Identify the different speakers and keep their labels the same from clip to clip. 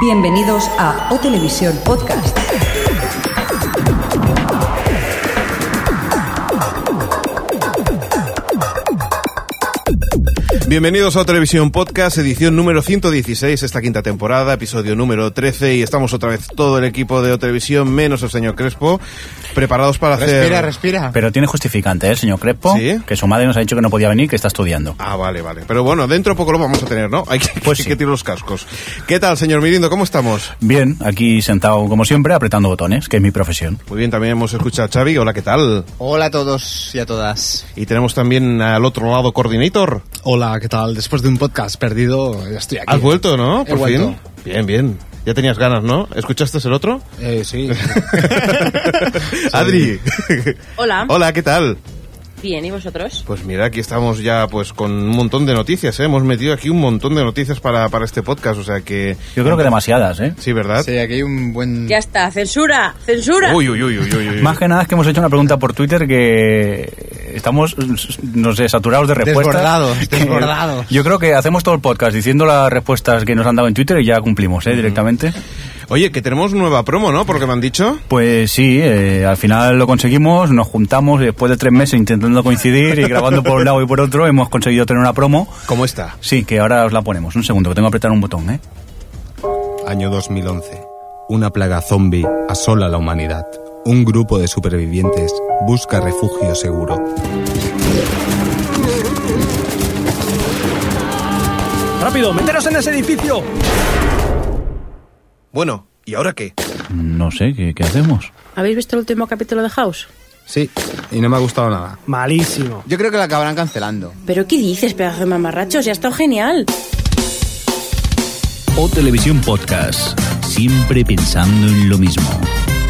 Speaker 1: Bienvenidos a O Televisión Podcast.
Speaker 2: Bienvenidos a Televisión Podcast, edición número 116, esta quinta temporada, episodio número 13, y estamos otra vez todo el equipo de Televisión, menos el señor Crespo, preparados para hacer...
Speaker 3: Respira, respira.
Speaker 4: Ah. Pero tiene justificante, ¿eh, el señor Crespo?
Speaker 2: ¿Sí?
Speaker 4: Que su madre nos ha dicho que no podía venir, que está estudiando.
Speaker 2: Ah, vale, vale. Pero bueno, dentro poco lo vamos a tener, ¿no? Hay que,
Speaker 4: Pues
Speaker 2: hay
Speaker 4: sí.
Speaker 2: que tirar los cascos. ¿Qué tal, señor Mirindo? ¿Cómo estamos?
Speaker 4: Bien, aquí sentado como siempre, apretando botones, que es mi profesión.
Speaker 2: Muy bien, también hemos escuchado a Xavi. Hola, ¿qué tal?
Speaker 3: Hola a todos y a todas.
Speaker 2: Y tenemos también al otro lado Coordinator.
Speaker 5: Hola, ¿qué tal? Después de un podcast perdido, ya estoy aquí.
Speaker 2: Has vuelto, ¿no?
Speaker 5: He
Speaker 2: Por
Speaker 5: vuelto.
Speaker 2: fin. Bien, bien. Ya tenías ganas, ¿no? ¿Escuchaste el otro?
Speaker 5: Eh, sí.
Speaker 2: Adri.
Speaker 6: Hola.
Speaker 2: Hola, ¿qué tal?
Speaker 6: Bien, ¿y vosotros?
Speaker 2: Pues mira, aquí estamos ya pues con un montón de noticias, ¿eh? Hemos metido aquí un montón de noticias para, para este podcast, o sea que...
Speaker 4: Yo creo que demasiadas, ¿eh?
Speaker 2: Sí, ¿verdad?
Speaker 3: Sí, aquí hay un
Speaker 5: Mm.
Speaker 3: buen...
Speaker 6: Ya está, censura, censura.
Speaker 2: Uy, uy, uy, uy, uy, uy.
Speaker 4: Más que nada es que hemos hecho una pregunta por Twitter que estamos, no sé, saturados de respuestas.
Speaker 3: Desbordados,
Speaker 4: Que
Speaker 3: desbordados.
Speaker 4: Yo creo que hacemos todo el podcast diciendo las respuestas que nos han dado en Twitter y ya cumplimos, ¿eh? Directamente.
Speaker 2: Oye, que tenemos nueva promo, ¿no? Porque me han dicho.
Speaker 4: Pues sí, eh, al final lo conseguimos, nos juntamos y después de tres meses intentando coincidir y grabando por un lado y por otro, hemos conseguido tener una promo.
Speaker 2: ¿Cómo está?
Speaker 4: Sí, que ahora os la ponemos. Un segundo, que tengo que apretar un botón, ¿eh?
Speaker 7: Año 2011. Una plaga zombie asola la humanidad. Un grupo de supervivientes busca refugio seguro.
Speaker 8: ¡Rápido, meteros en ese edificio!
Speaker 2: Bueno, ¿y ahora qué?
Speaker 4: No sé, ¿qué, qué hacemos?
Speaker 6: ¿Habéis visto el último capítulo de House?
Speaker 7: Sí, y no me ha gustado nada.
Speaker 8: Malísimo.
Speaker 3: Yo creo que la acabarán cancelando.
Speaker 6: ¿Pero qué dices, pedazo de mamarrachos? Ya ha estado genial.
Speaker 9: O Televisión Podcast, siempre pensando en lo mismo.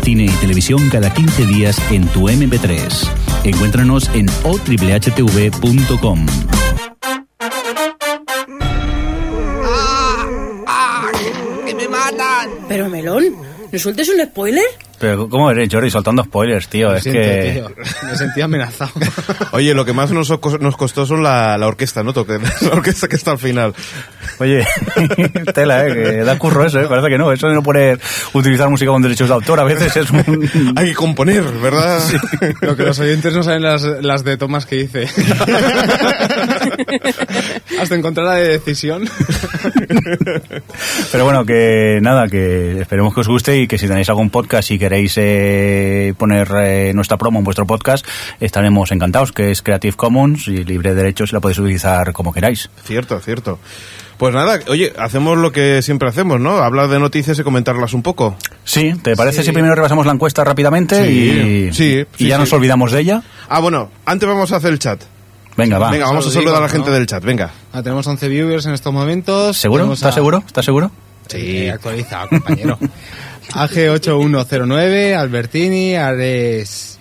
Speaker 9: Cine y televisión cada 15 días en tu MP3. Encuéntranos en otriplehtv.com.
Speaker 6: Pero Melón, ¿no sueltes un spoiler?
Speaker 4: Pero, ¿cómo eres, Jordi, soltando spoilers, tío?
Speaker 5: Lo
Speaker 4: es
Speaker 5: siento,
Speaker 4: que...
Speaker 5: tío. Me sentí amenazado.
Speaker 2: Oye, lo que más nos, co- nos costó son la, la orquesta, ¿no? Toque- La orquesta que está al final.
Speaker 4: Oye, tela, ¿eh? Que da curro eso, ¿eh? Parece que no. Eso de no poder utilizar música con derechos de autor a veces es un...
Speaker 2: Hay que componer, ¿verdad?
Speaker 5: Lo que los oyentes no saben las, las de tomas que hice. Hasta encontrar la de decisión.
Speaker 4: Pero bueno, que nada, que esperemos que os guste y que si tenéis algún podcast y queréis eh, poner eh, nuestra promo en vuestro podcast, estaremos encantados, que es Creative Commons y libre de derechos y la podéis utilizar como queráis.
Speaker 2: Cierto, cierto. Pues nada, oye, hacemos lo que siempre hacemos, ¿no? Hablar de noticias y comentarlas un poco.
Speaker 4: Sí, ¿te parece si primero repasamos la encuesta rápidamente
Speaker 2: Sí,
Speaker 4: y,
Speaker 2: sí,
Speaker 4: y
Speaker 2: sí,
Speaker 4: ya
Speaker 2: sí.
Speaker 4: nos olvidamos de ella?
Speaker 2: Ah, bueno, antes vamos a hacer el chat.
Speaker 4: Venga, va.
Speaker 2: venga, vamos a
Speaker 5: se lo digo,
Speaker 2: saludar a la gente
Speaker 5: ¿no?
Speaker 2: del chat, venga.
Speaker 5: Ah, tenemos 11 viewers en estos momentos.
Speaker 4: ¿Seguro?
Speaker 5: Tenemos
Speaker 4: ¿Estás
Speaker 5: a-
Speaker 4: seguro? ¿Estás seguro?
Speaker 2: Sí.
Speaker 5: Eh, actualiza, compañero. AG8109, Albertini, Ares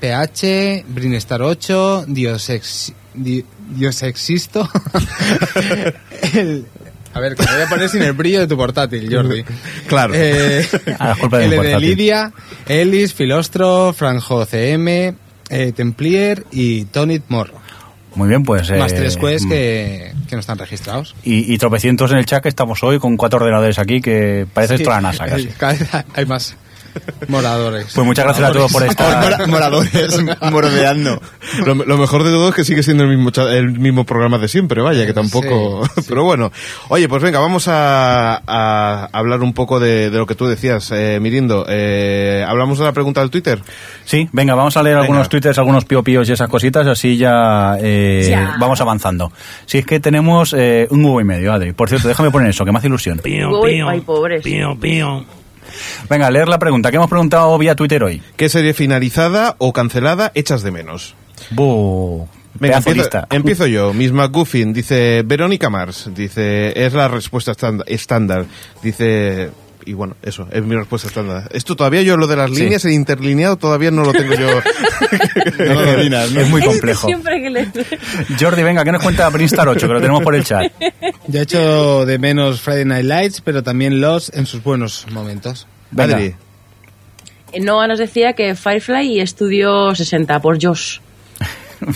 Speaker 5: PH, Brinestar 8, Diosex, Di- Diosexisto. El- a ver, que me voy a poner sin el brillo de tu portátil, Jordi.
Speaker 2: Claro.
Speaker 5: Eh,
Speaker 4: Ah, es culpa de mi
Speaker 5: LD
Speaker 4: portátil.
Speaker 5: Lidia, Ellis, Filostro, Franjo CM, eh, Templier y Tony Morro.
Speaker 4: Muy bien, pues...
Speaker 5: Más
Speaker 4: eh, mm.
Speaker 5: tres jueces que, que no están registrados.
Speaker 4: Y, y tropecientos en el chat que estamos hoy con cuatro ordenadores aquí que parece esto la NASA casi.
Speaker 5: Cada vez hay más moradores.
Speaker 4: Pues muchas gracias a todos por estar.
Speaker 3: moradores, mordeando.
Speaker 2: Ah. Lo, lo mejor de todo es que sigue siendo el mismo, cha- el mismo programa de siempre, vaya, que tampoco... Pero bueno, oye, pues venga, vamos a, a hablar un poco de, de lo que tú decías, eh, Mirindo. Eh, Hablamos de la pregunta del Twitter.
Speaker 4: Sí, venga, vamos a leer algunos twitters, algunos piopíos y esas cositas, así ya, eh,
Speaker 6: Ya.
Speaker 4: vamos avanzando. Si es que tenemos eh, un huevo y medio, Adri. Por cierto, déjame poner eso, que me hace ilusión.
Speaker 6: Uy, ay, pobres.
Speaker 4: Venga, leer la pregunta. ¿Qué hemos preguntado vía Twitter hoy?
Speaker 2: ¿Qué serie finalizada o cancelada echas de menos?
Speaker 4: Buh,
Speaker 2: Venga,
Speaker 4: pedazo de
Speaker 2: empiezo,
Speaker 4: lista.
Speaker 2: empiezo yo. Miss McGuffin dice Verónica Mars. Dice, es la respuesta estanda- estándar. Dice, y bueno, eso, es mi respuesta estándar. Esto todavía yo lo de las
Speaker 4: Sí.
Speaker 2: líneas, el interlineado todavía no lo tengo yo.
Speaker 4: Es muy
Speaker 6: Eso que
Speaker 4: complejo.
Speaker 6: siempre que le...
Speaker 4: Jordi, venga, ¿qué nos cuenta Brinstar 8? Que lo tenemos por el chat.
Speaker 5: Ya he hecho de menos Friday Night Lights, pero también los en sus buenos momentos.
Speaker 4: Venga.
Speaker 2: Adri.
Speaker 6: Noah nos decía que Firefly y Estudio 60 por Josh.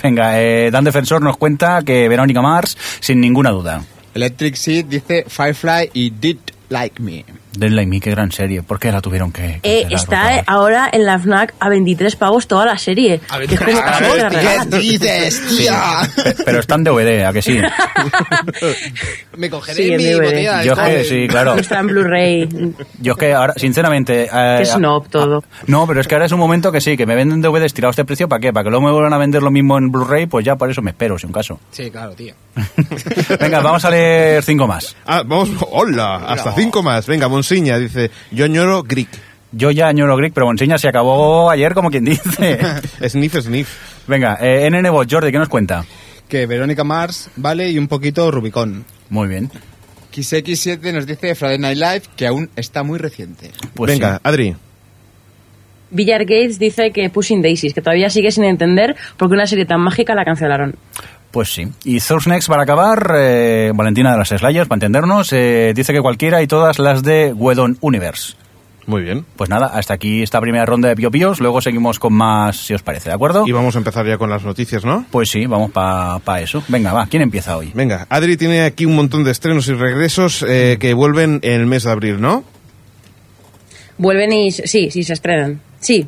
Speaker 4: Venga, eh, Dan Defensor nos cuenta que Verónica Mars, sin ninguna duda.
Speaker 3: Electric Seed dice Firefly y Dit
Speaker 5: Like Me.
Speaker 4: Dead Like Me, qué gran serie. ¿Por qué la tuvieron que.?
Speaker 6: Eh,
Speaker 4: cancelar,
Speaker 6: está
Speaker 4: por favor?
Speaker 6: ahora en la FNAC a 23 pavos toda la serie.
Speaker 10: A
Speaker 6: Que es como,
Speaker 10: 23
Speaker 6: ¿cómo
Speaker 10: pavos,
Speaker 6: te la
Speaker 10: tío.
Speaker 6: regalan?
Speaker 5: ¿Qué dices,
Speaker 6: ah.
Speaker 5: tía?
Speaker 4: Pe- Pero está en DVD, ¿a que sí?
Speaker 10: Me
Speaker 6: Sí,
Speaker 10: cogeré
Speaker 6: en
Speaker 10: mi
Speaker 6: DVD.
Speaker 10: botella de
Speaker 4: Yo es que,
Speaker 10: alcohol.
Speaker 4: sí, claro.
Speaker 6: No Está en Blu-ray.
Speaker 4: Yo es que ahora, sinceramente... eh,
Speaker 6: Qué snob todo.
Speaker 4: ah, no, pero es que ahora es un momento que sí, que me venden DVDs tirados de precio, ¿para qué? ¿Para que luego me vuelvan a vender lo mismo en Blu-ray? Pues ya por eso me espero, si un caso.
Speaker 10: Sí, claro, tío.
Speaker 4: Venga, vamos a leer cinco más.
Speaker 2: Ah, vamos, hola, hasta cinco más. Venga, Monsiña dice, yo ñoro Greek.
Speaker 4: Yo ya añoro Greek, pero Monsiña se acabó ayer, como quien dice.
Speaker 2: Sniff, sniff.
Speaker 4: Venga, eh, NN Bot, Jordi, ¿qué nos cuenta?
Speaker 10: Que Verónica Mars, vale, y un poquito Rubicón.
Speaker 4: Muy bien.
Speaker 5: XX7 nos dice Friday Night Live que aún está muy reciente.
Speaker 4: Pues
Speaker 2: Venga,
Speaker 4: sí.
Speaker 2: Adri.
Speaker 6: Villar Gates dice que Pushing Daisies, que todavía sigue sin entender por qué una serie tan mágica la cancelaron.
Speaker 4: Pues sí. Y Thursnex, para acabar, eh, Valentina de las Slayers, para entendernos, eh, dice que cualquiera y todas las de Wedon Universe.
Speaker 2: Muy bien.
Speaker 4: Pues nada, hasta aquí esta primera ronda de Pio Píos, luego seguimos con más, si os parece, ¿de acuerdo?
Speaker 2: Y vamos a empezar ya con las noticias, ¿no?
Speaker 4: Pues sí, vamos para eso. Venga, va, ¿quién empieza hoy?
Speaker 2: Venga, Adri tiene aquí un montón de estrenos y regresos eh, que vuelven en el mes de abril, ¿no?
Speaker 6: Vuelven y sí, sí, se estrenan. Sí.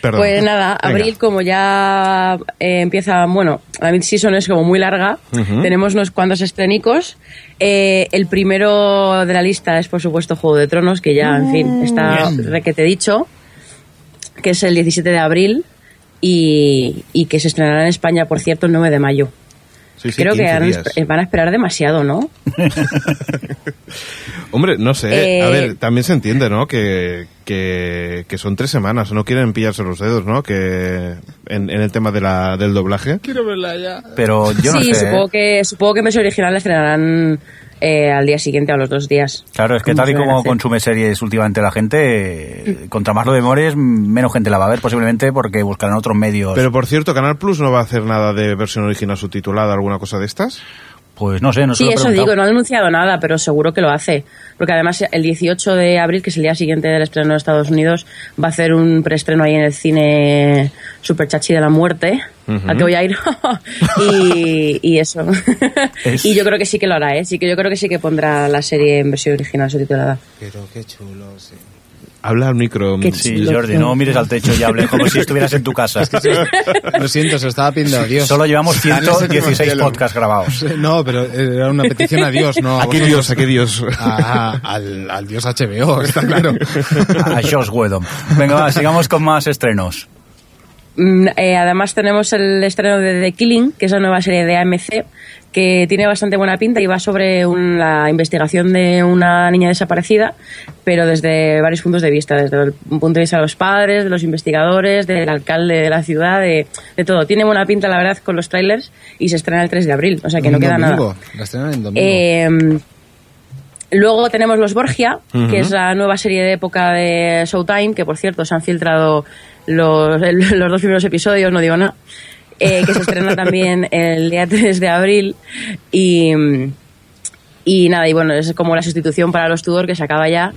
Speaker 2: Perdón.
Speaker 6: Pues nada,
Speaker 2: Venga.
Speaker 6: abril como ya eh, empieza, bueno, la mid-season es como muy larga,
Speaker 2: Ujú.
Speaker 6: tenemos unos cuantos estrenicos. Eh, el primero de la lista es por supuesto Juego de Tronos, que ya, en fin, está requete dicho, que es el 17 de abril y, y que se estrenará en España, por cierto, el 9 de mayo.
Speaker 2: Sí, sí,
Speaker 6: Creo que
Speaker 2: 15
Speaker 6: van a
Speaker 2: días.
Speaker 6: esper- van a esperar demasiado, ¿no?
Speaker 2: Hombre, no sé. a
Speaker 6: Eh,
Speaker 2: ver, también se entiende, ¿no? Que, que, que son tres semanas. No quieren pillarse los dedos, ¿no? Que en, en el tema de la, del doblaje.
Speaker 10: Quiero verla ya.
Speaker 4: Pero yo no
Speaker 6: sí,
Speaker 4: sé.
Speaker 6: supongo
Speaker 4: ¿eh?
Speaker 6: que supongo que en versión original la estrenarán eh, al día siguiente o a los dos días.
Speaker 4: Claro, es que
Speaker 6: Como
Speaker 4: tal y
Speaker 6: suelen
Speaker 4: como
Speaker 6: hacer.
Speaker 4: consume series últimamente la gente, eh, contra más lo demores, menos gente la va a ver posiblemente porque buscarán otros medios.
Speaker 2: Pero por cierto, Canal Plus no va a hacer nada de versión original subtitulada, alguna cosa de estas.
Speaker 4: pues no sé, no se
Speaker 6: Sí,
Speaker 4: lo he
Speaker 6: eso
Speaker 4: preguntado.
Speaker 6: digo, no ha denunciado nada, pero seguro que lo hace. Porque además el 18 de abril, que es el día siguiente del estreno de Estados Unidos, va a hacer un preestreno ahí en el cine Super Chachi de la Muerte, al que voy a ir. y, y eso.
Speaker 4: Es-
Speaker 6: Y yo creo que sí que lo hará, ¿eh? Sí que yo creo que sí que pondrá la serie en versión original subtitulada.
Speaker 10: Pero qué chulo, sí.
Speaker 2: Habla al micro. mm,
Speaker 6: Qué
Speaker 4: Sí, Jordi, no mires al techo y hables como si estuvieras en tu casa.
Speaker 10: Lo siento, se lo estaba pidiendo a Dios.
Speaker 4: Solo llevamos
Speaker 5: Ah, no sé cómo
Speaker 4: 116
Speaker 5: hacerlo.
Speaker 4: podcasts grabados.
Speaker 10: No, pero era una petición a Dios, no a
Speaker 2: ¿A qué
Speaker 10: vosotros.
Speaker 2: dios? ¿A qué dios?
Speaker 10: Ah, al, al Dios HBO, está claro.
Speaker 4: A Josh Whedon. Venga, va, sigamos con más estrenos.
Speaker 6: Mm, eh, además tenemos el estreno de The Killing, que es la nueva serie de AMC, que tiene bastante buena pinta y va sobre un- la investigación de una niña desaparecida, pero desde varios puntos de vista, desde el punto de vista de los padres, de los investigadores, del alcalde de la ciudad, de, de todo. Tiene buena pinta, la verdad, con los trailers y se estrena el 3 de abril, o sea que no
Speaker 5: Mm,
Speaker 10: Un
Speaker 6: queda nada.
Speaker 10: domingo, La estrenan en domingo.
Speaker 6: Eh, Em, luego tenemos Los Borgia, que es la nueva serie de época de Showtime, que por cierto se han filtrado los, el- los dos primeros episodios, no digo nada, eh, que se estrena también el día 3 de abril. Y, y nada, y bueno, es como la sustitución para Los Tudor que se acaba ya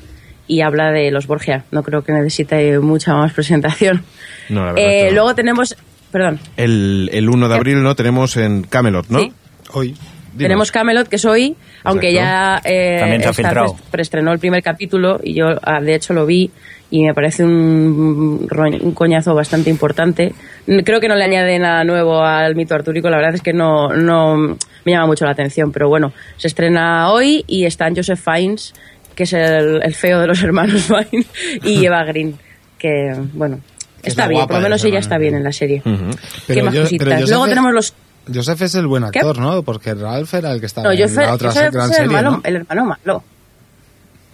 Speaker 6: y habla de Los Borgia. No creo que necesite mucha más presentación.
Speaker 2: No, la verdad
Speaker 6: Eh,
Speaker 2: es que no.
Speaker 6: Luego tenemos... Perdón.
Speaker 2: El, el 1 de abril no tenemos en Camelot, ¿no?
Speaker 6: Sí.
Speaker 10: Hoy.
Speaker 2: Dime.
Speaker 6: Tenemos Camelot, que es hoy, aunque ya eh,
Speaker 4: También se ha
Speaker 6: Star
Speaker 4: filtrado.
Speaker 6: pre- preestrenó el primer capítulo y yo, ah, de hecho, lo vi y me parece un, ro- un coñazo bastante importante. N- Creo que no le añade nada nuevo al mito artúrico, la verdad es que no, no me llama mucho la atención, pero bueno, se estrena hoy y están Joseph Fiennes, que es el, el feo de los hermanos Fiennes, y Eva Green, que, bueno,
Speaker 10: Que es
Speaker 6: está
Speaker 10: la
Speaker 6: bien, por
Speaker 10: guapa
Speaker 6: lo
Speaker 10: de
Speaker 6: menos
Speaker 10: los
Speaker 6: ella
Speaker 10: hermanos
Speaker 6: está bien en la serie.
Speaker 2: Mm.
Speaker 6: ¿Qué
Speaker 10: Pero
Speaker 6: más
Speaker 10: yo-
Speaker 6: cositas?
Speaker 10: pero Joseph
Speaker 6: Luego
Speaker 10: es-
Speaker 6: tenemos los
Speaker 10: Joseph es el buen actor, ¿no? Porque Ralph era el que estaba
Speaker 6: No,
Speaker 10: en
Speaker 6: Joseph,
Speaker 10: la otra
Speaker 6: Joseph
Speaker 10: gran
Speaker 6: es el,
Speaker 10: serie,
Speaker 6: malo,
Speaker 10: ¿no?
Speaker 6: el hermano malo.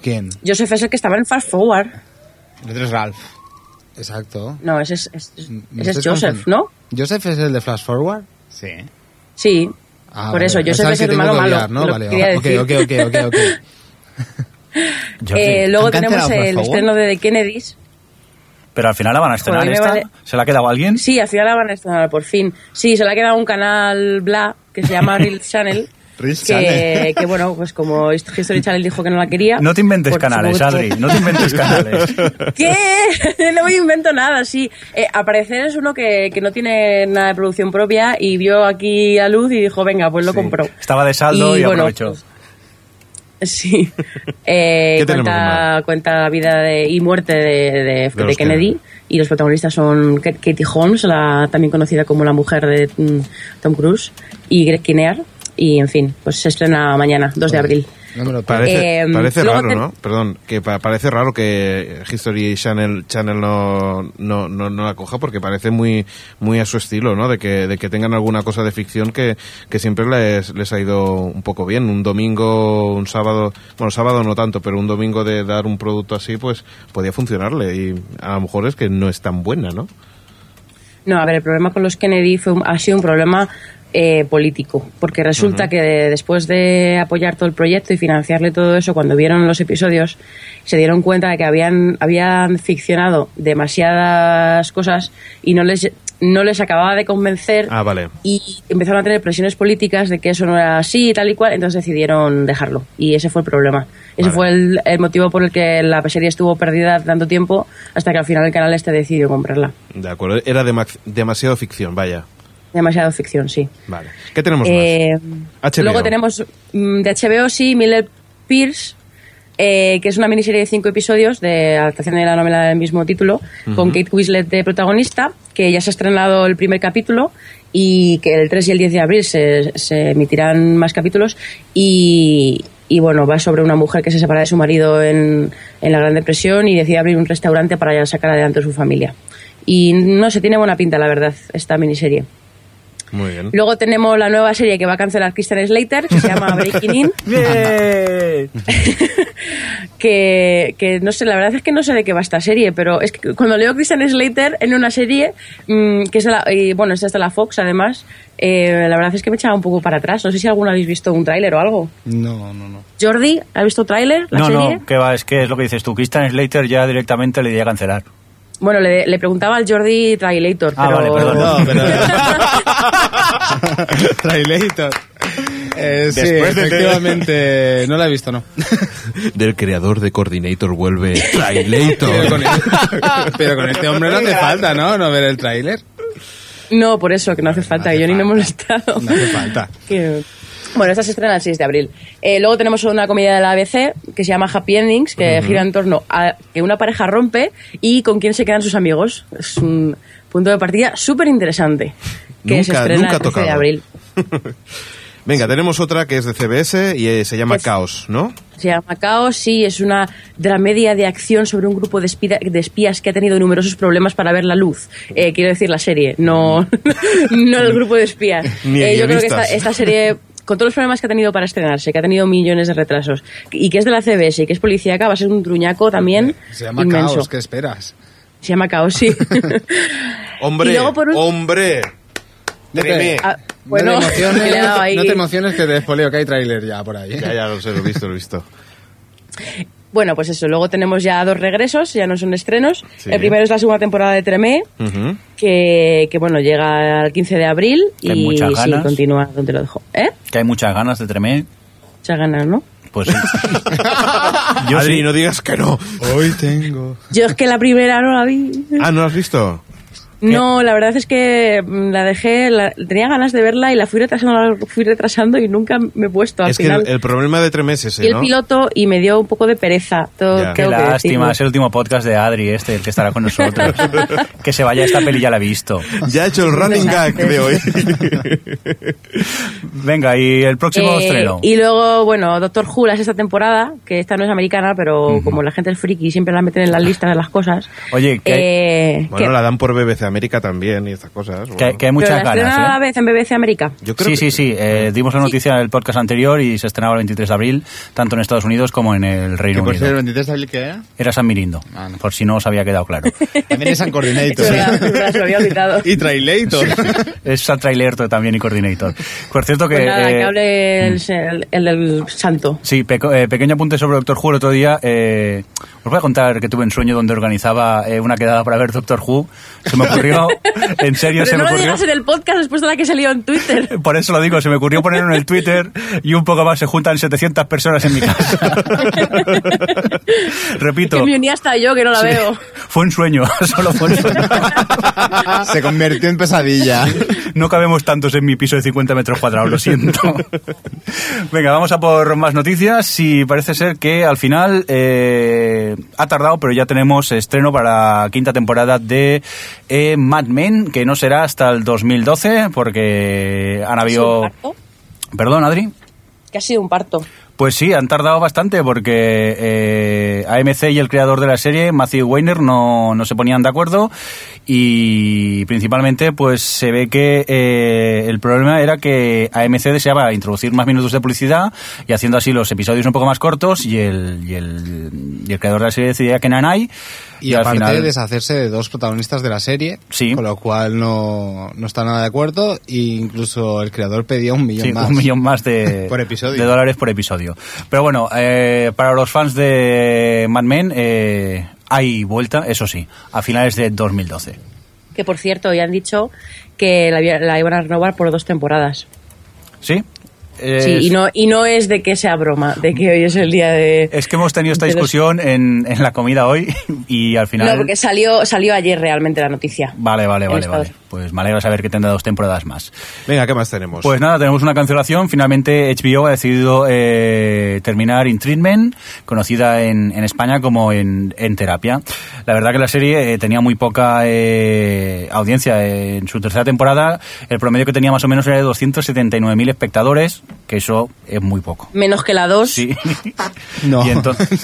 Speaker 10: ¿Quién?
Speaker 6: Joseph es el que estaba en Fast Forward.
Speaker 5: El otro es Ralph.
Speaker 10: Exacto.
Speaker 6: No, ese es, es-
Speaker 10: Me
Speaker 6: ese es
Speaker 10: estás
Speaker 6: Joseph,
Speaker 10: confundiendo.
Speaker 6: ¿no?
Speaker 10: Mm, ¿Joseph es el de Flash Forward?
Speaker 5: Sí.
Speaker 6: Sí.
Speaker 10: Ah,
Speaker 6: Por
Speaker 10: vale.
Speaker 6: eso, Joseph
Speaker 10: Pensaba
Speaker 6: es
Speaker 10: que
Speaker 6: el
Speaker 10: tengo
Speaker 6: malo
Speaker 10: que
Speaker 6: malo.
Speaker 10: olvidar, ¿no?
Speaker 6: Lo
Speaker 10: Vale,
Speaker 6: quería
Speaker 10: vale.
Speaker 6: decir.
Speaker 10: Ok, ok, ok, ok.
Speaker 4: Jordi,
Speaker 6: Eh, luego
Speaker 5: ¿han
Speaker 6: tenemos
Speaker 5: cancelado
Speaker 6: el
Speaker 5: Fast Forward?
Speaker 6: estreno de The Kennedys.
Speaker 4: Pero al final la van a estrenar
Speaker 6: Joder, me
Speaker 4: esta.
Speaker 6: vale-
Speaker 4: ¿Se la ha quedado alguien?
Speaker 6: Sí, al final la van a estrenar, por fin. Sí, se le ha quedado un canal bla que se llama Real Channel.
Speaker 5: Real
Speaker 6: que,
Speaker 5: Channel.
Speaker 6: que, bueno, pues como History Channel dijo que no la quería.
Speaker 4: No te inventes
Speaker 6: porque
Speaker 4: canales,
Speaker 6: supongo que-
Speaker 4: Adri. No te inventes canales.
Speaker 6: ¿Qué? No me invento nada, sí. Eh, Aparecer es uno que, que no tiene nada de producción propia y vio aquí a luz y dijo, venga, pues lo compro.
Speaker 4: Estaba de saldo y,
Speaker 6: bueno,
Speaker 4: aprovechó.
Speaker 6: pues, Sí. Eh,
Speaker 2: ¿Qué tenemos de
Speaker 6: cuenta,
Speaker 2: malo?
Speaker 6: cuenta la vida de- y muerte de, de- de
Speaker 2: los
Speaker 6: Kennedy. Y los protagonistas son Ka- Katie Holmes, la, también conocida como la mujer de mm, Tom Cruise, y Greg Kinnear. Y en fin, pues se estrena mañana, 2 de abril.
Speaker 10: No me lo pierdo.
Speaker 2: Parece,
Speaker 6: Eh,
Speaker 2: parece
Speaker 6: luego
Speaker 2: raro,
Speaker 6: te-
Speaker 2: ¿no? Perdón, que pa- parece raro que History Channel Channel no, no, no, no la coja porque parece muy muy a su estilo, ¿no? De que, de que tengan alguna cosa de ficción que, que siempre les, les ha ido un poco bien. Un domingo, un sábado, bueno, sábado no tanto, pero un domingo de dar un producto así, pues podía funcionarle y a lo mejor es que no es tan buena, ¿no?
Speaker 6: No, a ver, el problema con los Kennedy fue un- ha sido un problema eh, político, porque resulta que de- después de apoyar todo el proyecto y financiarle todo eso, cuando vieron los episodios, se dieron cuenta de que habían, habían ficcionado demasiadas cosas y no les, no les acababa de convencer
Speaker 2: Ah, vale.
Speaker 6: y empezaron a tener presiones políticas de que eso no era así y tal y cual, entonces decidieron dejarlo. Y ese fue el problema. Ese
Speaker 2: Vale.
Speaker 6: fue el, el motivo por el que la serie estuvo perdida tanto tiempo hasta que al final el canal este decidió comprarla.
Speaker 2: De acuerdo, era demac- demasiado ficción, vaya.
Speaker 6: Demasiado ficción, sí.
Speaker 2: Vale. ¿Qué tenemos
Speaker 6: Eh,
Speaker 2: más? HBO.
Speaker 6: Luego tenemos mm, de HBO, sí, Miller Pierce, eh, que es una miniserie de cinco episodios de adaptación de la novela del mismo título, con Kate Winslet de protagonista, que ya se ha estrenado el primer capítulo y que el 3 y el 10 de abril se, se emitirán más capítulos y... y, bueno, va sobre una mujer que se separa de su marido en, en la Gran Depresión y decide abrir un restaurante para ya sacar adelante a su familia. Y no se tiene buena pinta, la verdad, esta miniserie.
Speaker 2: Muy bien.
Speaker 6: Luego tenemos la nueva serie que va a cancelar Christian Slater, que se llama Breaking In, que, que no sé, la verdad es que no sé de qué va esta serie, pero es que cuando leo Christian Slater en una serie, mm, que es de la, y bueno, es de la Fox además, eh, la verdad es que me echaba un poco para atrás. No sé si alguno habéis visto un tráiler o algo.
Speaker 10: No, no, no.
Speaker 6: Jordi, ¿has visto tráiler? ¿La
Speaker 4: No,
Speaker 6: serie?
Speaker 4: no, que va, es que es lo que dices tú. Christian Slater ya directamente le di a cancelar.
Speaker 6: Bueno, le, le preguntaba al Jordi Trailator,
Speaker 4: Ah,
Speaker 6: pero...
Speaker 4: vale, perdón.
Speaker 10: No, pero... Trailator. Eh, sí,
Speaker 2: Después de-
Speaker 10: efectivamente. No la he visto, no.
Speaker 2: Del creador de Coordinator vuelve
Speaker 10: Pero
Speaker 2: Trailator.
Speaker 10: con, pero con este hombre no hace falta, ¿no? No ver el tráiler.
Speaker 6: No, por eso, que no hace falta,
Speaker 10: hace
Speaker 6: yo ni me he
Speaker 10: falta.
Speaker 6: molestado.
Speaker 10: No hace falta.
Speaker 6: Que- Bueno, esta se estrena el 6 de abril. Eh, luego tenemos una comedia de la ABC que se llama Happy Endings, que gira en torno a que una pareja rompe y con quién se quedan sus amigos. Es un punto de partida súper interesante. Que se
Speaker 2: Nunca-
Speaker 6: estrena
Speaker 2: nunca
Speaker 6: el 13 de
Speaker 2: tocado.
Speaker 6: abril.
Speaker 2: Venga, tenemos otra que es de CBS y eh, se llama
Speaker 6: Es-
Speaker 2: Caos, ¿no?
Speaker 6: Se llama Caos, sí, es una dramedia de acción sobre un grupo de, espida- de espías que ha tenido numerosos problemas para ver la luz. Eh, quiero decir la serie, no, no el grupo de espías. Eh,
Speaker 2: Ni
Speaker 6: yo creo que esta,
Speaker 2: guionistas.
Speaker 6: esta serie, con todos los problemas que ha tenido para estrenarse, que ha tenido millones de retrasos, y que es de la CBS y que es policíaca, va a ser un truñaco también
Speaker 10: Se llama
Speaker 6: inmenso.
Speaker 10: Caos, ¿qué esperas?
Speaker 6: Se llama Caos, sí.
Speaker 2: Hombre,
Speaker 6: Y luego por un-
Speaker 2: hombre.
Speaker 10: No te-
Speaker 2: Tremé.
Speaker 6: Ah,
Speaker 10: No te
Speaker 6: bueno, que le ha dado
Speaker 10: emociones,
Speaker 6: ahí.
Speaker 10: no te emociones que te desfoleo que hay tráiler ya por ahí. ¿eh?
Speaker 2: Ya, ya lo sé, lo he visto, lo he visto.
Speaker 6: Bueno, pues eso, luego tenemos ya dos regresos, ya no son estrenos.
Speaker 2: Sí.
Speaker 6: El primero es la segunda temporada de Tremé,
Speaker 2: Ujú.
Speaker 6: que, que, bueno, llega al 15 de abril
Speaker 4: Que hay
Speaker 6: y
Speaker 4: muchas
Speaker 6: sí,
Speaker 4: ganas.
Speaker 6: continúa donde lo dejó. ¿Eh?
Speaker 4: Que hay muchas ganas de tremer.
Speaker 6: Muchas ganas, ¿no?
Speaker 4: Pues sí. Yo
Speaker 2: Adri,
Speaker 4: sí.
Speaker 2: no digas que no.
Speaker 10: Hoy tengo.
Speaker 6: Yo es que la primera no la vi.
Speaker 2: Ah, ¿no lo has visto?
Speaker 6: No, la verdad es que mm, la dejé, la- tenía ganas de verla y la fui retrasando, la fui retrasando y nunca me he puesto. Al
Speaker 2: es
Speaker 6: final
Speaker 2: que el, el problema de tres meses, ¿eh,
Speaker 6: vi
Speaker 2: ¿no?
Speaker 6: el piloto y me dio un poco de pereza. Todo,
Speaker 2: Ya.
Speaker 4: Qué
Speaker 6: tengo que
Speaker 4: lástima, es
Speaker 6: decirlo.
Speaker 4: el último podcast de Adri, este, el que estará con nosotros. que se vaya, esta peli ya la he visto.
Speaker 2: Ya ha hecho el running gag de hoy.
Speaker 4: Venga, y el próximo
Speaker 6: Eh,
Speaker 4: estreno.
Speaker 6: y luego, bueno, Doctor Who la sexta temporada, que esta no es americana, pero como la gente es friki siempre la meten en las listas de las cosas.
Speaker 4: Oye, que hay-
Speaker 6: eh,
Speaker 2: bueno,
Speaker 6: que-
Speaker 2: la dan por BBC América también y estas cosas.
Speaker 4: Que,
Speaker 2: bueno.
Speaker 4: que hay
Speaker 6: pero
Speaker 4: muchas
Speaker 6: la
Speaker 4: ganas.
Speaker 6: estrenan
Speaker 4: ¿eh?
Speaker 6: a la vez en BBC América.
Speaker 2: Yo creo
Speaker 4: Sí,
Speaker 2: que-
Speaker 4: sí, sí. eh, dimos la noticia en el podcast anterior y se estrenaba el 23 de abril, tanto en Estados Unidos como en el
Speaker 5: Que
Speaker 4: Reino
Speaker 5: por ser el
Speaker 4: Unido.
Speaker 5: 23 de abril que era.
Speaker 4: Era San Mirindo,
Speaker 5: Ah, no.
Speaker 4: por si no os había quedado claro.
Speaker 5: También es San
Speaker 6: Es
Speaker 5: Coordinator.
Speaker 6: verdad, es verdad, se lo había olvidado.
Speaker 10: Y Trailator.
Speaker 4: es San Trailerto también y Coordinator. Por cierto que...
Speaker 6: Pues nada, que
Speaker 4: eh,
Speaker 6: hable el, el- el- el santo.
Speaker 4: Sí, peco- eh, pequeño apunte sobre Doctor Who. El otro día eh, os voy a contar que tuve un sueño donde organizaba eh, una quedada para ver Doctor Who. Se me ocurrió, en serio, se
Speaker 6: Pero no
Speaker 4: me
Speaker 6: lo
Speaker 4: ocurrió.
Speaker 6: digas en el podcast después de la que salió en Twitter.
Speaker 4: Por eso lo digo, se me ocurrió ponerlo en el Twitter y un poco más se juntan 700 personas en mi casa. Repito,
Speaker 6: Que me uní hasta yo, que no la veo.
Speaker 4: fue un sueño, solo fue un sueño.
Speaker 5: Se convirtió en pesadilla.
Speaker 4: no cabemos tantos en mi piso de 50 metros cuadrados, lo siento. Venga, vamos a por más noticias y parece ser que al final eh, ha tardado, pero ya tenemos estreno para la quinta temporada de eh, Mad Men, que no será hasta el 2012 porque han
Speaker 6: ¿Ha sido
Speaker 4: habido...
Speaker 6: un parto?
Speaker 4: Perdón, Adri.
Speaker 6: Que ha sido un parto.
Speaker 4: Pues sí, han tardado bastante porque eh, AMC y el creador de la serie, Matthew Weiner, no, no se ponían de acuerdo y principalmente pues se ve que eh, el problema era que AMC deseaba introducir más minutos de publicidad y haciendo así los episodios un poco más cortos y el, y el, y el creador de la serie decidía que Nanay
Speaker 5: Y, aparte deshacerse de dos protagonistas de la serie,
Speaker 4: Sí.
Speaker 5: con lo cual no, no está nada de acuerdo e incluso el creador pedía un millón
Speaker 4: Sí,
Speaker 5: más.
Speaker 4: un millón más de,
Speaker 5: Por episodio.
Speaker 4: de dólares por episodio. Pero bueno, eh, para los fans de Mad Men eh, hay vuelta, eso sí, a finales de 2012.
Speaker 6: Que por cierto, ya han dicho que la, había- la iban a renovar por dos temporadas.
Speaker 4: ¿Sí? Eh,
Speaker 6: Sí, y no, y no es de que sea broma, de que hoy es el día de.
Speaker 4: Es que hemos tenido esta
Speaker 6: de los-
Speaker 4: discusión en, en la comida hoy y al final...
Speaker 6: No, porque salió, salió ayer realmente la noticia.
Speaker 4: Vale, vale,
Speaker 6: en
Speaker 4: vale,
Speaker 6: Estados-
Speaker 4: vale. Pues me alegra saber que tendrá dos temporadas más.
Speaker 2: Venga, ¿qué más tenemos?
Speaker 4: Pues nada, tenemos una cancelación. Finalmente HBO ha decidido eh, terminar In Treatment, conocida en, en España como en, en Terapia. La verdad que la serie eh, tenía muy poca eh, audiencia. En su tercera temporada el promedio que tenía más o menos era de 279.000 espectadores, que eso es muy poco.
Speaker 6: Menos que la 2.
Speaker 4: Sí.
Speaker 5: No,
Speaker 4: Y entonces-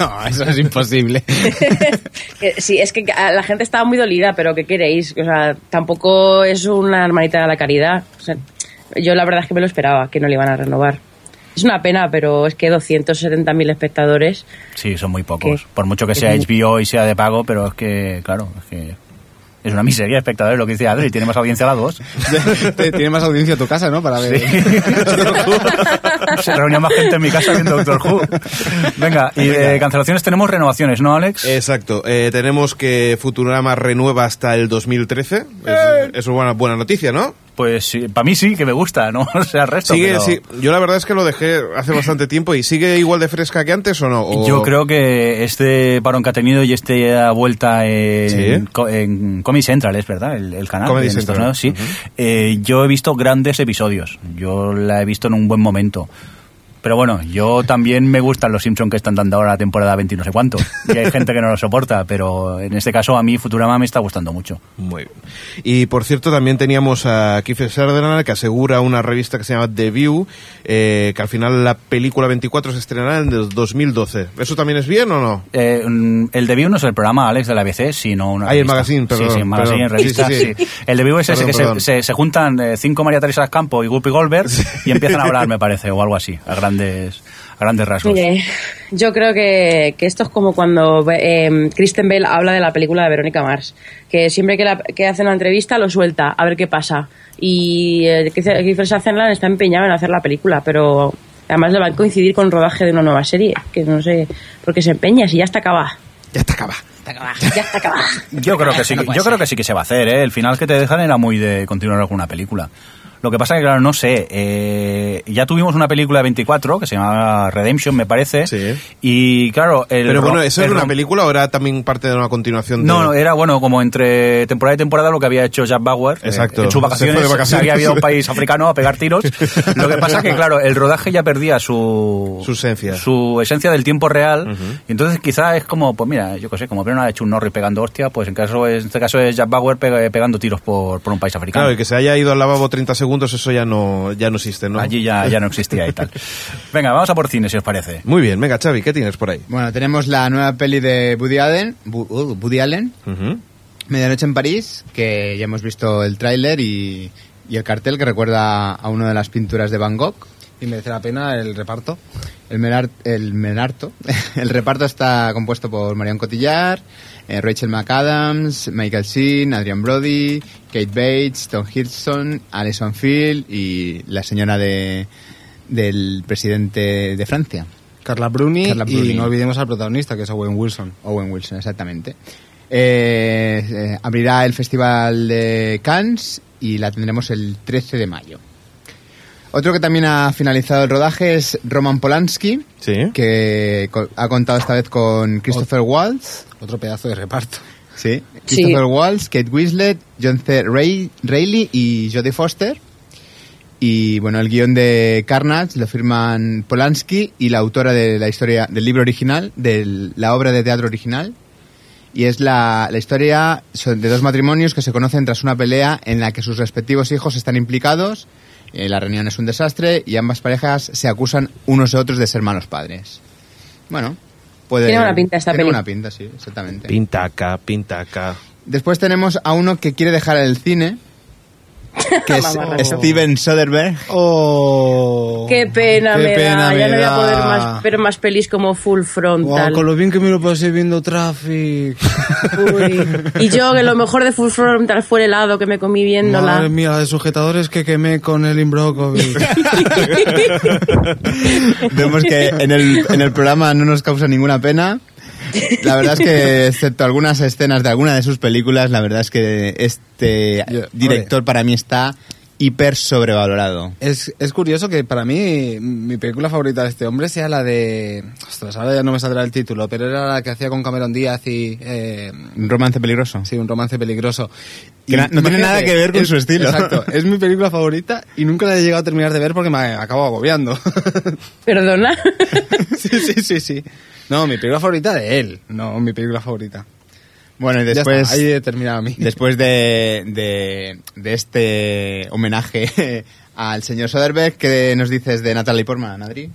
Speaker 5: no, eso es imposible.
Speaker 6: Eh, sí, es que a la gente estaba muy dolida, pero ¿qué queréis? O sea, tampoco es una hermanita de la caridad. O sea, yo la verdad es que me lo esperaba, que no le iban a renovar. Es una pena, pero es que 270.000 espectadores.
Speaker 4: Sí, son muy pocos.
Speaker 6: ¿Qué?
Speaker 4: Por mucho que
Speaker 6: Es
Speaker 4: sea
Speaker 6: muy-
Speaker 4: HBO y sea de pago, pero es que, claro, es que es una miseria de espectadores lo que dice Adri. Tiene más audiencia la dos.
Speaker 5: Te- Tiene más audiencia tu casa, ¿no? Para ver.
Speaker 4: Se reunía más gente en mi casa viendo Doctor Who. Venga, y de cancelaciones tenemos renovaciones, ¿no, Alex?
Speaker 2: Exacto. Eh, tenemos que Futurama renueva hasta el 2013.
Speaker 6: Eh.
Speaker 2: Es, es una buena, buena noticia, ¿no?
Speaker 4: Pues para mí sí, que me gusta, ¿no? O sea, el resto.
Speaker 2: Sigue,
Speaker 4: pero-
Speaker 2: sí. Yo la verdad es que lo dejé hace bastante tiempo y sigue igual de fresca que antes o no. O-
Speaker 4: Yo creo que este parón que ha tenido y esta vuelta en,
Speaker 2: Sí.
Speaker 4: co- en Comedy Central, es verdad, el, el canal.
Speaker 2: Comedy
Speaker 4: en Estados
Speaker 2: Central.
Speaker 4: Unidos, sí. Eh, yo he visto grandes episodios. Yo la he visto en un buen momento. Pero bueno, yo también me gustan los Simpsons que están dando ahora la temporada 20 y no sé cuánto. Y hay gente que no lo soporta, pero en este caso a mí Futurama me está gustando mucho.
Speaker 2: Muy bien. Y por cierto, también teníamos a Kiefer Sutherland que asegura una revista que se llama The View eh, que al final la película 24 se estrenará en el 2012. ¿Eso también es bien o no?
Speaker 4: Eh, mm, el de Vivo no es el programa, Alex, de la ABC, sino una.
Speaker 2: Ah, y el
Speaker 4: revista.
Speaker 2: magazine,
Speaker 4: Sí, sí,
Speaker 2: perdón,
Speaker 4: magazine,
Speaker 2: perdón.
Speaker 4: revista.
Speaker 2: Sí, sí, sí.
Speaker 4: sí. El de Vivo es ese
Speaker 2: Perdón,
Speaker 4: que se,
Speaker 2: perdón.
Speaker 4: se- se juntan eh, cinco María Teresa Campo y Guppy Goldberg y empiezan a hablar, me parece, o algo así, a grandes, a grandes rasgos.
Speaker 6: Mire, Eh, yo creo que, que esto es como cuando eh, Kristen Bell habla de la película de Verónica Mars, que siempre que, la- que hace una entrevista lo suelta, a ver qué pasa. Y eh, Kiefer Kiefer Sutherland está empeñado en hacer la película, pero además le va a coincidir con el rodaje de una nueva serie, que no sé por qué se empeña, si ya está acabada. Ya está acabada. Ya está acabada.
Speaker 4: Yo creo que sí, que- yo creo que sí que se va a hacer, ¿eh? El final que te dejan era muy de continuar con una película. Lo que pasa que, claro, no sé, eh, ya tuvimos una película de 24 que se llamaba Redemption, me parece,
Speaker 2: Sí.
Speaker 4: y claro... El
Speaker 2: Pero bueno,
Speaker 4: ro-
Speaker 2: ¿eso
Speaker 4: el
Speaker 2: era una
Speaker 4: rom-
Speaker 2: película o era también parte de una continuación? de-
Speaker 4: No, no, era bueno, como entre temporada y temporada lo que había hecho Jack Bauer. eh,
Speaker 2: Exacto.
Speaker 4: en sus vacaciones,
Speaker 2: Se fue de
Speaker 4: se
Speaker 2: vacaciones.
Speaker 4: había ido a un país africano a pegar tiros. Lo que pasa que, claro, el rodaje ya perdía su...
Speaker 2: Su esencia.
Speaker 4: Su esencia del tiempo real. Y entonces quizá es como, pues mira, yo qué sé, como vieron ha hecho un Norris pegando hostia, pues en, caso, en este caso es Jack Bauer pe- pegando tiros por, por un país africano.
Speaker 2: Claro, y que se haya ido al lavabo 30 segundos, eso ya no, ya no existe, ¿no?
Speaker 4: Allí ya, ya no existía y tal. Venga, vamos a por cine, si os parece.
Speaker 2: Muy bien, venga, Xavi, ¿qué tienes por ahí?
Speaker 5: Bueno, tenemos la nueva peli de Woody Allen, Bu- uh, Woody Allen,
Speaker 2: Ujú.
Speaker 5: Medianoche en París, que ya hemos visto el tráiler y, y el cartel que recuerda a una de las pinturas de Van Gogh. Y merece la pena el reparto. El, menar- el menarto. el reparto está compuesto por Marion Cotillar, eh, Rachel McAdams, Michael Sheen, Adrian Brody, Kate Bates, Tom Hiddleston, Alison Field y la señora de, del presidente de Francia.
Speaker 7: Carla Bruni,
Speaker 5: Carla Bruni.
Speaker 7: y no olvidemos al protagonista, que es Owen Wilson.
Speaker 5: Owen Wilson, exactamente. Eh, eh, abrirá el Festival de Cannes y la tendremos el 13 de mayo. Otro que también ha finalizado el rodaje es Roman Polanski,
Speaker 2: Sí.
Speaker 5: que co- ha contado esta vez con Christopher Waltz.
Speaker 7: Otro pedazo de reparto.
Speaker 5: Sí. Christopher Waltz, Kate Winslet, John C. Reilly y Jodie Foster. Y bueno, el guión de Carnage lo firman Polanski y la autora de la historia del libro original, de la obra de teatro original. Y es la, la historia so- de dos matrimonios que se conocen tras una pelea en la que sus respectivos hijos están implicados. eh, la reunión es un desastre y ambas parejas se acusan unos a otros de ser malos padres. Bueno, puede.
Speaker 6: Tiene buena pinta esta
Speaker 5: tiene
Speaker 6: peli.
Speaker 5: buena pinta, sí, exactamente.
Speaker 2: Pintaca, pintaca.
Speaker 5: Después tenemos a uno que quiere dejar el cine, que es Steven Soderbergh.
Speaker 10: Oh,
Speaker 6: Qué pena
Speaker 10: qué
Speaker 6: me
Speaker 10: pena
Speaker 6: da, ya
Speaker 10: me
Speaker 6: no voy a
Speaker 10: da.
Speaker 6: poder más, ver más pelis como Full
Speaker 10: Guau,
Speaker 6: Frontal.
Speaker 10: con lo bien que me lo pasé viendo Traffic.
Speaker 6: Uy. Y yo que lo mejor de Full Frontal fue el helado que me comí viéndola.
Speaker 10: Madre mía, la de sujetadores que quemé con el Imbrokovic.
Speaker 5: Vemos que en el, en el programa no nos causa ninguna pena. La verdad es que, excepto algunas escenas de alguna de sus películas, la verdad es que este
Speaker 10: Yo-
Speaker 5: director para mí está hiper sobrevalorado.
Speaker 10: Es, es curioso que para mí mi película favorita de este hombre sea la de... Ostras, ahora ya no me saldrá el título, pero era la que hacía con Cameron Díaz y... eh,
Speaker 5: Un romance peligroso.
Speaker 10: sí, un romance peligroso.
Speaker 5: Que na- no tiene
Speaker 10: imagínate,
Speaker 5: nada que ver con
Speaker 10: es-
Speaker 5: su estilo.
Speaker 10: Exacto, es mi película favorita y nunca la he llegado a terminar de ver porque me acabo agobiando.
Speaker 6: Perdona.
Speaker 10: sí, sí, sí, sí. No, mi película favorita de él, no mi película favorita.
Speaker 5: Bueno, y
Speaker 10: Ya
Speaker 5: después,
Speaker 10: está, ahí he terminado a mí.
Speaker 5: después de, de, de este homenaje al señor Soderbergh, ¿qué nos dices de Natalie Portman, Adri?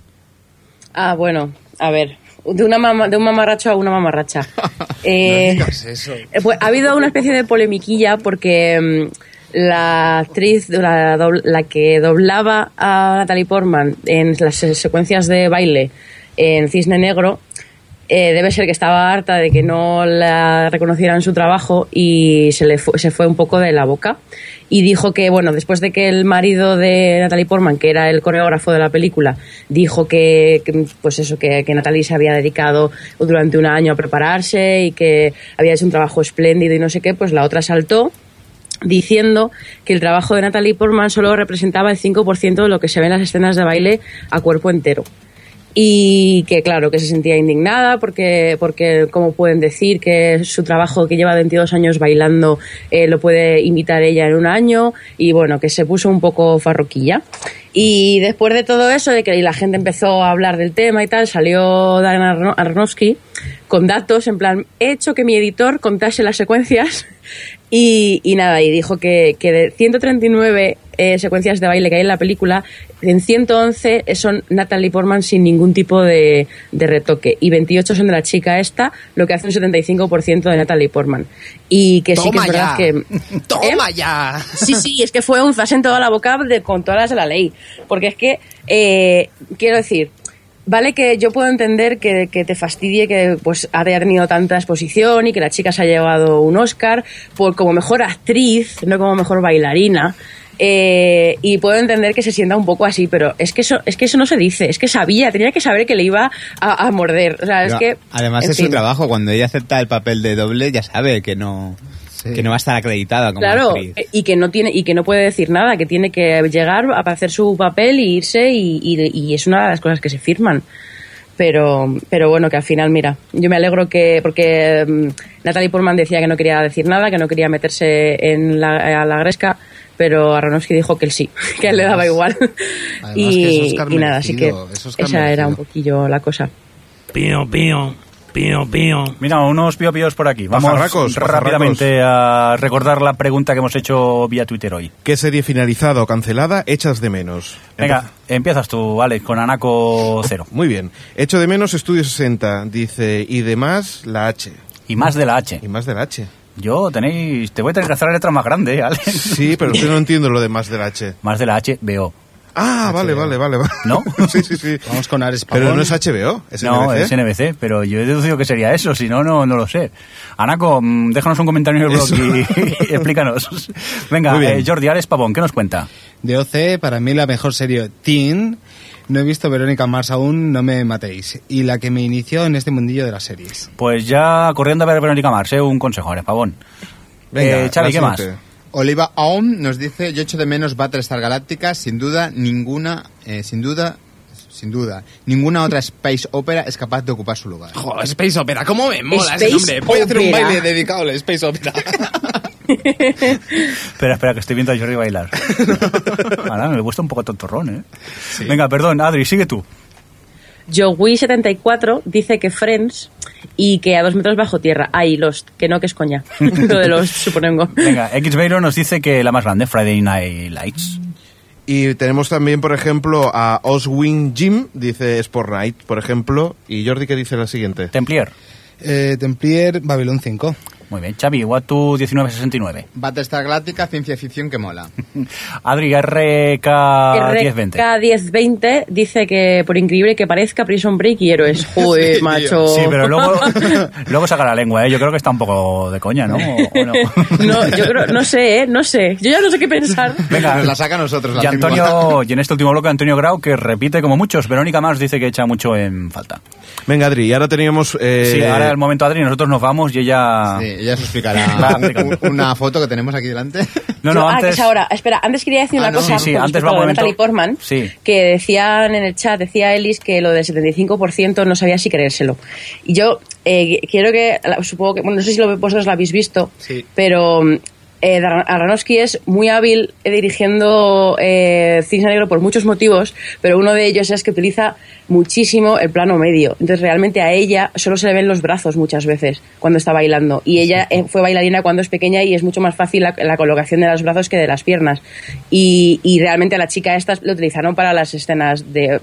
Speaker 6: Ah, bueno, a ver. De, una mama- de un mamarracho a una mamarracha. Eh, eh, pues ha habido una especie de polemiquilla porque mm, la actriz, la, dobl- la que doblaba a Natalie Portman en las se- secuencias de baile en Cisne Negro, eh, debe ser que estaba harta de que no la reconocieran su trabajo y se le fu- se fue un poco de la boca y dijo que bueno después de que el marido de Natalie Portman que era el coreógrafo de la película dijo que, que, pues eso que, que Natalie se había dedicado durante un año a prepararse y que había hecho un trabajo espléndido y no sé qué pues la otra saltó diciendo que el trabajo de Natalie Portman solo representaba el 5% de lo que se ve en las escenas de baile a cuerpo entero y que claro que se sentía indignada porque porque cómo pueden decir que su trabajo que lleva 22 años bailando eh, lo puede imitar ella en un año y bueno que se puso un poco farroquilla y después de todo eso de que la gente empezó a hablar del tema y tal salió Dan Arno- Aronofsky con datos en plan he hecho que mi editor contase las secuencias y, y nada, y dijo que, que de 139 eh, secuencias de baile que hay en la película, en 111 son Natalie Portman sin ningún tipo de, de retoque y 28 son de la chica esta, lo que hace un 75% de Natalie Portman. Y que sí que es verdad que... ¿Eh? ¡Toma
Speaker 10: ya!
Speaker 6: Sí, sí, es que fue un zas en toda la boca de, con todas las de la ley. Porque es que, eh, quiero decir, vale que yo puedo entender que, que te fastidie que pues haya tenido tanta exposición y que la chica se ha llevado un Oscar por, como mejor actriz, no como mejor bailarina. eh, y puedo entender que se sienta un poco así, pero es que eso, es que eso no se dice, es que sabía, tenía que saber que le iba a, a morder. O sea, es
Speaker 5: Pero
Speaker 6: que,
Speaker 5: además
Speaker 6: en
Speaker 5: es su
Speaker 6: fin.
Speaker 5: trabajo. Cuando ella acepta el papel de doble, ya sabe que no, que no va a estar acreditada como
Speaker 6: claro,
Speaker 5: actriz.
Speaker 6: eh, y que no tiene y que no puede decir nada, que tiene que llegar a hacer su papel y irse y, y- y es una de las cosas que se firman. Pero, pero bueno, que al final, mira, yo me alegro que, porque mm, Natalie Portman decía que no quería decir nada, que no quería meterse en la, a la gresca, pero Aronofsky dijo que él sí, que a él le daba igual.
Speaker 10: además que eso es
Speaker 6: y,
Speaker 10: Oscar
Speaker 6: y nada, así que
Speaker 10: merecido, eso es Oscar
Speaker 6: esa era
Speaker 10: merecido.
Speaker 6: un poquillo la cosa.
Speaker 11: Pío, pío, pío, pío.
Speaker 4: Mira, unos pío píos por aquí. Vamos
Speaker 2: Pajarracos,
Speaker 4: rápidamente a recordar la pregunta que hemos hecho vía Twitter hoy.
Speaker 2: ¿Qué serie finalizada o cancelada echas de menos?
Speaker 4: Venga, empiezas tú, Alex, con Anaco cero.
Speaker 2: Muy bien. Echo de menos Estudio 60, dice, y demás la H.
Speaker 4: Y más de la H.
Speaker 2: Y más de la H.
Speaker 4: Yo tenéis, te voy a tener que hacer la letra más grande, ¿eh, Alex.
Speaker 2: Sí, pero yo no entiendo lo de más de la H.
Speaker 4: Más de la H, veo.
Speaker 2: Ah, vale, vale, vale, vale.
Speaker 4: ¿No?
Speaker 2: Sí, sí, sí.
Speaker 10: Vamos con Ares
Speaker 2: Pero
Speaker 10: Pavón.
Speaker 2: no es HBO, es
Speaker 4: No,
Speaker 2: NBC.
Speaker 4: es NBC, pero yo he deducido que sería eso, si no, no, no lo sé. Anaco, mm, déjanos un comentario en el blog
Speaker 2: Eso.
Speaker 4: y, y explícanos. Venga,
Speaker 2: Muy bien.
Speaker 4: eh, Jordi Ares Pavón, ¿qué nos cuenta?
Speaker 10: De OC, para mí la mejor serie Teen. No he visto Verónica Mars aún, no me matéis. Y la que me inició en este mundillo de las series.
Speaker 4: Pues ya corriendo a ver a Verónica Mars, ¿eh? un consejo, Ares Pavón.
Speaker 2: Venga,
Speaker 4: eh, Xavi,
Speaker 2: la
Speaker 4: ¿qué más?
Speaker 2: siguiente.
Speaker 5: Oliva Aum nos dice, yo echo de menos Battlestar Galáctica, sin duda ninguna, eh, sin duda, sin duda, ninguna otra space opera es capaz de ocupar su lugar.
Speaker 7: Jo, Space Opera, ¿cómo me mola ese
Speaker 6: Space
Speaker 7: nombre? Voy a hacer un
Speaker 6: Opera.
Speaker 7: baile dedicado al Space Opera.
Speaker 4: espera, espera, que estoy viendo a Jordi bailar. Ahora me gusta un poco tontorrón, ¿eh? Venga, perdón, Adri, sigue tú.
Speaker 6: Joey74 dice que Friends y que a dos metros bajo tierra. Ay, Lost, que no, que es coña. Lo de Lost, supongo.
Speaker 4: Venga, X Bayron nos dice que la más grande, Friday Night Lights.
Speaker 2: Y tenemos también, por ejemplo, a Oswin Jim, dice Sport Night, por ejemplo. Y Jordi, ¿qué dice la siguiente?
Speaker 4: Templier.
Speaker 10: Eh, Templier, Babilón 5.
Speaker 4: Muy bien, Xavi, Watu 1969.
Speaker 5: Battlestar Galáctica, ciencia ficción que mola.
Speaker 4: Adri RK1020.
Speaker 6: K1020 dice que, por increíble que parezca, Prison Break y héroes. Joder, macho.
Speaker 4: Sí, pero luego, luego saca la lengua, ¿eh? Yo creo que está un poco de coña, ¿no? O- o no.
Speaker 6: No, yo creo, no sé, ¿eh? No sé. Yo ya no sé qué pensar.
Speaker 4: Venga,
Speaker 5: Nos la saca a nosotros. La
Speaker 4: Y
Speaker 5: hacemos.
Speaker 4: Antonio, y en este último bloque Antonio Grau, que repite como muchos, Verónica Mars dice que echa mucho en falta.
Speaker 2: Venga, Adri, y ahora teníamos... eh,
Speaker 4: sí, ahora es el momento Adri, nosotros nos vamos y ella...
Speaker 5: Sí, ella os explicará
Speaker 4: Va, explicando.
Speaker 5: u- una foto que tenemos aquí delante.
Speaker 4: Ah, No, no,
Speaker 6: ah, que
Speaker 4: antes...
Speaker 6: es ahora. Espera, antes quería decir
Speaker 5: Ah,
Speaker 6: una
Speaker 5: no.
Speaker 6: cosa.
Speaker 4: Sí, sí,
Speaker 6: con
Speaker 4: antes
Speaker 6: respecto a
Speaker 4: va un
Speaker 6: lo de
Speaker 4: momento.
Speaker 6: Natalie Portman,
Speaker 4: Sí.
Speaker 6: que decían en el chat, decía Ellis que lo del 75% no sabía si creérselo. Y yo eh, quiero que, la- supongo que, bueno, no sé si lo, vosotros lo habéis visto,
Speaker 10: Sí.
Speaker 6: pero mm, eh, Dar- Aronofsky es muy hábil eh, dirigiendo eh, Cisne Negro por muchos motivos, pero uno de ellos es que utiliza muchísimo el plano medio. Entonces realmente a ella solo se le ven los brazos muchas veces cuando está bailando. Y ella eh, fue bailarina cuando es pequeña y es mucho más fácil la, la colocación de los brazos que de las piernas. Y, y realmente a la chica esta lo utilizaron para las escenas de...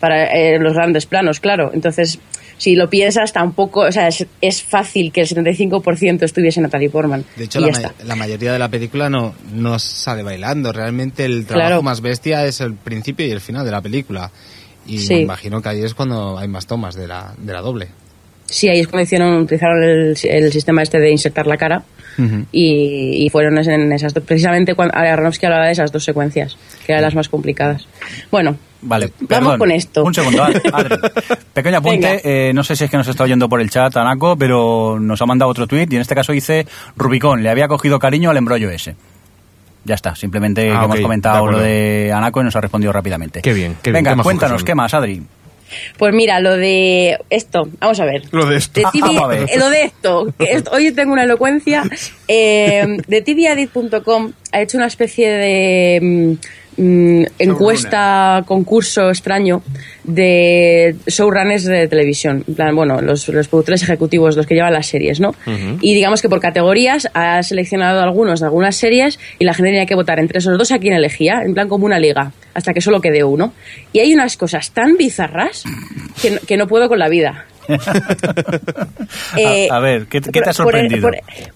Speaker 6: para eh, los grandes planos, claro. Entonces... Si lo piensas, tampoco, o sea, es, es fácil que el 75% estuviese Natalie Portman.
Speaker 10: De hecho,
Speaker 6: Y
Speaker 10: la,
Speaker 6: ya
Speaker 10: ma-
Speaker 6: está.
Speaker 10: la mayoría de la película no, no sale bailando. Realmente el trabajo
Speaker 6: Claro.
Speaker 10: más bestia es el principio y el final de la película. Y
Speaker 6: Sí.
Speaker 10: me imagino que ahí es cuando hay más tomas de la, de la doble.
Speaker 6: Sí, ahí es cuando hicieron, utilizaron el, el sistema este de insertar la cara y, y fueron en esas dos, precisamente cuando Aronofsky hablaba de esas dos secuencias, que eran las más complicadas. Bueno,
Speaker 4: Vale,
Speaker 6: vamos
Speaker 4: perdón.
Speaker 6: con esto.
Speaker 4: Un segundo, Ad- Adri. Pequeño
Speaker 6: Venga.
Speaker 4: apunte, eh, no sé si es que nos está oyendo por el chat Anaco, pero nos ha mandado otro tuit y en este caso dice Rubicón, le había cogido cariño al embrollo ese. Ya está, simplemente
Speaker 2: Ah,
Speaker 4: que
Speaker 2: ok,
Speaker 4: hemos
Speaker 2: de
Speaker 4: comentado
Speaker 2: acuerdo.
Speaker 4: lo de Anaco y nos ha respondido rápidamente.
Speaker 2: Qué bien, qué bien,
Speaker 4: Venga,
Speaker 2: qué majos
Speaker 4: cuéntanos,
Speaker 2: son.
Speaker 4: ¿qué más, Adri?
Speaker 6: Pues mira, lo de esto, vamos a ver.
Speaker 2: Lo de esto.
Speaker 6: De TV,
Speaker 4: Ah, Vamos a ver.
Speaker 6: eh, lo de esto, que esto- hoy tengo una elocuencia. Eh, de tvadit.com ha hecho una especie de mm, mm, encuesta, concurso extraño de showrunners de televisión. En plan, bueno, los, los productores ejecutivos, los que llevan las series, ¿no? Y digamos que por categorías ha seleccionado algunos de algunas series y la gente tenía que votar entre esos dos a quién elegía, en plan como una liga, hasta que solo quede uno. Y hay unas cosas tan bizarras que no- que no puedo con la vida. Eh,
Speaker 4: a, a ver, ¿qué, qué te ha
Speaker 6: por- por-
Speaker 4: sorprendido?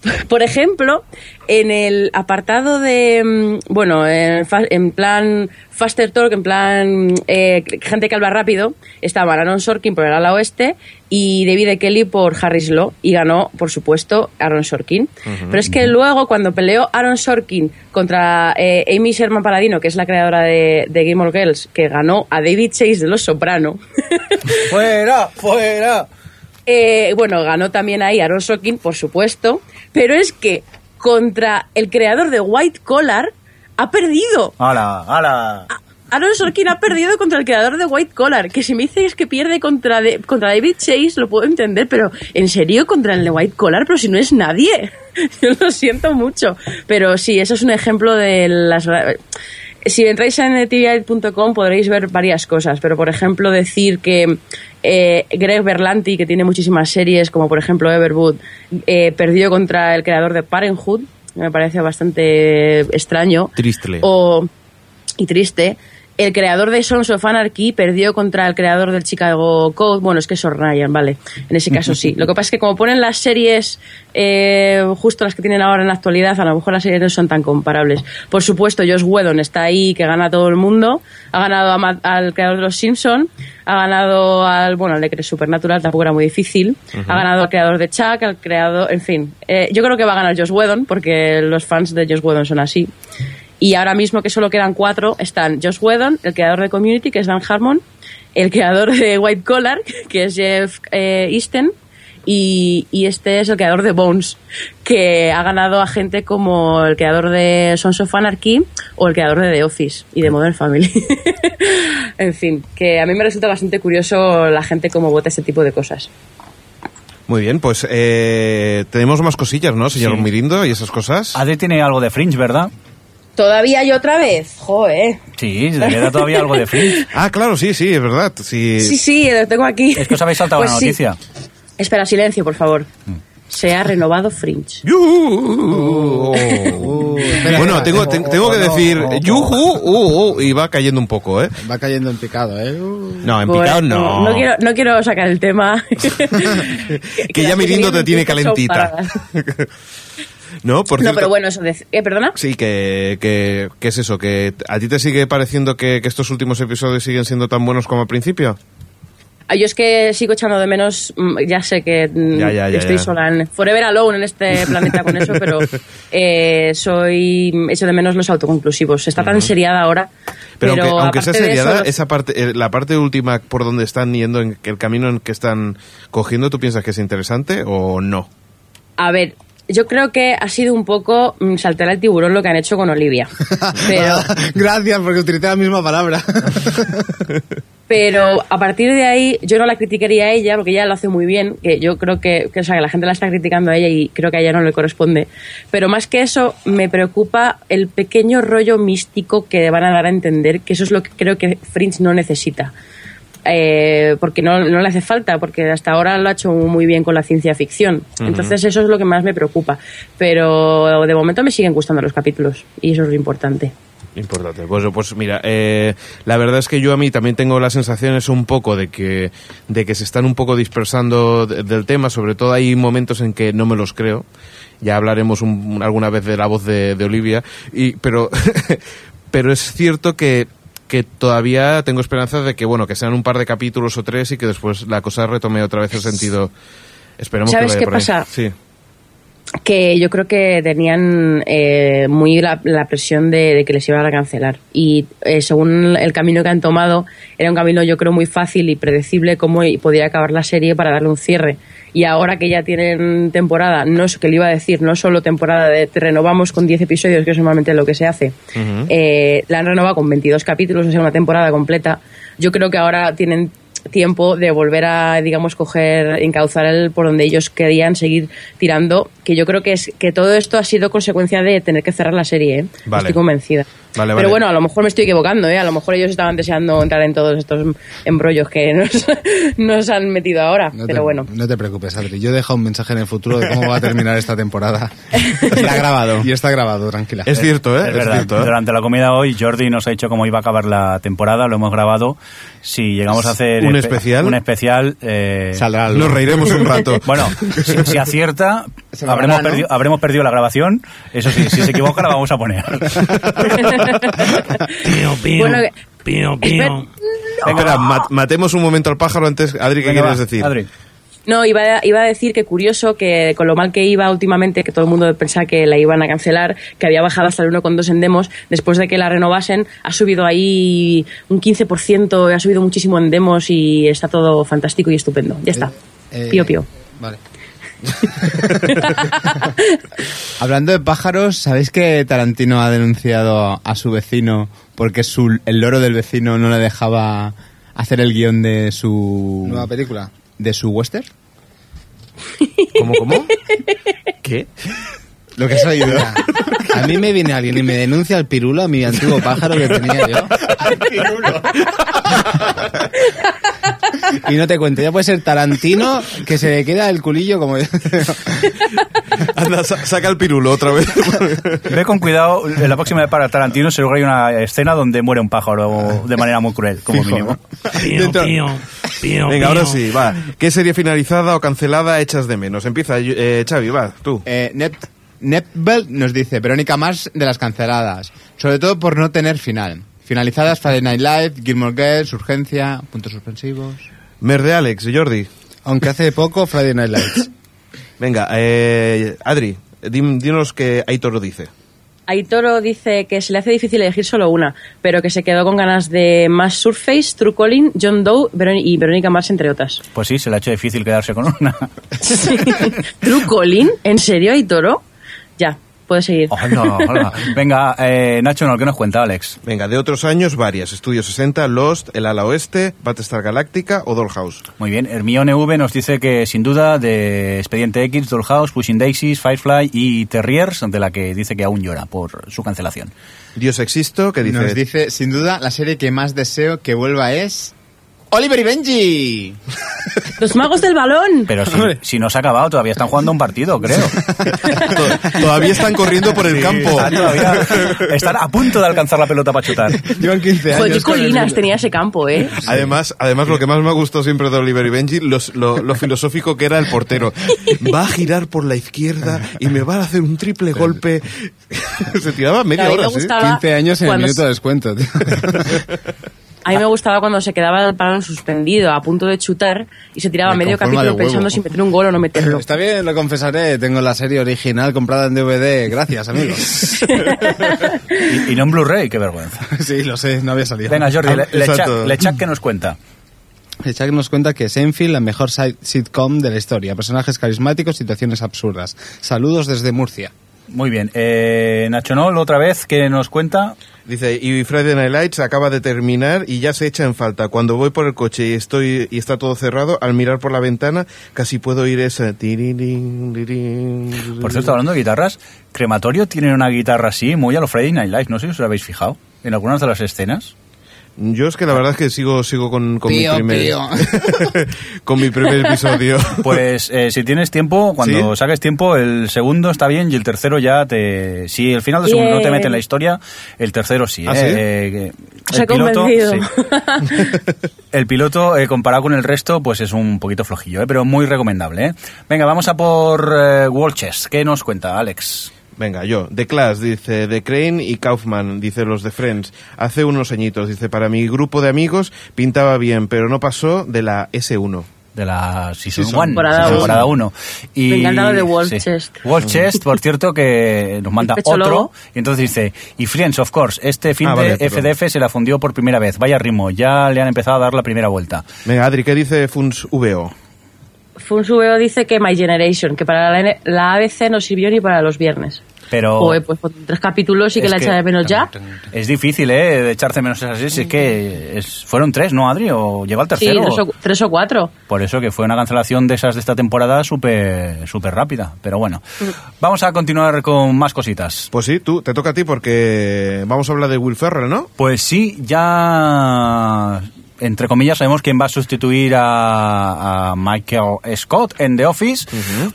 Speaker 6: Por, por ejemplo, en el apartado de, mm, bueno, en, fa- en plan Faster Talk, en plan eh, gente que habla rápido, estaban Aaron Sorkin por el ala oeste y David E. Kelly por Harris Law y ganó, por supuesto, Aaron Sorkin. Pero es que luego cuando peleó Aaron Sorkin contra eh, Amy Sherman Paladino, que es la creadora de, de Game of Girls, que ganó a David Chase de Los Soprano.
Speaker 4: ¡Fuera, fuera!
Speaker 6: Eh, bueno, ganó también ahí Aaron Sorkin, por supuesto, pero es que contra el creador de White Collar ha perdido.
Speaker 4: ¡Hala, hala!
Speaker 6: Aaron Sorkin ha perdido contra el creador de White Collar, que si me dices que pierde contra, de- contra David Chase lo puedo entender, pero en serio contra el de White Collar, pero si no es nadie. Yo lo siento mucho, pero sí, eso es un ejemplo de las... ra- Si entráis en tvguide.com podréis ver varias cosas, pero por ejemplo decir que eh, Greg Berlanti, que tiene muchísimas series, como por ejemplo Everwood, eh, perdió contra el creador de Parenthood, me parece bastante eh, extraño.
Speaker 2: Tristle.
Speaker 6: O y triste. El creador de Sons of Anarchy perdió contra el creador del Chicago Code. Bueno, es que es Or Ryan, vale. En ese caso sí. Lo que pasa es que como ponen las series, eh, justo las que tienen ahora en la actualidad, a lo mejor las series no son tan comparables. Por supuesto, Josh Whedon está ahí, que gana a todo el mundo. Ha ganado a Ma- al creador de Los Simpson. Ha ganado al, bueno, al de que es Supernatural, tampoco era muy difícil. Ha ganado al creador de Chuck, al creador, en fin. Eh, yo creo que va a ganar Josh Whedon, porque los fans de Josh Whedon son así. Y ahora mismo que solo quedan cuatro están Josh Whedon, el creador de Community, que es Dan Harmon, el creador de White Collar, que es Jeff eh, Easton, y, y este es el creador de Bones, que ha ganado a gente como el creador de Sons of Anarchy o el creador de The Office y de Modern Family. en fin, que a mí me resulta bastante curioso la gente cómo vota este tipo de cosas.
Speaker 2: Muy bien, pues eh, tenemos más cosillas, ¿no, señor
Speaker 4: Sí.
Speaker 2: Mirindo? Y esas cosas.
Speaker 4: Adri tiene algo de Fringe, ¿verdad?
Speaker 6: Todavía hay otra vez. Joder.
Speaker 4: Sí, le queda todavía algo de Fringe.
Speaker 2: Ah, claro, sí, sí, es verdad. Sí,
Speaker 6: Sí, sí, lo tengo aquí.
Speaker 4: Es que os habéis saltado
Speaker 6: Pues
Speaker 4: una
Speaker 6: sí.
Speaker 4: noticia.
Speaker 6: Espera, silencio, por favor.
Speaker 2: Mm.
Speaker 6: Se ha renovado Fringe.
Speaker 2: ¡Yujú! Oh. bueno, tengo, ten- tengo que decir yuju uh, uh, y va cayendo un poco, ¿eh?
Speaker 10: Va cayendo en picado, ¿eh?
Speaker 2: No, en
Speaker 6: Pues,
Speaker 2: picado no.
Speaker 6: No quiero, no quiero sacar el tema. que,
Speaker 2: Que ya Mirindo te tiene calentita. no, por
Speaker 6: No,
Speaker 2: cierto-
Speaker 6: pero bueno, eso de... eh, ¿Perdona?
Speaker 2: Sí, que, que, que es eso, que a ti te sigue pareciendo que, que estos últimos episodios siguen siendo tan buenos como al principio.
Speaker 6: Ah, Yo es que sigo echando de menos, mm, ya sé que mm,
Speaker 2: Ya, ya, ya,
Speaker 6: estoy
Speaker 2: ya.
Speaker 6: sola, en, forever alone en este planeta con eso, pero eh, soy echo de menos los autoconclusivos. Está tan seriada ahora,
Speaker 2: Pero,
Speaker 6: pero,
Speaker 2: aunque, aunque sea
Speaker 6: aparte de eso,
Speaker 2: seriada,
Speaker 6: los-
Speaker 2: esa parte, eh, la parte última por donde están yendo, en que el camino en que están cogiendo, ¿tú piensas que es interesante o no?
Speaker 6: a ver, yo creo que ha sido un poco mm, saltar al tiburón lo que han hecho con Olivia, pero,
Speaker 10: Gracias, porque utilicé la misma palabra.
Speaker 6: pero a partir de ahí yo no la criticaría a ella, porque ella lo hace muy bien, que yo creo que, que, o sea, que la gente la está criticando a ella y creo que a ella no le corresponde, pero más que eso me preocupa el pequeño rollo místico que van a dar a entender, que eso es lo que creo que Fringe no necesita. eh, porque no, no le hace falta, porque hasta ahora lo ha hecho muy bien con la ciencia ficción. Entonces eso es lo que más me preocupa. Pero de momento me siguen gustando los capítulos y eso es lo importante.
Speaker 2: Importante. Pues, pues mira, eh, la verdad es que yo a mí también tengo las sensaciones un poco de que, de que se están un poco dispersando de- del tema, sobre todo hay momentos en que no me los creo. Ya hablaremos un- alguna vez de la voz de, de Olivia, y, pero, pero es cierto que, que todavía tengo esperanza de que, bueno, que sean un par de capítulos o tres y que después la cosa retome otra vez el sentido. Esperemos que
Speaker 6: ¿Sabes
Speaker 2: vaya
Speaker 6: qué
Speaker 2: por ahí.
Speaker 6: pasa?
Speaker 2: Sí.
Speaker 6: que yo creo que tenían eh, muy la, la presión de, de que les iban a cancelar. Y eh, según el camino que han tomado, era un camino yo creo muy fácil y predecible cómo i- podía acabar la serie para darle un cierre. Y ahora que ya tienen temporada, no es que le iba a decir, no solo temporada de te renovamos con 10 episodios, que es normalmente lo que se hace, eh, la han renovado con 22 capítulos, o sea, una temporada completa. Yo creo que ahora tienen tiempo de volver a, digamos, coger, encauzar el por donde ellos querían seguir tirando, que yo creo que es que todo esto ha sido consecuencia de tener que cerrar la serie, ¿eh?
Speaker 2: Vale.
Speaker 6: estoy convencida.
Speaker 2: Vale, vale.
Speaker 6: Pero bueno, a lo mejor me estoy equivocando, ¿eh? a lo mejor ellos estaban deseando entrar en todos estos embrollos que nos, nos han metido ahora,
Speaker 10: No te-
Speaker 6: pero bueno.
Speaker 10: No te preocupes, Adri. Yo he dejado un mensaje en el futuro de cómo va a terminar esta temporada.
Speaker 5: Está grabado.
Speaker 10: Y está grabado, tranquila.
Speaker 2: Es cierto, ¿eh?
Speaker 4: Es verdad.
Speaker 2: cierto, ¿eh?
Speaker 4: Durante la comida hoy, Jordi nos ha dicho cómo iba a acabar la temporada, lo hemos grabado. Si llegamos a hacer...
Speaker 2: ¿Un
Speaker 4: espe-
Speaker 2: especial?
Speaker 4: Un especial... eh,
Speaker 5: Saldrá algo.
Speaker 2: Nos reiremos un rato.
Speaker 4: Bueno, si, si acierta,
Speaker 5: Se lo
Speaker 4: habremos,
Speaker 5: habrá, ¿no?
Speaker 4: perdido, habremos perdido la grabación. Eso sí, si se equivoca la vamos a poner.
Speaker 11: Pío, pío.
Speaker 6: Bueno, que-
Speaker 11: pío,
Speaker 6: Esper-
Speaker 11: pío.
Speaker 2: Espera, ma- matemos un momento al pájaro antes. Adri, ¿qué
Speaker 4: Venga,
Speaker 2: quieres
Speaker 4: va,
Speaker 2: decir?
Speaker 4: Adri.
Speaker 6: No, iba a, iba a decir que curioso que con lo mal que iba últimamente, que todo el mundo pensaba que la iban a cancelar, que había bajado hasta el 1,2 en demos, después de que la renovasen, ha subido ahí un 15%, ha subido muchísimo en demos y está todo fantástico y estupendo. Ya está.
Speaker 10: Eh,
Speaker 6: pío, pío.
Speaker 10: Vale.
Speaker 5: Hablando de pájaros, ¿sabéis que Tarantino ha denunciado a su vecino porque su, el loro del vecino no le dejaba hacer el guión de su...
Speaker 10: Nueva película.
Speaker 5: ¿De su western?
Speaker 2: ¿Cómo, cómo? ¿Qué?
Speaker 10: Lo que has oído. A mí me viene alguien y me denuncia al pirulo, a mi antiguo pájaro que tenía yo. Y no te cuento, ya puede ser Tarantino que se le queda el culillo como yo.
Speaker 2: Anda, sa- saca el pirulo otra vez.
Speaker 4: Ve con cuidado, en la próxima para Tarantino seguro que hay una escena donde muere un pájaro de manera muy cruel, como mínimo.
Speaker 11: Pío, pío. Pío,
Speaker 2: Venga, ahora
Speaker 11: pío.
Speaker 2: sí, va. ¿Qué serie finalizada o cancelada echas de menos? Empieza, eh, Xavi, va, tú.
Speaker 5: Eh, Nep- Nepbel nos dice, Verónica más de las canceladas, sobre todo por no tener final. Finalizadas Friday Night Live, Gilmore Girls, Urgencia, puntos suspensivos...
Speaker 2: Mer de Alex, Jordi.
Speaker 10: Aunque hace poco Friday Night Lights.
Speaker 2: Venga, eh, Adri, dim- dinos que Aitor lo dice.
Speaker 6: Aitoro dice que se le hace difícil elegir solo una, pero que se quedó con ganas de más Surface, True Calling, John Doe Verón- y Verónica Mars, entre otras.
Speaker 4: Pues sí, se le ha hecho difícil quedarse con una.
Speaker 6: Sí. ¿True Calling? ¿En serio, Aitoro? Ya, puedes seguir.
Speaker 10: Oh.
Speaker 4: Hola, hola. Venga, eh, Nacho, ¿no? ¿qué nos cuenta, Alex?
Speaker 2: Venga, de otros años, varias. Estudio 60, Lost, El ala oeste, Battlestar Galáctica o Dollhouse.
Speaker 4: Muy bien, Hermione V nos dice que sin duda de Expediente X, Dollhouse, Pushing Daisies, Firefly y Terriers, de la que dice que aún llora por su cancelación.
Speaker 2: Dios existo, que dice...
Speaker 5: Nos dice, sin duda, la serie que más deseo que vuelva es... ¡Oliver y Benji!
Speaker 6: ¡Los magos del balón!
Speaker 4: Pero si, si no se ha acabado, todavía están jugando un partido, creo.
Speaker 2: To- Todavía están corriendo por el campo.
Speaker 4: Están, todavía- están a punto de alcanzar la pelota para chutar.
Speaker 5: Llevan 15
Speaker 6: Joder, qué
Speaker 5: con el
Speaker 6: colinas tenía ese campo, ¿eh?
Speaker 2: Además, además lo que más me ha gustado siempre de Oliver y Benji, los- lo, lo filosófico que era el portero. Va a girar por la izquierda y me va a hacer un triple golpe. Se tiraba media
Speaker 6: A mí me
Speaker 2: hora, ¿sí?
Speaker 6: gustaba
Speaker 7: 15 años en el
Speaker 6: cuando
Speaker 7: minuto de descuento, tío.
Speaker 6: A mí me gustaba cuando se quedaba el balón suspendido, a punto de chutar, y se tiraba
Speaker 5: Ay,
Speaker 6: medio
Speaker 5: con forma de
Speaker 6: capítulo
Speaker 5: huevo.
Speaker 6: pensando si meter un gol o no meterlo.
Speaker 7: Está bien, lo confesaré. Tengo la serie original comprada en DVD. Gracias, amigos.
Speaker 4: Y, y no en Blu-ray, qué vergüenza.
Speaker 7: sí, lo sé, no había salido.
Speaker 4: Venga,
Speaker 5: Ah,
Speaker 4: Jordi, le, le
Speaker 2: Exacto.
Speaker 4: chat- le chat que nos cuenta.
Speaker 7: El Chuck nos cuenta que Seinfeld, la mejor si- sitcom de la historia. Personajes carismáticos, situaciones absurdas. Saludos desde Murcia.
Speaker 4: Muy bien, eh, Nacho Nol, otra vez, que nos cuenta?
Speaker 2: Dice, y Friday Night Lights acaba de terminar y ya se echa en falta. Cuando voy por el coche y estoy y está todo cerrado, al mirar por la ventana casi puedo oír esa... tirirín, tirirín,
Speaker 4: Por cierto, hablando de guitarras, Crematorio tiene una guitarra así, muy a los Friday Night Live, no sé si os lo habéis fijado, en algunas de las escenas.
Speaker 2: Yo es que la verdad es que sigo, sigo con, con
Speaker 10: Pío,
Speaker 2: mi primer...
Speaker 10: pío.
Speaker 2: con mi primer episodio.
Speaker 4: Pues eh, si tienes tiempo, cuando
Speaker 2: ¿Sí?
Speaker 4: saques tiempo, el segundo está bien y el tercero ya te... Si el final del segundo no te
Speaker 6: Bien.
Speaker 4: mete en la historia, el tercero sí.
Speaker 2: ¿Ah,
Speaker 4: eh,
Speaker 2: sí?
Speaker 4: eh, que-
Speaker 6: Os he convencido.
Speaker 4: El piloto, eh, comparado con el resto, pues es un poquito flojillo, eh, pero muy recomendable. eh. Venga, vamos a por eh, World Chess. ¿Qué nos cuenta, Alex?
Speaker 2: Venga, yo. The Clash, dice The Crane y Kaufman, dice los de Friends. Hace unos añitos, dice, para mi grupo de amigos pintaba bien, pero no pasó de la S1.
Speaker 4: de la Season 1,
Speaker 6: Temporada uno.
Speaker 4: temporada 1. Y,
Speaker 6: Me encanta lo de Wall Chest.
Speaker 2: Mm.
Speaker 4: Wall Chest, por cierto, que nos manda
Speaker 6: Pecho
Speaker 4: otro.
Speaker 6: lobo.
Speaker 4: Y entonces dice, y Friends, of course, este fin
Speaker 2: Ah,
Speaker 4: de
Speaker 2: vale, perdón.
Speaker 4: FDF se la fundió por primera vez. Vaya ritmo, ya le han empezado a dar la primera vuelta.
Speaker 2: Venga, Adri, ¿qué dice Funs VO?
Speaker 6: Funsubeo dice que My Generation, que para la, N- la ABC no sirvió ni para los viernes.
Speaker 4: Pero...
Speaker 6: Joder, pues con tres capítulos sí que
Speaker 4: es
Speaker 6: la echa de menos ya.
Speaker 4: Es difícil, ¿eh? De echarse menos esas series. Es que es- fueron tres, ¿no, Adri? ¿O llegó al
Speaker 6: Sí,
Speaker 4: tercero?
Speaker 6: tres o, cu- tres o cuatro.
Speaker 4: Por eso que fue una cancelación de esas de esta temporada súper súper rápida. Pero bueno,
Speaker 6: Mm.
Speaker 4: vamos a continuar con más cositas.
Speaker 2: Pues sí, tú, te toca a ti porque vamos a hablar de Will Ferrell, ¿no?
Speaker 4: Pues sí, ya entre comillas sabemos quién va a sustituir a, a Michael Scott en The Office,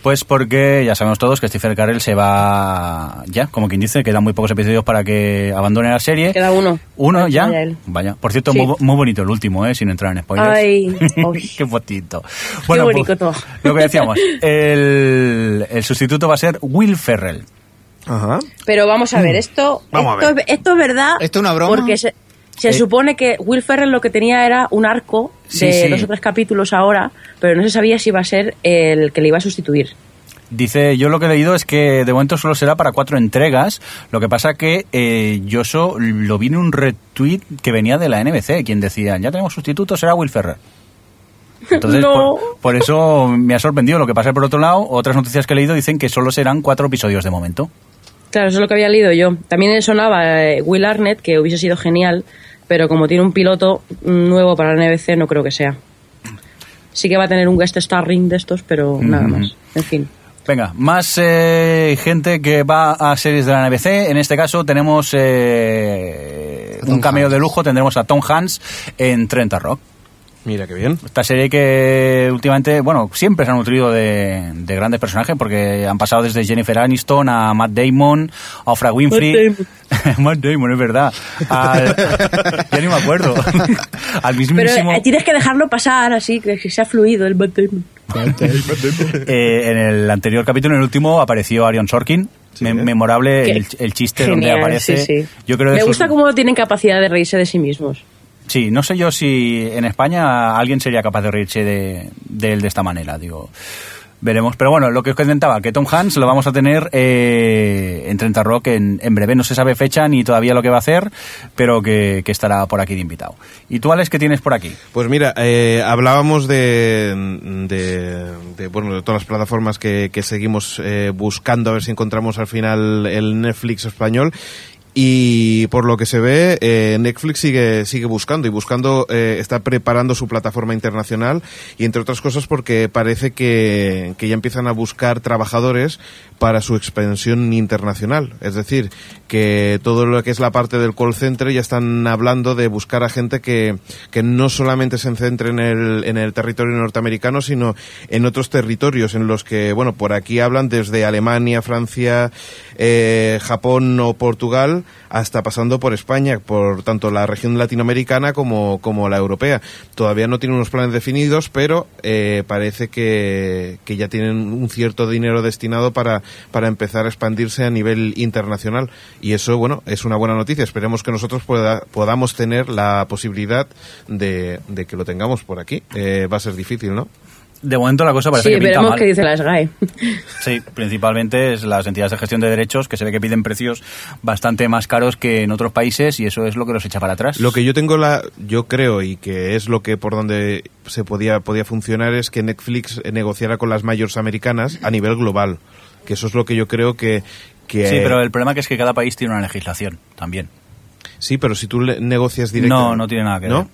Speaker 4: pues porque ya sabemos todos que Stephen Carell se va ya, como quien dice, quedan muy pocos episodios para que abandone la serie.
Speaker 6: Queda uno.
Speaker 4: Uno ya.
Speaker 6: Vaya él.
Speaker 4: Vaya. Por cierto,
Speaker 6: Sí.
Speaker 4: muy, bo- muy bonito el último, eh, sin entrar en spoilers.
Speaker 6: Ay, uy.
Speaker 4: qué bonito. pues,
Speaker 6: bonito todo.
Speaker 4: lo que decíamos, el, el sustituto va a ser Will Ferrell.
Speaker 2: Ajá.
Speaker 6: Pero vamos a ver,
Speaker 5: Mm.
Speaker 6: esto,
Speaker 2: Vamos a
Speaker 6: esto, Es, esto es verdad.
Speaker 5: ¿Esto es una broma? Eh.
Speaker 6: Porque se, se supone que Will Ferrell lo que tenía era un arco de
Speaker 4: Sí, sí.
Speaker 6: dos o tres capítulos ahora, pero no se sabía si iba a ser el que le iba a sustituir.
Speaker 4: Dice, yo lo que he leído es que de momento solo será para cuatro entregas. Lo que pasa que eh, yo eso lo vi en un retweet que venía de la NBC, quien decía, ya tenemos sustituto, será Will Ferrer. Entonces,
Speaker 6: No.
Speaker 4: por, por eso me ha sorprendido lo que pasa. Por otro lado, otras noticias que he leído dicen que solo serán cuatro episodios de momento.
Speaker 6: Claro, eso es lo que había leído yo. También sonaba eh, Will Arnett, que hubiese sido genial, pero como tiene un piloto nuevo para la NBC, no creo que sea. Sí que va a tener un guest starring de estos, pero nada más. En fin.
Speaker 4: Venga, más eh, gente que va a series de la NBC. En este caso tenemos eh, un cameo de lujo, tendremos a Tom Hanks en 30 Rock.
Speaker 2: Mira qué bien.
Speaker 4: Esta serie que últimamente, bueno, siempre se han nutrido de, de grandes personajes porque han pasado desde Jennifer Aniston a Matt Damon, a Oprah Winfrey. Matt Damon, es verdad. Al- ya ni me acuerdo. Al
Speaker 6: Pero
Speaker 4: mismísimo.
Speaker 6: eh, tienes que dejarlo pasar así, que, que sea fluido el Matt Damon.
Speaker 4: eh, en el anterior capítulo, en el último, apareció Arion Sorkin. Me- memorable
Speaker 6: Qué
Speaker 4: el, el chiste donde
Speaker 6: Genial,
Speaker 4: aparece.
Speaker 6: sí, sí.
Speaker 4: Yo creo de
Speaker 6: Me
Speaker 4: esos-
Speaker 6: gusta cómo tienen capacidad de reírse de sí mismos.
Speaker 4: Sí, no sé yo si en España alguien sería capaz de reírse de, de él de esta manera, digo. Veremos. Pero bueno, lo que os comentaba, que Tom Hanks lo vamos a tener eh, en 30 Rock en, en breve. No se sabe fecha ni todavía lo que va a hacer, pero que, que estará por aquí de invitado. ¿Y tú, Alex, qué tienes por aquí?
Speaker 2: Pues mira, eh, hablábamos de, de, de, bueno, de todas las plataformas que, que seguimos eh, buscando a ver si encontramos al final el Netflix español. Y por lo que se ve, eh, Netflix sigue, sigue buscando y buscando, eh, está preparando su plataforma internacional y entre otras cosas porque parece que, que ya empiezan a buscar trabajadores para su expansión internacional. Es decir, que todo lo que es la parte del call center ya están hablando de buscar a gente que, que no solamente se centre en el, en el territorio norteamericano, sino en otros territorios en los que, bueno, por aquí hablan desde Alemania, Francia, eh, Japón o Portugal, hasta pasando por España, por tanto la región latinoamericana como, como la europea. Todavía no tienen unos planes definidos, pero eh, parece que, que ya tienen un cierto dinero destinado para, para empezar a expandirse a nivel internacional. Y eso, bueno, es una buena noticia. Esperemos que nosotros pueda- podamos tener la posibilidad de, de que lo tengamos por aquí. Eh, va a ser difícil, ¿no?
Speaker 4: De momento la cosa parece
Speaker 6: Sí,
Speaker 4: que pinta
Speaker 6: veremos
Speaker 4: mal.
Speaker 6: qué dice la SGAE.
Speaker 4: Sí, principalmente es las entidades de gestión de derechos que se ve que piden precios bastante más caros que en otros países y eso es lo que los echa para atrás.
Speaker 2: Lo que yo tengo la, yo creo y que es lo que por donde se podía podía funcionar es que Netflix negociara con las mayores americanas a nivel global, que eso es lo que yo creo que que
Speaker 4: Sí, pero el problema que es que cada país tiene una legislación también.
Speaker 2: sí, pero si tú le- negocias directamente
Speaker 4: No, no tiene nada que
Speaker 2: ¿No?
Speaker 4: ver.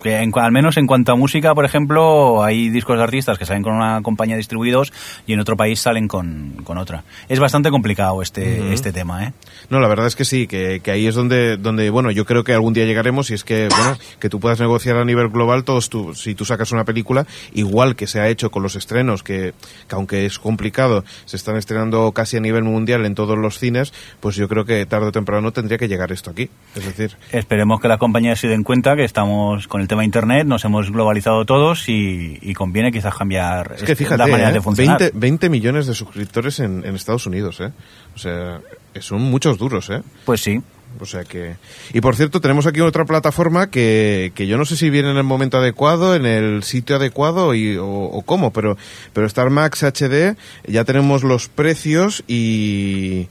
Speaker 4: Que en cua- al menos en cuanto a música, por ejemplo, hay discos de artistas que salen con una compañía distribuidos y en otro país salen con, con otra. Es bastante complicado este, este tema, ¿eh?
Speaker 2: No, la verdad es que sí, que, que ahí es donde, donde, bueno, yo creo que algún día llegaremos y es que, bueno, que tú puedas negociar a nivel global todos tú, si tú sacas una película, igual que se ha hecho con los estrenos, que, que aunque es complicado, se están estrenando casi a nivel mundial en todos los cines, pues yo creo que tarde o temprano tendría que llegar esto aquí. Es decir,
Speaker 4: Esperemos que las compañías se den cuenta que estamos con el tema internet, nos hemos globalizado todos y, y conviene quizás cambiar
Speaker 2: es que
Speaker 4: este,
Speaker 2: fíjate,
Speaker 4: la manera
Speaker 2: ¿eh?
Speaker 4: de funcionar.
Speaker 2: 20, 20 millones de suscriptores en, en Estados Unidos, ¿eh? O sea, son muchos duros, ¿eh?
Speaker 4: Pues sí.
Speaker 2: O sea que. Y por cierto, tenemos aquí otra plataforma que, que yo no sé si viene en el momento adecuado, en el sitio adecuado y, o, o cómo, pero, pero Star Max HD, ya tenemos los precios y.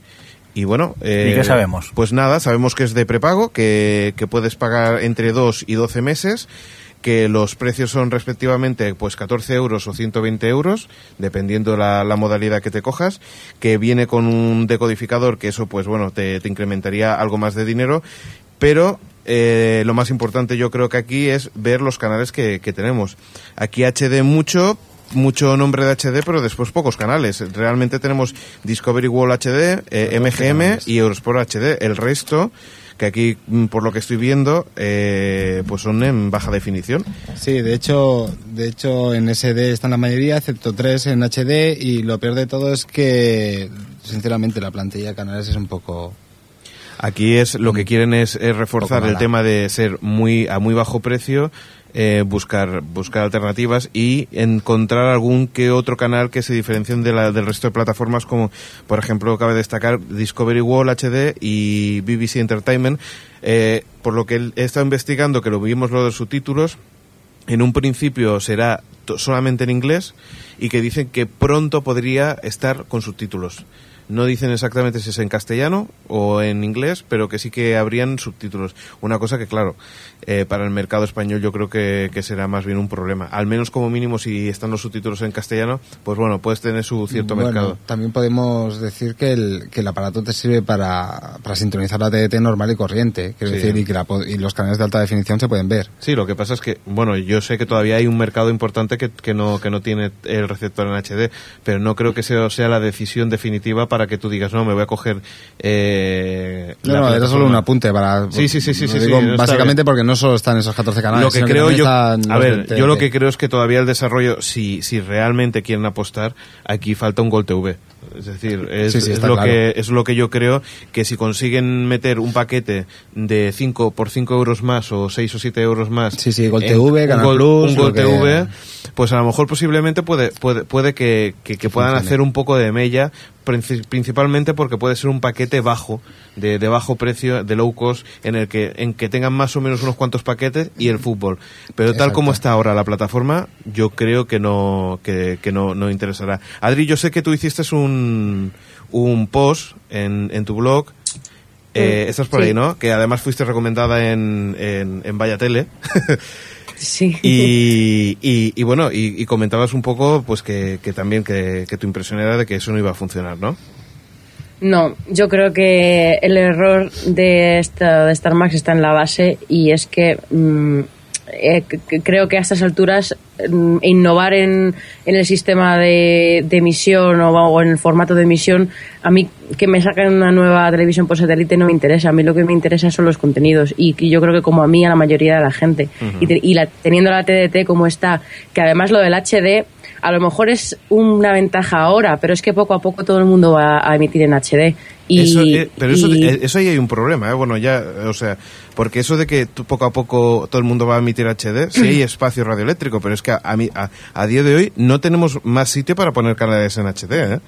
Speaker 2: Y bueno. eh,
Speaker 4: qué sabemos?
Speaker 2: Pues nada, sabemos que es de prepago, que, que puedes pagar entre 2 y 12 meses que los precios son respectivamente pues 14 euros o 120 euros dependiendo la, la modalidad que te cojas que viene con un decodificador que eso pues bueno te, te incrementaría algo más de dinero pero eh, lo más importante yo creo que aquí es ver los canales que, que tenemos aquí HD mucho mucho nombre de HD pero después pocos canales realmente tenemos Discovery World HD eh, MGM y Eurosport HD el resto que aquí, mm, por lo que estoy viendo, eh, pues son en baja definición.
Speaker 7: Sí, de hecho, de hecho en SD están la mayoría, excepto tres en HD y lo peor de todo es que sinceramente la plantilla de canales es un poco
Speaker 2: Aquí es lo que quieren es, es reforzar
Speaker 7: Poco
Speaker 2: el
Speaker 7: mala.
Speaker 2: tema de ser muy a muy bajo precio, eh, buscar buscar alternativas y encontrar algún que otro canal que se diferencien de la, del resto de plataformas como, por ejemplo, cabe destacar Discovery World HD y BBC Entertainment. Eh, por lo que he estado investigando, que lo vimos lo de subtítulos, en un principio será to- solamente en inglés y que dicen que pronto podría estar con subtítulos. No dicen exactamente si es en castellano o en inglés, pero que sí que habrían subtítulos. Una cosa que, claro, eh, para el mercado español yo creo que, que será más bien un problema. Al menos como mínimo si están los subtítulos en castellano, pues bueno, puedes tener su cierto
Speaker 7: Bueno,
Speaker 2: mercado.
Speaker 7: También podemos decir que el, que el aparato te sirve para, para sintonizar la TDT normal y corriente, quiero
Speaker 2: Sí.
Speaker 7: decir, y que la po- y los canales de alta definición se pueden ver.
Speaker 2: Sí, lo que pasa es que, bueno, yo sé que todavía hay un mercado importante que, que no, que no tiene el receptor en HD, pero no creo que sea, sea la decisión definitiva para que tú digas, no, me voy a coger... Eh,
Speaker 7: No,
Speaker 2: la
Speaker 7: no, era solo
Speaker 2: plataforma".
Speaker 7: un apunte para...
Speaker 2: Sí, sí, sí, sí,
Speaker 7: lo
Speaker 2: sí,
Speaker 7: digo
Speaker 2: sí, no está
Speaker 7: básicamente porque no solo están esos 14 canales,
Speaker 2: Lo que
Speaker 7: sino
Speaker 2: creo
Speaker 7: también
Speaker 2: yo...
Speaker 7: están
Speaker 2: A
Speaker 7: los
Speaker 2: ver,
Speaker 7: de
Speaker 2: yo lo
Speaker 7: TDT.
Speaker 2: que creo es que todavía el desarrollo, si, si realmente quieren apostar, aquí falta un Gol TV. Es decir, es,
Speaker 7: Sí, sí,
Speaker 2: es
Speaker 7: está
Speaker 2: lo
Speaker 7: claro.
Speaker 2: que es lo que yo creo que si consiguen meter un paquete de 5 por 5 euros más o 6 o 7 euros más
Speaker 7: Sí, sí, Gol
Speaker 2: en
Speaker 7: TV,
Speaker 2: un
Speaker 7: Canal
Speaker 2: Gol-
Speaker 7: Plus,
Speaker 2: un
Speaker 7: lo
Speaker 2: Gol
Speaker 7: que-
Speaker 2: TV, pues a lo mejor posiblemente puede, puede, puede que, que- que puedan hacer un poco de mella, princi- principalmente porque puede ser un paquete bajo, de, de bajo precio, de low cost, en el que, en que tengan más o menos unos cuantos paquetes y el fútbol. Pero tal como está ahora la plataforma, yo creo que no, que, que no, no interesará. Adri, yo sé que tú hiciste un, un post en, en tu blog. Eh,
Speaker 6: Mm,
Speaker 2: estás por
Speaker 6: sí.
Speaker 2: ahí, ¿no? Que además fuiste recomendada en, en, en Vaya Tele.
Speaker 6: Sí.
Speaker 2: Y, y, y bueno, y, y comentabas un poco pues que, que también que, que tu impresión era de que eso no iba a funcionar, ¿no?
Speaker 6: No, yo creo que el error de, esta, de Star Max está en la base y es que mm, eh, c- c- creo que a estas alturas mm, innovar en, en el sistema de, de emisión o, o en el formato de emisión, a mí que me saquen una nueva televisión por satélite no me interesa. A mí lo que me interesa son los contenidos y, y yo creo que como a mí, a la mayoría de la gente. Y, te- y la- teniendo la TDT como está, que además lo del HD a lo mejor es una ventaja ahora, pero es que poco a poco todo el mundo va a emitir en HD. Y,
Speaker 2: eso, eh, pero eso,
Speaker 6: y-
Speaker 2: eh, eso ahí hay un problema, ¿eh? Bueno, ya, eh, o sea, porque eso de que tú poco a poco todo el mundo va a emitir HD, sí hay espacio radioeléctrico, pero es que a, a mí, a, a día de hoy no tenemos más sitio para poner canales en HD, ¿eh?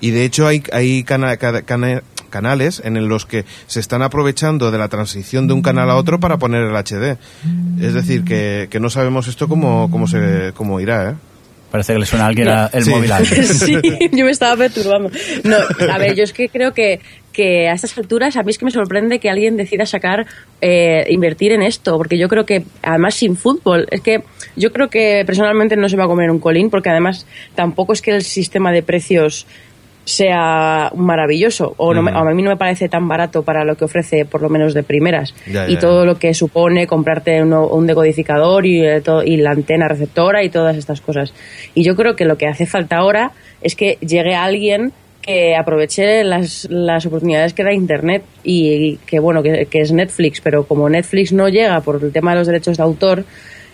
Speaker 2: Y de hecho hay, hay cana- cada- cana- canales en los que se están aprovechando de la transición de un canal a otro para poner el HD. Es decir, que, que no sabemos esto cómo, cómo, se, cómo irá, ¿eh?
Speaker 4: Parece que le suena a alguien a- el
Speaker 2: Sí.
Speaker 4: móvil a alguien.
Speaker 6: sí, yo me estaba perturbando. No, a ver, yo es que creo que, que a estas alturas a mí es que me sorprende que alguien decida sacar, eh, invertir en esto, porque yo creo que, además sin fútbol, es que yo creo que personalmente no se va a comer un colín, porque además tampoco es que el sistema de precios sea maravilloso o
Speaker 2: Mm.
Speaker 6: no me- a mí no me parece tan barato para lo que ofrece por lo menos de primeras
Speaker 2: Ya,
Speaker 6: y
Speaker 2: ya,
Speaker 6: todo
Speaker 2: ya.
Speaker 6: lo que supone comprarte uno- un decodificador y, eh, to- y la antena receptora y todas estas cosas y yo creo que lo que hace falta ahora es que llegue alguien que aproveche las, las oportunidades que da internet y, y que bueno que, que es Netflix pero como Netflix no llega por el tema de los derechos de autor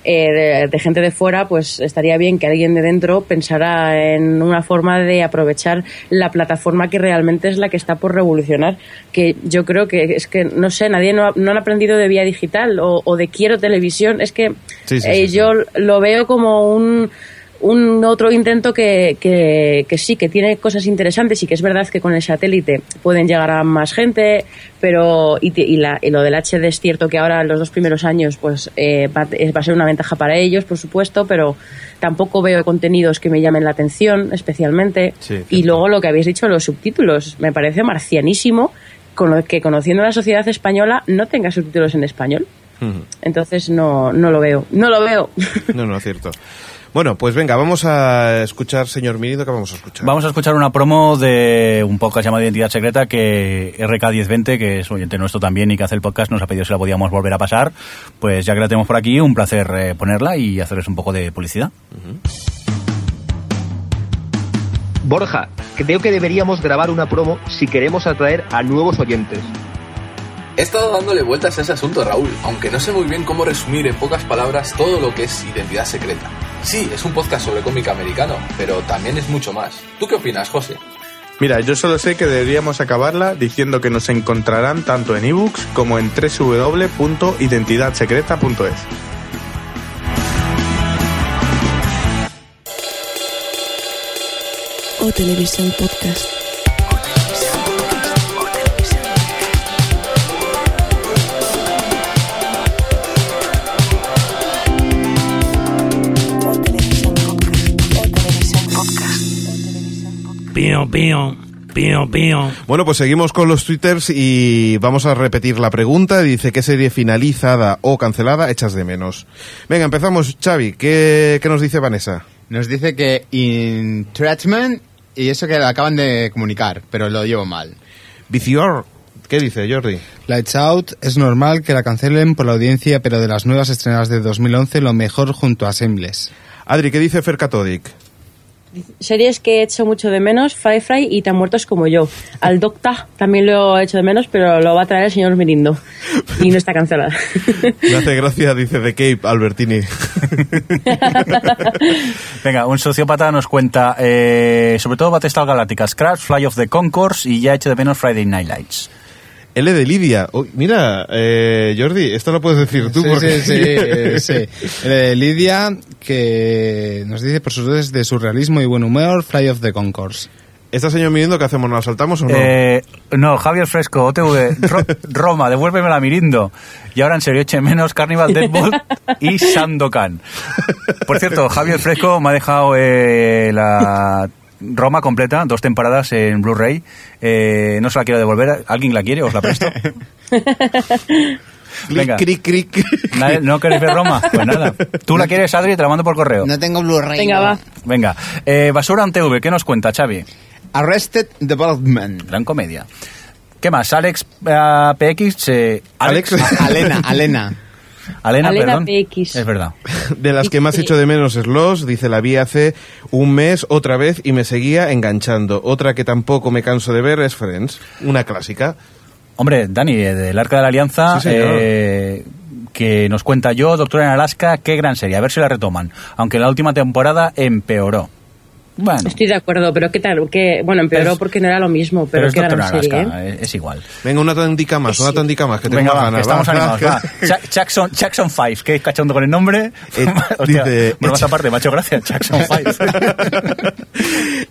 Speaker 6: eh, de, de gente de fuera, pues estaría bien que alguien de dentro pensara en una forma de aprovechar la plataforma que realmente es la que está por revolucionar. Que yo creo que es que, no sé, nadie no, ha- no han aprendido de vía digital o, o de quiero televisión. Es que
Speaker 2: Sí, sí,
Speaker 6: eh,
Speaker 2: sí, sí.
Speaker 6: yo lo veo como un un otro intento que, que, que sí, que tiene cosas interesantes y que es verdad que con el satélite pueden llegar a más gente, pero y, te- y la- y lo del HD es cierto que ahora en los dos primeros años pues eh, va, eh, va a ser una ventaja para ellos, por supuesto, pero tampoco veo contenidos que me llamen la atención especialmente.
Speaker 2: Sí, cierto.
Speaker 6: y luego lo que habéis dicho, los subtítulos, me parece marcianísimo con lo que conociendo la sociedad española no tenga subtítulos en español. Entonces no, no lo veo, no lo veo.
Speaker 2: No, no, cierto. Bueno, pues venga, vamos a escuchar, señor Mirindo, que vamos a escuchar.
Speaker 4: Vamos a escuchar una promo de un podcast llamado Identidad Secreta que RK1020, que es oyente nuestro también y que hace el podcast, nos ha pedido si la podíamos volver a pasar. Pues ya que la tenemos por aquí, un placer eh, ponerla y hacerles un poco de publicidad.
Speaker 12: Borja, creo que deberíamos grabar una promo si queremos atraer a nuevos oyentes.
Speaker 13: He estado dándole vueltas a ese asunto, Raúl, aunque no sé muy bien cómo resumir en pocas palabras todo lo que es identidad secreta. Sí, es un podcast sobre cómic americano, pero también es mucho más. ¿Tú qué opinas, José?
Speaker 14: Mira, yo solo sé que deberíamos acabarla diciendo que nos encontrarán tanto en ebooks como en www.identidadsecreta.es.
Speaker 15: O Televisión Podcast.
Speaker 11: Pío, pío, pío, pío.
Speaker 2: Bueno, pues seguimos con los twitters y vamos a repetir la pregunta. Dice, ¿qué serie finalizada o cancelada echas de menos? Venga, empezamos. Xavi, ¿qué, qué nos dice Vanessa?
Speaker 5: Nos dice que in treatment y eso que lo acaban de comunicar, pero lo llevo mal.
Speaker 2: Vicior, ¿qué dice Jordi?
Speaker 7: Lights Out es normal que la cancelen por la audiencia, pero de las nuevas estrenadas de 2011 lo mejor junto a Sembles.
Speaker 2: Adri, ¿qué dice Fercatodic?
Speaker 6: series que he hecho mucho de menos, Firefly y Tan Muertos como yo. Al Docta también lo he hecho de menos, pero lo va a traer el señor Mirindo. Y no está cancelada.
Speaker 2: Me hace gracia, dice The Cape, Albertini.
Speaker 4: Venga, un sociópata nos cuenta eh, sobre todo Battlestar Galactica, Scratch, Fly of the Concourse y ya he hecho de menos Friday Night Lights.
Speaker 2: L de Lidia. Uy, mira, eh, Jordi, esto lo puedes decir tú.
Speaker 7: Sí,
Speaker 2: porque...
Speaker 7: sí, sí, eh, sí. Eh, Lidia, que nos dice por sus dotes de surrealismo y buen humor, Fly of the Concourse.
Speaker 2: ¿Estás señor Mirindo qué hacemos? ¿Nos saltamos o no?
Speaker 4: Eh, no, Javier Fresco, OTV, Ro- Roma, devuélveme la Mirindo. Y ahora en serio, echen menos Carnival Deadbolt y Sandokan. Por cierto, Javier Fresco me ha dejado eh, la Roma completa, dos temporadas en Blu-ray. Eh, no se la quiero devolver. ¿Alguien la quiere? ¿Os la presto? Venga.
Speaker 2: Cric, cric, cric.
Speaker 4: Nadie- ¿No queréis ver Roma? Pues nada. ¿Tú la quieres, Adri? Te la mando por correo.
Speaker 5: No tengo Blu-ray.
Speaker 6: Venga,
Speaker 5: no.
Speaker 6: va.
Speaker 4: Venga. Eh, Basura en TV, ¿qué nos cuenta, Xavi?
Speaker 5: Arrested Development.
Speaker 4: Gran comedia. ¿Qué más? Alex eh, PX. eh, Alex.
Speaker 5: Alena, Alena.
Speaker 4: Alena,
Speaker 6: Alena
Speaker 4: perdón.
Speaker 6: PX.
Speaker 4: Es verdad.
Speaker 2: De las que más echo de menos es Los, dice la vi hace un mes otra vez y me seguía enganchando. Otra que tampoco me canso de ver es Friends, una clásica.
Speaker 4: Hombre, Dani, eh, del Arca de la Alianza,
Speaker 2: Sí, señor.
Speaker 4: eh, que nos cuenta yo, Doctora en Alaska, qué gran serie. A ver si la retoman. Aunque la última temporada empeoró. Bueno,
Speaker 6: Estoy de acuerdo, pero ¿qué tal? Que, bueno, empeoró
Speaker 4: Es-
Speaker 6: porque no era lo mismo, pero,
Speaker 4: pero es
Speaker 6: qué gran
Speaker 4: Doctora en
Speaker 6: serie,
Speaker 4: Alaska,
Speaker 6: ¿eh?
Speaker 4: eh, es, igual.
Speaker 2: Venga, una tandica más, una tandica más, que tengo
Speaker 4: Venga,
Speaker 2: más
Speaker 4: va,
Speaker 2: ganas.
Speaker 4: que estamos
Speaker 2: va,
Speaker 4: animados.
Speaker 2: va.
Speaker 4: va. Jack- Jackson, Jackson 5, que cachondo con el nombre.
Speaker 2: Eh,
Speaker 4: Hostia,
Speaker 2: dice-
Speaker 4: bromas aparte, macho, gracias. Jackson 5.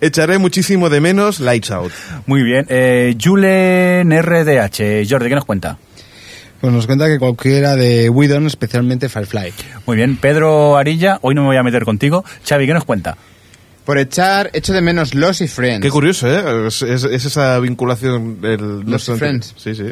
Speaker 2: Echaré muchísimo de menos Lights Out.
Speaker 4: Muy bien. Eh, Julen RDH. Jordi, ¿qué nos cuenta?
Speaker 7: Pues nos cuenta que cualquiera de Whedon, especialmente Firefly.
Speaker 4: Muy bien. Pedro Arilla, hoy no me voy a meter contigo. Xavi, ¿qué nos cuenta?
Speaker 5: Por echar, echo de menos Los y Friends.
Speaker 2: Qué curioso, ¿eh? Es, es- es esa vinculación. El,
Speaker 5: Los
Speaker 2: nuestro-
Speaker 5: Friends.
Speaker 2: Sí, sí.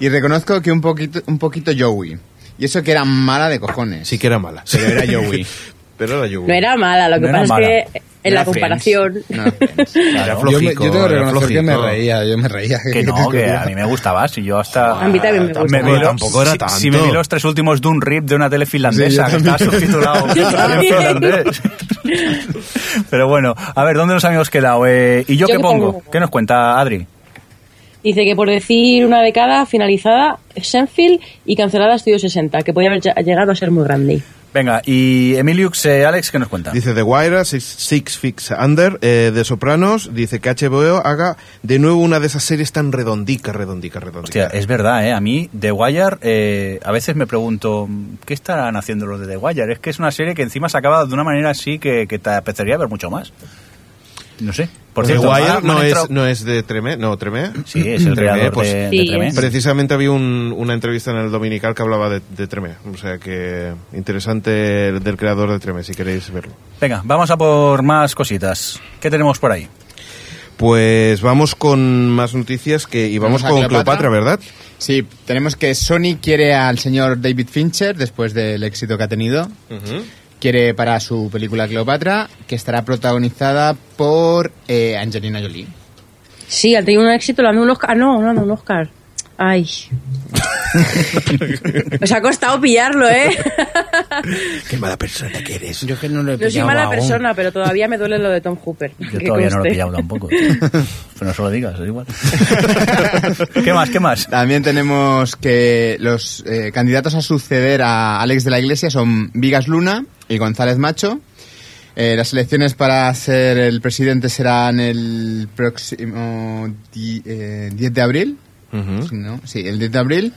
Speaker 5: Y reconozco que un poquito, un poquito Joey. Y eso que era mala de cojones.
Speaker 2: Sí que era mala.
Speaker 5: Pero era Joey.
Speaker 2: Pero era Joey.
Speaker 6: No era mala, lo que
Speaker 4: No era
Speaker 6: pasa
Speaker 4: mala.
Speaker 6: es que
Speaker 5: No
Speaker 6: en la
Speaker 5: era Friends.
Speaker 6: comparación...
Speaker 5: No era Friends.
Speaker 2: Era
Speaker 7: Yo, me-
Speaker 2: flojico,
Speaker 7: yo tengo que
Speaker 2: era
Speaker 7: reconocer que me
Speaker 2: flojico.
Speaker 7: reía, yo me reía.
Speaker 4: Que no, que a mí me gustaba. Si yo hasta.
Speaker 6: A mí también me gustaba.
Speaker 4: vi los-
Speaker 2: Tampoco era
Speaker 4: si-
Speaker 2: tanto.
Speaker 4: Si, me vi los tres últimos de un rip de una tele
Speaker 7: Sí,
Speaker 4: finlandesa
Speaker 7: yo
Speaker 4: que estaba subtitulado.
Speaker 6: Yo también.
Speaker 4: en finlandés. Pero bueno, a ver, ¿dónde nos habíamos quedado? Eh, ¿Y yo, qué pongo? ¿Qué nos cuenta Adri?
Speaker 6: Dice que por decir una década finalizada, Shenfield y cancelada Studio 60, que podía haber ll- llegado a ser muy grande.
Speaker 4: Venga, y Emiliux, eh, Alex, ¿qué nos cuenta?
Speaker 2: Dice The Wire, Six, Six Feet Under, eh, de Sopranos. Dice que HBO haga de nuevo una de esas series tan redondicas, redondicas,
Speaker 4: Hostia,
Speaker 2: redondicas.
Speaker 4: es verdad, ¿eh? A mí, The Wire, eh, a veces me pregunto, ¿qué estarán haciendo los de The Wire? Es que es una serie que encima se acaba de una manera así que, que te apetecería ver mucho más. No sé. Por
Speaker 2: The
Speaker 4: cierto,
Speaker 2: Wire
Speaker 4: ahora me
Speaker 2: no,
Speaker 4: han
Speaker 2: es,
Speaker 4: entrado-
Speaker 2: no es de Tremé, no, Tremé.
Speaker 4: Sí, es el
Speaker 2: Tremé,
Speaker 4: creador
Speaker 2: pues,
Speaker 4: de, de
Speaker 6: Sí,
Speaker 4: Tremé.
Speaker 6: es.
Speaker 2: Precisamente había un- una entrevista en el Dominical que hablaba de, de Tremé. O sea que interesante el del creador de Tremé, si queréis verlo.
Speaker 4: Venga, vamos a por más cositas. ¿Qué tenemos por ahí?
Speaker 2: Pues vamos con más noticias que, y vamos
Speaker 5: Vamos a
Speaker 2: con Cleopatra,
Speaker 5: Cleopatra.
Speaker 2: ¿verdad?
Speaker 5: Sí, tenemos que Sony quiere al señor David Fincher después del éxito que ha tenido. Quiere para su película Cleopatra, que estará protagonizada por eh, Angelina Jolie.
Speaker 6: Sí, al tener un éxito, le han dado un Oscar. Ah, no, no, han dado un Oscar. Ay. Os ha costado pillarlo, ¿eh?
Speaker 2: Qué mala persona que eres.
Speaker 10: Yo que no lo he
Speaker 6: No soy
Speaker 10: pillado
Speaker 6: mala
Speaker 10: aún.
Speaker 6: persona, pero todavía me duele lo de Tom Hooper.
Speaker 4: Yo
Speaker 6: que
Speaker 4: todavía no lo he
Speaker 6: conste.
Speaker 4: pillado tampoco. tío. Pero no se lo digas, es igual. ¿Qué más? ¿Qué más?
Speaker 5: También tenemos que los eh, candidatos a suceder a Alex de la Iglesia son Vigas Luna y González Macho. Eh, las elecciones para ser el presidente serán el próximo di- eh, 10 de abril.
Speaker 2: Ujú.
Speaker 5: ¿no? Sí, el 10 de abril.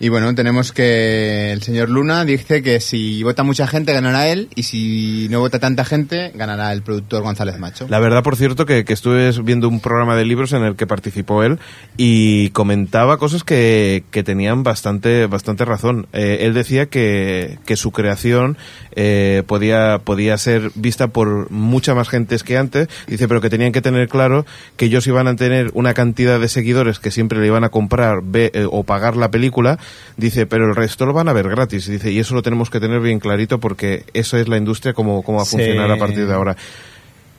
Speaker 5: Y bueno, tenemos que el señor Luna dice que si vota mucha gente ganará él y si no vota tanta gente ganará el productor González Macho.
Speaker 2: La verdad, por cierto, que, que estuve viendo un programa de libros en el que participó él y comentaba cosas que, que tenían bastante, bastante razón. Eh, él decía que, que su creación eh, podía, podía ser vista por mucha más gentes que antes. Dice, pero que tenían que tener claro que ellos iban a tener una cantidad de seguidores que siempre le iban a comprar ve- eh, o pagar la película. Dice, pero el resto lo van a ver gratis. Dice, y eso lo tenemos que tener bien clarito porque eso es la industria como, como va a
Speaker 5: Sí.
Speaker 2: funcionar a partir de ahora.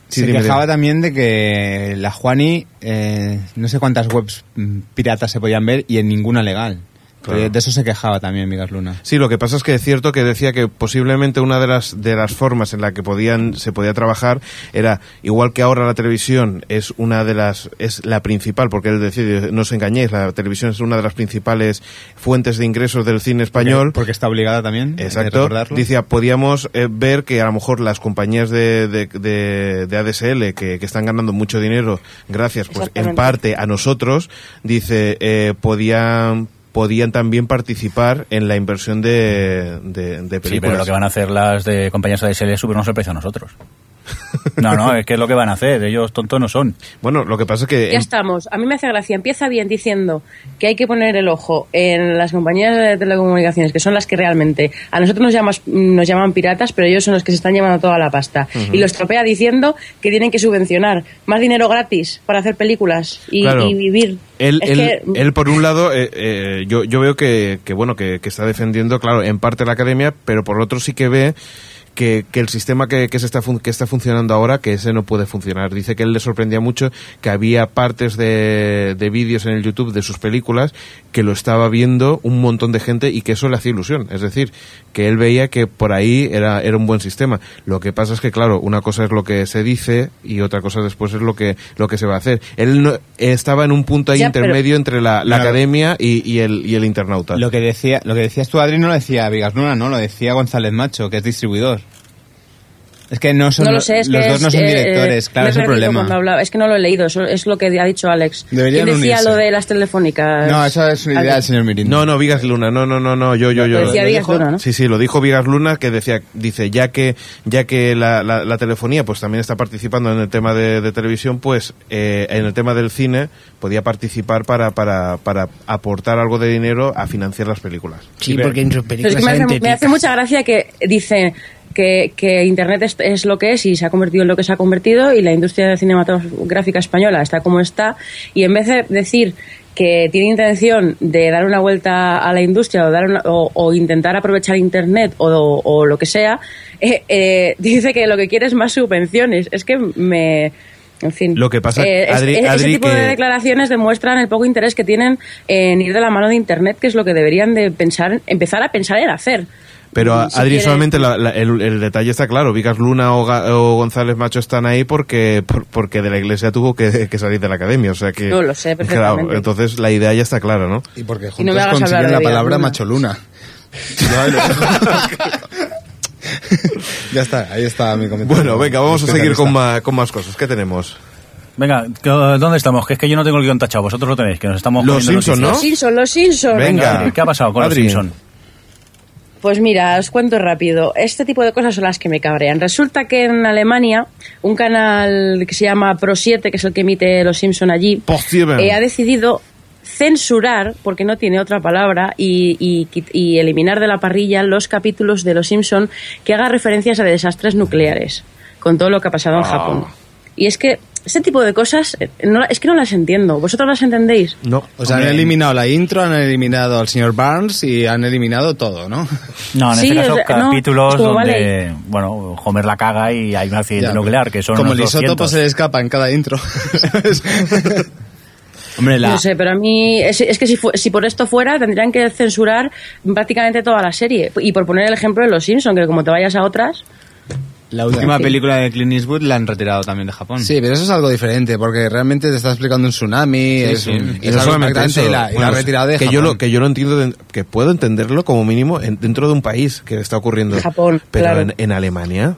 Speaker 2: Sí,
Speaker 5: Se
Speaker 2: dime,
Speaker 5: quejaba
Speaker 2: dime.
Speaker 5: también de que la Juani, eh, no sé cuántas webs mm, piratas se podían ver y en ninguna legal.
Speaker 2: Claro.
Speaker 5: De, de eso se quejaba también Miguel Luna.
Speaker 2: Sí, lo que pasa es que es cierto que decía que posiblemente una de las de las formas en la que podían se podía trabajar era igual que ahora la televisión es una de las es la principal porque él decía no os engañéis la televisión es una de las principales fuentes de ingresos del cine español
Speaker 5: Porque está obligada también. hay que
Speaker 2: Exacto.
Speaker 5: recordarlo.
Speaker 2: Decía, podíamos eh, ver que a lo mejor las compañías de, de, de- de ADSL que, que están ganando mucho dinero, gracias pues en
Speaker 15: Exactamente.
Speaker 2: parte a nosotros, dice, eh, podían podían también participar en la inversión de, de, de películas.
Speaker 4: Sí, pero lo que van a hacer las de compañías ADSL es subirnos el precio a nosotros. No, no, es que es lo que van a hacer. Ellos tontos no son.
Speaker 2: Bueno, lo que pasa es
Speaker 4: que...
Speaker 6: Ya estamos. A mí me hace gracia. Empieza bien diciendo que hay que poner el ojo en las compañías de telecomunicaciones, que son las que realmente a nosotros nos, llamas- nos llaman piratas, pero ellos son los que se están llevando toda la pasta.
Speaker 2: Ujú.
Speaker 6: Y los tropea diciendo que tienen que subvencionar más dinero gratis para hacer películas y,
Speaker 2: Claro.
Speaker 6: y vivir.
Speaker 2: Él,
Speaker 6: Es
Speaker 2: él-
Speaker 6: que-
Speaker 2: él, por un lado, eh, eh, yo, yo veo que, que, bueno, que, que está defendiendo, claro, en parte la academia, pero por otro sí que ve que, que el sistema que, que se está fun- que está funcionando ahora, que ese no puede funcionar. Dice que él le sorprendía mucho que había partes de, de vídeos en el YouTube de sus películas que lo estaba viendo un montón de gente y que eso le hacía ilusión. Es decir, que él veía que por ahí era, era un buen sistema. Lo que pasa es que, claro, una cosa es lo que se dice y otra cosa después es lo que, lo que se va a hacer. Él no, estaba en un punto ahí
Speaker 5: Ya, pero-
Speaker 2: intermedio entre la, la
Speaker 5: Claro.
Speaker 2: academia y, y el, y el internauta.
Speaker 5: Lo que decía, lo que decías tú, Adri, no lo decía Vigas Luna, no, lo decía González Macho, que es distribuidor. Es que no son
Speaker 6: no lo sé, es
Speaker 5: los
Speaker 6: que
Speaker 5: dos
Speaker 6: es-
Speaker 5: no son
Speaker 6: eh,
Speaker 5: directores,
Speaker 6: eh,
Speaker 5: claro,
Speaker 6: me he
Speaker 5: es el
Speaker 6: perdido cuando
Speaker 5: problema.
Speaker 6: hablaba. Es que no lo he leído, eso es lo que ha dicho Alex.
Speaker 5: Deberían
Speaker 6: ¿Quién decía
Speaker 5: unirse.
Speaker 6: lo de las telefónicas?
Speaker 5: No, eso es una idea del
Speaker 6: Alguien.
Speaker 5: señor Mirindo.
Speaker 2: No, no, Vigas Luna, no, no, no, no, yo, yo, yo.
Speaker 6: Lo decía Vigas Luna, ¿no?
Speaker 2: Sí, sí, lo dijo Vigas Luna que decía, dice, ya que, ya que la, la- la telefonía pues también está participando en el tema de, de televisión, pues eh, en el tema del cine podía participar para, para, para aportar algo de dinero a financiar las películas.
Speaker 16: Sí, porque en sus
Speaker 6: Pero
Speaker 16: películas
Speaker 6: es que me,
Speaker 16: salen
Speaker 6: hace, me hace
Speaker 16: teticas.
Speaker 6: mucha gracia que dicen que, que Internet es, es lo que es y se ha convertido en lo que se ha convertido y la industria cinematográfica española está como está y en vez de decir que tiene intención de dar una vuelta a la industria o, dar una- o, o intentar aprovechar Internet o, o lo que sea, eh, eh, dice que lo que quiere es más subvenciones. Es que me... En fin, Eh,
Speaker 2: Lo que pasa,
Speaker 6: es-
Speaker 2: Adri-
Speaker 6: es- ese
Speaker 2: Adri,
Speaker 6: tipo
Speaker 2: que-
Speaker 6: de declaraciones demuestran el poco interés que tienen en ir de la mano de Internet, que es lo que deberían de pensar, empezar a pensar en hacer.
Speaker 2: Pero a-
Speaker 6: Si
Speaker 2: Adri,
Speaker 6: quieres-
Speaker 2: solamente la- la- el, el detalle está claro. Vigas Luna o, Ga- o González Macho están ahí porque, por- porque de la iglesia tuvo que, que salir de la academia. O sea que.
Speaker 6: No, lo sé perfectamente.
Speaker 2: Claro, entonces la idea ya está clara, ¿no?
Speaker 7: Y porque
Speaker 6: Y no me hagas
Speaker 7: juntos
Speaker 6: hablar
Speaker 7: consiguen
Speaker 6: de
Speaker 7: la
Speaker 6: Vigas
Speaker 7: palabra
Speaker 6: Luna.
Speaker 7: macholuna. ya está, ahí está mi comentario.
Speaker 2: Bueno, venga, vamos a
Speaker 7: Espero
Speaker 2: seguir
Speaker 7: que
Speaker 2: con
Speaker 7: está.
Speaker 2: más, con más cosas. ¿Qué tenemos?
Speaker 4: Venga, ¿dónde estamos? Que es que yo no tengo el guión tachado, vosotros lo tenéis, que nos estamos
Speaker 2: Los
Speaker 4: comiendo
Speaker 2: Simpson,
Speaker 6: Los
Speaker 4: noticias.
Speaker 6: Simpson, los Simpson.
Speaker 4: Adri, ¿qué ha pasado con
Speaker 2: Adri.
Speaker 4: los Simpson?
Speaker 6: Pues mira, os cuento rápido. Este tipo de cosas son las que me cabrean. Resulta que en Alemania, un canal que se llama Pro7, que es el que emite Los Simpson allí,
Speaker 2: Pro7.
Speaker 6: eh, ha decidido censurar, porque no tiene otra palabra, y, y quit- y eliminar de la parrilla los capítulos de Los Simpson que haga referencias a desastres nucleares, con todo lo que ha pasado en Japón. Y es que ese tipo de cosas, eh, no la- es que no las entiendo. ¿Vosotros las entendéis?
Speaker 2: No.
Speaker 7: O sea, han eliminado la intro, han eliminado al señor Barnes y han eliminado todo, ¿no?
Speaker 4: No, en
Speaker 7: Sí,
Speaker 4: este caso,
Speaker 7: o sea, no,
Speaker 4: capítulos
Speaker 7: es como
Speaker 4: donde, bueno, Homer la caga y hay un accidente
Speaker 7: Ya,
Speaker 4: nuclear, que son
Speaker 7: Como el eh.
Speaker 4: unos
Speaker 7: isótopo
Speaker 4: 200.
Speaker 7: se le escapa en cada intro.
Speaker 4: Hombre, la-
Speaker 6: No sé, pero a mí es, es que si, fu- si por esto fuera tendrían que censurar prácticamente toda la serie. Y por poner el ejemplo de Los Simpson, que como te vayas a otras,
Speaker 5: La última
Speaker 6: Sí.
Speaker 5: película de Clint Eastwood la han retirado también de Japón.
Speaker 7: Sí, pero eso es algo diferente, porque realmente te está explicando un tsunami, es,
Speaker 5: sí.
Speaker 7: un-
Speaker 5: Y
Speaker 7: es
Speaker 2: no
Speaker 7: algo
Speaker 2: solamente
Speaker 7: impactante
Speaker 2: eso,
Speaker 7: y la, y la
Speaker 2: bueno,
Speaker 7: retirada de
Speaker 2: que
Speaker 7: Japón.
Speaker 2: yo lo que yo lo entiendo de- que puedo entenderlo como mínimo en- dentro de un país que está ocurriendo
Speaker 5: Japón,
Speaker 2: pero
Speaker 5: claro.
Speaker 2: en, en Alemania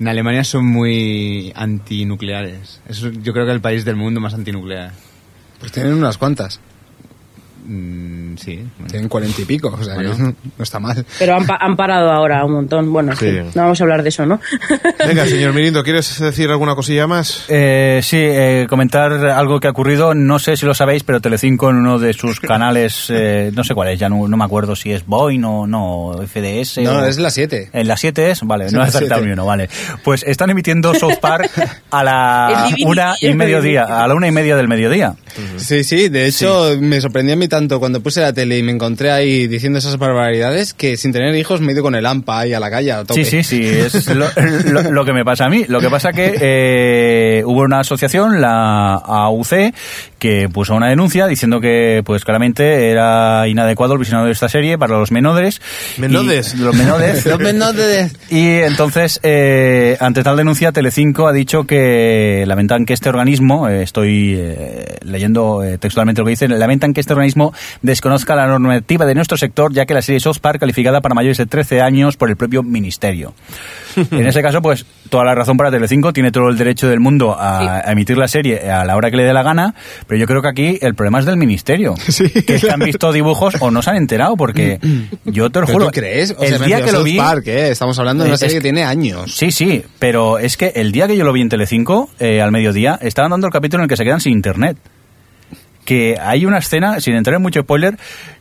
Speaker 5: En Alemania son muy antinucleares. Es, yo creo que el país del mundo más antinuclear.
Speaker 7: Pues tienen unas cuantas.
Speaker 5: Mm, sí.
Speaker 7: Tienen cuarenta y pico, o sea, que
Speaker 5: Bueno.
Speaker 7: no está mal.
Speaker 6: pero han, pa- han parado ahora un montón. Bueno, en
Speaker 2: Sí.
Speaker 6: fin, no vamos a hablar de eso, ¿no?
Speaker 2: venga señor Mirindo quieres decir alguna cosilla más
Speaker 4: Eh, sí, eh, comentar algo que ha ocurrido. No sé si lo sabéis, pero Telecinco en uno de sus canales, eh, no sé cuál es, ya no, no me acuerdo si es Boeing o no, FDS.
Speaker 7: No,
Speaker 4: o-
Speaker 7: es la 7.
Speaker 4: En la 7 es, vale,
Speaker 7: Sí,
Speaker 4: no he
Speaker 7: la
Speaker 4: acertado
Speaker 7: siete.
Speaker 4: ni uno, vale. Pues están emitiendo South Park a la
Speaker 7: El DVD,
Speaker 4: una y
Speaker 7: el
Speaker 4: mediodía,
Speaker 7: DVD.
Speaker 4: a la una y media del mediodía.
Speaker 7: Sí, sí, de hecho me sorprendí a mí
Speaker 5: tanto cuando puse la tele y me encontré ahí diciendo esas barbaridades que sin tener hijos me he ido con el AMPA ahí a la calle. A tope.
Speaker 4: Sí, sí, sí, es lo, lo- lo que me pasa a mí. Lo que pasa que eh, hubo una asociación, la AUC, que puso una denuncia diciendo que pues claramente era inadecuado el visionado de esta serie para los menores. y-
Speaker 2: Menores.
Speaker 4: Los menores.
Speaker 17: Los menores.
Speaker 4: Y entonces, eh, ante tal denuncia, Telecinco ha dicho que lamentan que este organismo, eh, estoy eh, leyendo eh, textualmente lo que dice, lamentan que este organismo desconozca la normativa de nuestro sector, ya que la serie South Park calificada para mayores de 13 años por el propio ministerio. En ese caso, pues toda la razón para Telecinco tiene todo el derecho del mundo a, a emitir la serie a la hora que le dé la gana, pero yo creo que aquí el problema es del ministerio, que, es que han visto dibujos o no se han enterado, porque yo te lo
Speaker 5: ¿Pero
Speaker 4: juro,
Speaker 5: tú crees? O
Speaker 4: el
Speaker 5: sea, me
Speaker 4: día
Speaker 5: refiero,
Speaker 4: que lo
Speaker 5: South
Speaker 4: vi,
Speaker 5: Park, ¿eh? Estamos hablando de una
Speaker 4: Es
Speaker 5: serie que
Speaker 4: que-
Speaker 5: tiene años.
Speaker 4: Sí, sí, pero es que el día que yo lo vi en Telecinco, eh, al mediodía, estaban dando el capítulo en el que se quedan sin internet. Que hay una escena, sin entrar en mucho spoiler,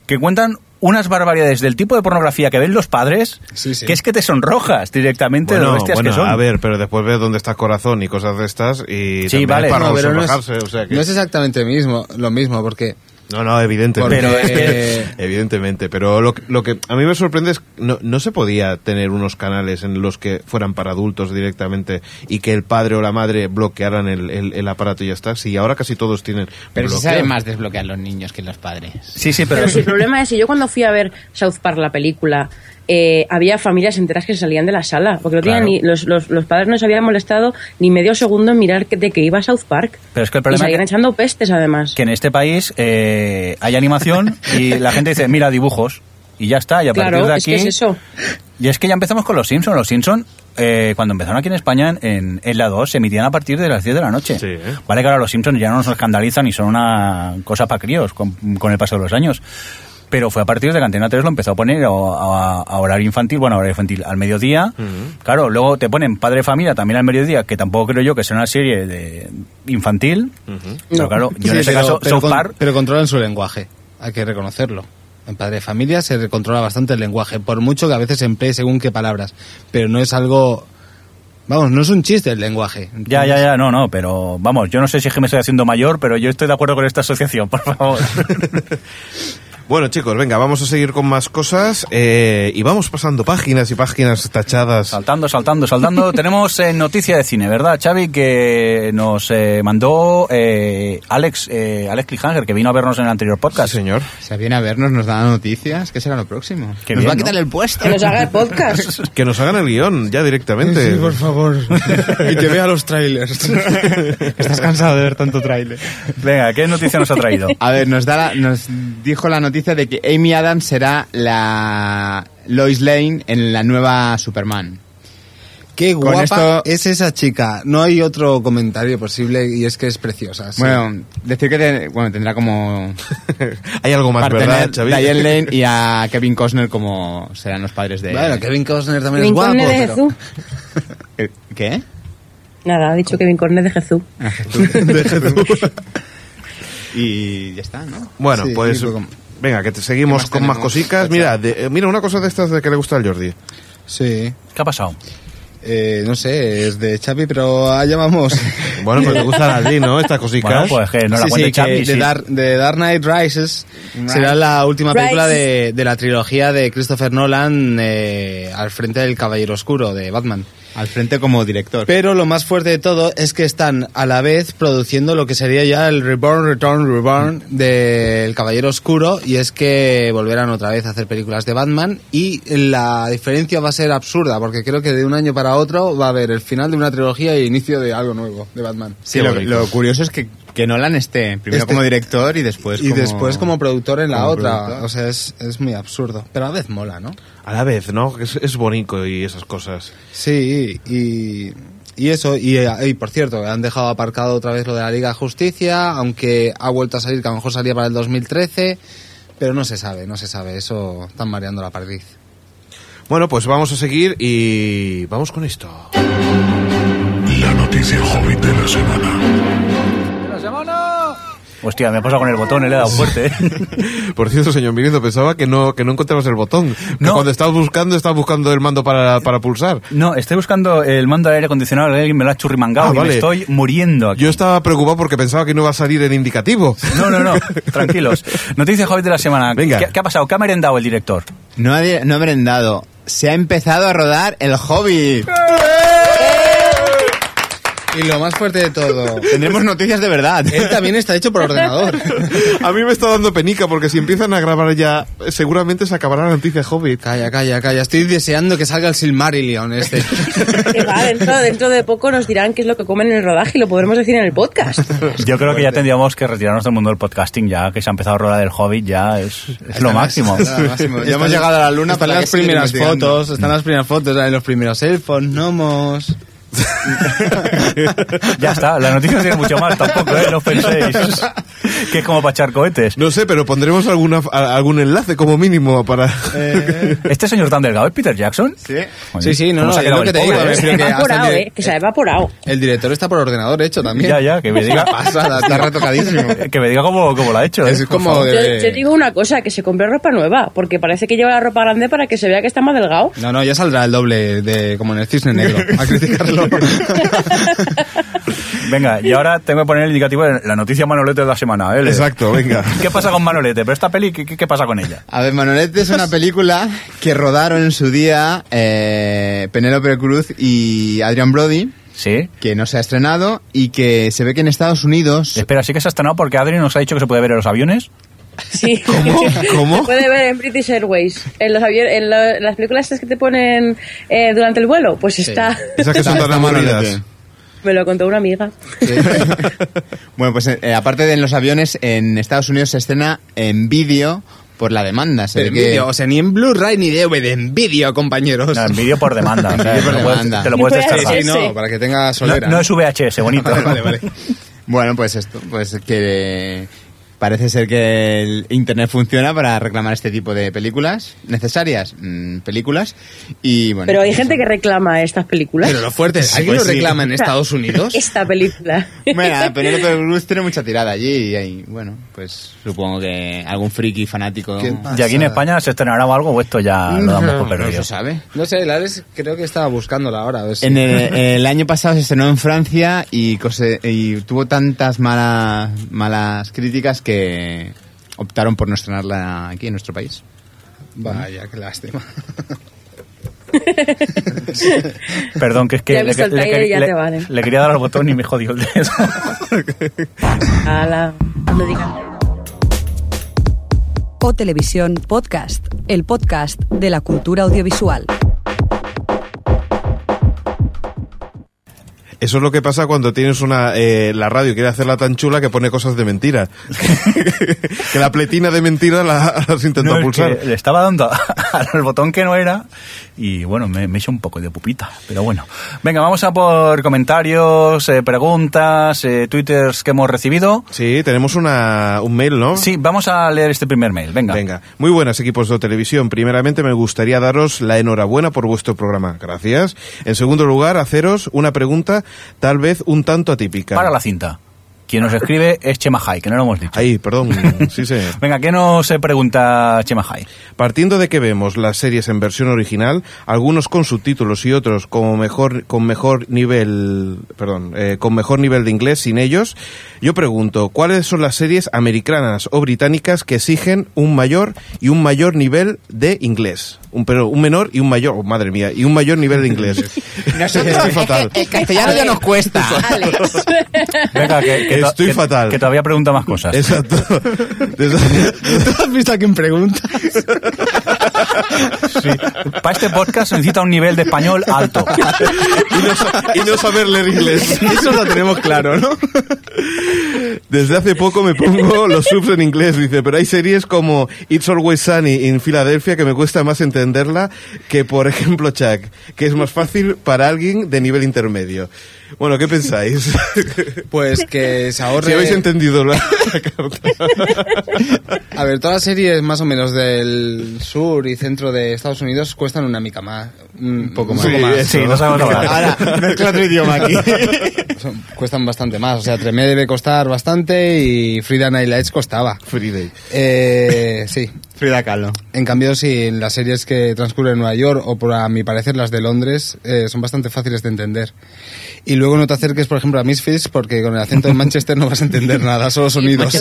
Speaker 4: que cuentan unas barbaridades del tipo de pornografía que ven los padres, que es que te sonrojas directamente de
Speaker 2: Bueno,
Speaker 4: lo bestias
Speaker 2: bueno,
Speaker 4: que son.
Speaker 2: a ver, pero después ves dónde está Corazón y cosas de estas y
Speaker 4: Sí,
Speaker 2: también
Speaker 4: vale.
Speaker 2: es para
Speaker 4: No, pero no es-
Speaker 2: sonrojarse, o sea que-
Speaker 5: No es exactamente mismo, lo mismo, porque
Speaker 2: No, no, evidentemente.
Speaker 5: Porque- Pero es que-
Speaker 2: Evidentemente, pero lo, que- lo que a mí me sorprende es que no, no se podía tener unos canales en los que fueran para adultos directamente y que el padre o la madre bloquearan el, el- el aparato y ya está. Sí, ahora casi todos tienen.
Speaker 18: Pero se
Speaker 2: bloqueo.
Speaker 18: sabe más desbloquear los niños que los padres.
Speaker 4: Sí, sí,
Speaker 6: Pero si el problema es, si yo cuando fui a ver South Park la película, eh, había familias enteras que se salían de la sala, porque no tenían
Speaker 4: Claro.
Speaker 6: ni, los, los, los padres no se habían molestado ni medio segundo en mirar que- de qué iba South Park.
Speaker 4: Pero es que el
Speaker 6: Y
Speaker 4: problema
Speaker 6: salían
Speaker 4: es
Speaker 6: echando pestes además.
Speaker 4: que en este país eh, hay animación y la gente dice, mira, dibujos. Y ya está, y a
Speaker 6: Claro,
Speaker 4: partir de
Speaker 6: es
Speaker 4: aquí...
Speaker 6: que es eso.
Speaker 4: Y es que ya empezamos con los Simpsons. Los Simpsons, cuando empezaron aquí en España, en, en la 2, se emitían a partir de las 10 de la noche. Vale que ahora los Simpsons ya no nos escandalizan y son una cosa para críos con, con el paso de los años. Pero fue a partir de que Antena 3 lo empezó a poner a, a- a horario infantil, bueno, a horario infantil, al mediodía. Claro, luego te ponen Padre Familia también al mediodía, que tampoco creo yo que sea una serie de infantil. Pero claro, yo en
Speaker 5: Sí,
Speaker 4: ese
Speaker 5: pero-
Speaker 4: caso,
Speaker 5: pero
Speaker 4: South
Speaker 5: con-
Speaker 4: Park
Speaker 5: pero controlan su lenguaje, hay que reconocerlo. En Padre de Familia se controla bastante el lenguaje, por mucho que a veces emplee según qué palabras, pero no es algo... Vamos, no es un chiste el lenguaje.
Speaker 4: Ya, ya, ya, no, no, pero vamos, yo no sé si es que me estoy haciendo mayor, pero yo estoy de acuerdo con esta asociación, por favor.
Speaker 2: Bueno, chicos, venga, vamos a seguir con más cosas eh, y vamos pasando páginas y páginas tachadas.
Speaker 4: Saltando, saltando, saltando. Tenemos eh, noticia de cine, ¿verdad, Xavi? Que nos eh, mandó eh, Alex, eh, Alex Klihanger, que vino a vernos en el anterior podcast.
Speaker 2: señor.
Speaker 7: Se viene a vernos, nos dan noticias. ¿Qué será lo próximo?
Speaker 4: Qué
Speaker 7: nos
Speaker 4: bien,
Speaker 7: va a
Speaker 4: ¿no?
Speaker 7: quitar el puesto.
Speaker 6: Que nos haga el podcast.
Speaker 2: Que nos hagan el guión ya directamente.
Speaker 7: Sí, por
Speaker 2: favor.
Speaker 5: Y que vea los trailers.
Speaker 7: Estás cansado de ver tanto tráiler.
Speaker 4: Venga, ¿qué noticia nos ha traído?
Speaker 7: A ver, nos, da la- nos dijo la noticia de que Amy Adams será la Lois Lane en la nueva Superman.
Speaker 5: Qué
Speaker 7: Con
Speaker 5: guapa
Speaker 7: esto-
Speaker 5: es esa chica. No hay otro comentario posible y es que es preciosa. sí.
Speaker 7: Bueno, decir que te- bueno, tendrá como...
Speaker 2: Hay algo más,
Speaker 7: partener
Speaker 2: Pues ¿verdad, Xavi?
Speaker 7: Diane Lane y a Kevin Costner como serán los padres de...
Speaker 2: eh,
Speaker 5: Bueno, Kevin Costner también es
Speaker 6: Kevin
Speaker 5: guapo.
Speaker 6: Corner de
Speaker 5: pero-
Speaker 6: Jesús.
Speaker 7: Eh, ¿Qué?
Speaker 6: Nada, ha dicho Kevin Corner de Jesús.
Speaker 7: y ya está, ¿no?
Speaker 2: Bueno,
Speaker 7: Sí,
Speaker 2: pues
Speaker 7: y poco-
Speaker 2: venga, que te seguimos
Speaker 7: ¿Qué más
Speaker 2: con más
Speaker 7: tenemos?
Speaker 2: cositas. Mira, de- eh, mira una cosa de estas de que le gusta al Jordi.
Speaker 5: Sí.
Speaker 4: ¿Qué ha pasado?
Speaker 5: Eh, no sé, es de Chapi, pero allá vamos.
Speaker 2: Bueno, pues pero te gustan a ti, ¿no? Estas cositas.
Speaker 4: Bueno, pues que no la
Speaker 5: Sí,
Speaker 4: cuente
Speaker 5: sí,
Speaker 4: Chapi,
Speaker 5: que
Speaker 4: sí.
Speaker 5: de, Dark, de Dark Knight Rises será la última película de, de la trilogía de Christopher Nolan eh, al frente del Caballero Oscuro de Batman.
Speaker 7: Al frente como director.
Speaker 5: Pero lo más fuerte de todo es que están a la vez produciendo lo que sería ya el Reborn, Return, Reborn del Caballero Oscuro y es que volverán otra vez a hacer películas de Batman y la diferencia va a ser absurda porque creo que de un año para otro va a haber el final de una trilogía y el inicio de algo nuevo de Batman.
Speaker 7: Sí, lo, lo curioso es que, que Nolan esté primero
Speaker 5: Este-
Speaker 7: como director y después
Speaker 5: y
Speaker 7: como...
Speaker 5: después como productor en la
Speaker 7: como
Speaker 5: otra.
Speaker 7: productor.
Speaker 5: O sea, es, es muy absurdo. Pero a la vez mola, ¿no?
Speaker 2: A la vez, ¿no? Que Es, es bonito y esas cosas.
Speaker 5: Sí, y, y eso. Y, eh, y por cierto, han dejado aparcado otra vez lo de la Liga de Justicia, aunque ha vuelto a salir que a lo mejor salía para el 2013. Pero no se sabe, no se sabe. Eso están mareando la perdiz.
Speaker 2: Bueno, pues vamos a seguir y vamos con esto.
Speaker 19: La noticia hobbit de la semana.
Speaker 4: Hostia, me ha pasado con el botón, eh, le he dado fuerte.
Speaker 2: Por cierto, señor Mirindo, pensaba que no, que no encontrabas el botón. Que cuando estás buscando, estás buscando el mando para, para pulsar.
Speaker 4: No, estoy buscando el mando de aire acondicionado, alguien me lo ha churrimangado
Speaker 2: Ah,
Speaker 4: y me
Speaker 2: vale.
Speaker 4: estoy muriendo aquí.
Speaker 2: Yo estaba preocupado porque pensaba que no iba a salir el indicativo.
Speaker 4: No, no, no, tranquilos. Noticia Hobbit de la semana.
Speaker 2: Venga.
Speaker 4: ¿Qué, qué ha pasado? ¿Qué ha merendado el director?
Speaker 5: No ha, de- no ha merendado. Se ha empezado a rodar el hobby.
Speaker 7: Y lo más fuerte de todo.
Speaker 5: Tendremos noticias de verdad.
Speaker 7: Él también está hecho por ordenador.
Speaker 2: A mí me está dando penica porque si empiezan a grabar ya, seguramente se acabará la noticia Hobbit.
Speaker 7: Calla, calla, calla. Estoy deseando que salga el Silmarillion este.
Speaker 6: Que va, dentro, dentro de poco nos dirán qué es lo que comen en el rodaje y lo podremos decir en el podcast.
Speaker 4: Yo creo que ya tendríamos que retirarnos del mundo del podcasting, ya que se ha empezado a rodar el Hobbit, ya es, es lo máximo.
Speaker 5: Ya hemos llegado a la luna
Speaker 7: Están
Speaker 5: para
Speaker 7: las
Speaker 5: que sigan
Speaker 7: primeras
Speaker 5: investigando.
Speaker 7: fotos, están las primeras fotos, hay los primeros elfos, gnomos.
Speaker 4: Ya está, la noticia no tiene mucho más tampoco, ¿eh? No penséis que es como para echar cohetes.
Speaker 2: No sé, pero pondremos alguna, a- algún enlace como mínimo para...
Speaker 4: ¿Este señor tan delgado es Peter Jackson? Sí.
Speaker 7: Sí, sí, no, no, es lo que te digo. a ver,
Speaker 6: Se ha
Speaker 7: creo que
Speaker 6: evaporado,
Speaker 7: hasta el
Speaker 6: eh,
Speaker 7: dire-
Speaker 6: que se ha evaporado.
Speaker 7: El director está por ordenador hecho también.
Speaker 4: Ya, ya, que me diga.
Speaker 7: Una pasada, está retocadísimo.
Speaker 4: Eh, Que me diga cómo, cómo lo ha hecho. ¿eh?
Speaker 7: Es
Speaker 4: Por
Speaker 7: como
Speaker 4: favor.
Speaker 6: Yo, yo digo una cosa, que se compre ropa nueva, porque parece que lleva la ropa grande para que se vea que está más delgado.
Speaker 7: No, no, ya saldrá el doble de como en el cisne negro a criticarlo.
Speaker 4: Venga, y ahora tengo que poner el indicativo de la noticia Manolete de la semana, ¿eh?
Speaker 2: Exacto, venga.
Speaker 4: ¿Qué pasa con Manolete? Pero esta peli, ¿qué, qué- qué pasa con ella?
Speaker 5: A ver, Manolete es una película que rodaron en su día eh, Penélope Cruz y Adrian Brody.
Speaker 4: Sí.
Speaker 5: Que no se ha estrenado y que se ve que en Estados Unidos.
Speaker 4: Espera, sí que se ha estrenado porque Adri nos ha dicho que se puede ver en los aviones.
Speaker 6: Sí.
Speaker 4: ¿Cómo?
Speaker 6: Se puede ver en British Airways. En, los avio- en la- en las películas estas que te ponen eh, durante el vuelo, pues está.
Speaker 2: Esas que son tan aburridas.
Speaker 6: Me lo contó una amiga.
Speaker 5: Bueno, pues eh, aparte de en los aviones, en Estados Unidos se estrena en vídeo por la demanda. Se ve
Speaker 7: En
Speaker 5: que-
Speaker 7: vídeo, o sea, ni en Blu-ray ni DVD, en vídeo, compañeros.
Speaker 4: No, en vídeo por demanda. o sea,
Speaker 5: Vídeo por
Speaker 4: te lo puedes-
Speaker 5: demanda.
Speaker 4: Te lo
Speaker 5: Y
Speaker 4: puedes
Speaker 5: puede ser
Speaker 4: descargar.
Speaker 5: Sí, no, ese.
Speaker 7: para que tenga
Speaker 5: solera.
Speaker 4: No, no es VHS, bonito.
Speaker 5: Bueno, pues esto, pues que parece ser que el internet funciona para reclamar este tipo de películas necesarias, mm, películas y bueno. pues,
Speaker 6: Pero hay gente que reclama estas películas.
Speaker 5: Pero lo fuerte es,
Speaker 2: pues
Speaker 7: ¿alguien lo reclama en
Speaker 6: O sea,
Speaker 7: Estados Unidos?
Speaker 6: Esta película.
Speaker 5: Bueno, Penélope Cruz tiene mucha tirada allí y ahí, bueno, pues supongo que algún friki fanático.
Speaker 4: Y aquí en España se estrenará algo o esto ya lo damos por perdido.
Speaker 5: sabe.
Speaker 7: No sé, la Alex creo que estaba buscándola ahora. a ver si-
Speaker 5: En el, el año pasado se estrenó en Francia y, cose- y tuvo tantas malas, malas críticas que optaron por no estrenarla aquí en nuestro país.
Speaker 7: Vaya, qué lástima.
Speaker 4: Perdón, que es que
Speaker 6: Ya he
Speaker 4: le,
Speaker 6: visto el
Speaker 4: le-
Speaker 6: trailer y ya
Speaker 4: le-
Speaker 6: te vale.
Speaker 4: le quería dar al botón y me jodió el dedo.
Speaker 6: Ala, cuando digan.
Speaker 1: O Televisión Podcast, el podcast de la cultura audiovisual.
Speaker 2: Eso es lo que pasa cuando tienes una eh, la radio y quiere hacerla tan chula que pone cosas de mentira. que la pletina de mentira la, las intenta
Speaker 4: No, es
Speaker 2: pulsar.
Speaker 4: que eh, le estaba dando al botón que no era y bueno, me, me hizo un poco de pupita, pero bueno. Venga, vamos a por comentarios, eh, preguntas, eh, twitters que hemos recibido.
Speaker 2: Sí, tenemos una, un mail, ¿no?
Speaker 4: Sí, vamos a leer este primer mail, venga.
Speaker 2: Venga. Muy buenas equipos de televisión. Primeramente me gustaría daros la enhorabuena por vuestro programa. Gracias. En segundo lugar, haceros una pregunta tal vez un tanto atípica.
Speaker 4: Para la cinta. Quien nos escribe es Chema Hai, que no lo hemos dicho.
Speaker 2: Ahí, perdón. Sí, señor.
Speaker 4: Venga, ¿qué nos eh, pregunta Chema Hai?
Speaker 2: Partiendo de que vemos las series en versión original, algunos con subtítulos y otros como mejor, con mejor nivel, perdón, eh, con mejor nivel de inglés sin ellos, yo pregunto, ¿cuáles son las series americanas o británicas que exigen un mayor y un mayor nivel de inglés? Un, pero un menor y un mayor, oh, madre mía, y un mayor nivel de inglés. Estoy fatal.
Speaker 5: El castellano ya nos cuesta.
Speaker 6: Alex.
Speaker 4: Venga, que, que to-
Speaker 2: Estoy
Speaker 4: que-
Speaker 2: fatal.
Speaker 4: que todavía pregunta más cosas.
Speaker 2: Exacto. Desde-
Speaker 7: ¿Tú has visto a quién pregunta?
Speaker 4: Para este podcast se necesita un nivel de español alto.
Speaker 2: y, no, sa- y no saber leer inglés.
Speaker 7: Eso lo tenemos claro, ¿no?
Speaker 2: Desde hace poco me pongo los subs en inglés, dice, pero hay series como It's Always Sunny en Filadelfia que me cuesta más entenderla que, por ejemplo, Chuck, que es más fácil para alguien de nivel intermedio. Bueno, ¿qué pensáis?
Speaker 7: Pues que se ahorre...
Speaker 2: Si habéis entendido la, la carta.
Speaker 7: A ver, todas las series más o menos del sur
Speaker 5: sur y centro de Estados Unidos cuestan una mica más. Un poco más.
Speaker 4: Sí,
Speaker 5: Un poco más,
Speaker 4: sí, no sabemos hablar.
Speaker 5: Ahora, mezcla otro idioma aquí. Son- cuestan bastante más. O sea, Tremé debe costar bastante y Frida Night Lights costaba.
Speaker 2: Friday.
Speaker 5: Eh, sí.
Speaker 4: Frida Kahlo.
Speaker 5: En cambio, si las series que transcurren en Nueva York o, por a mi parecer, las de Londres, eh, son bastante fáciles de entender. Y luego no te acerques, por ejemplo, a Misfits, porque con el acento de Manchester no vas a entender nada, solo sonidos.
Speaker 6: Y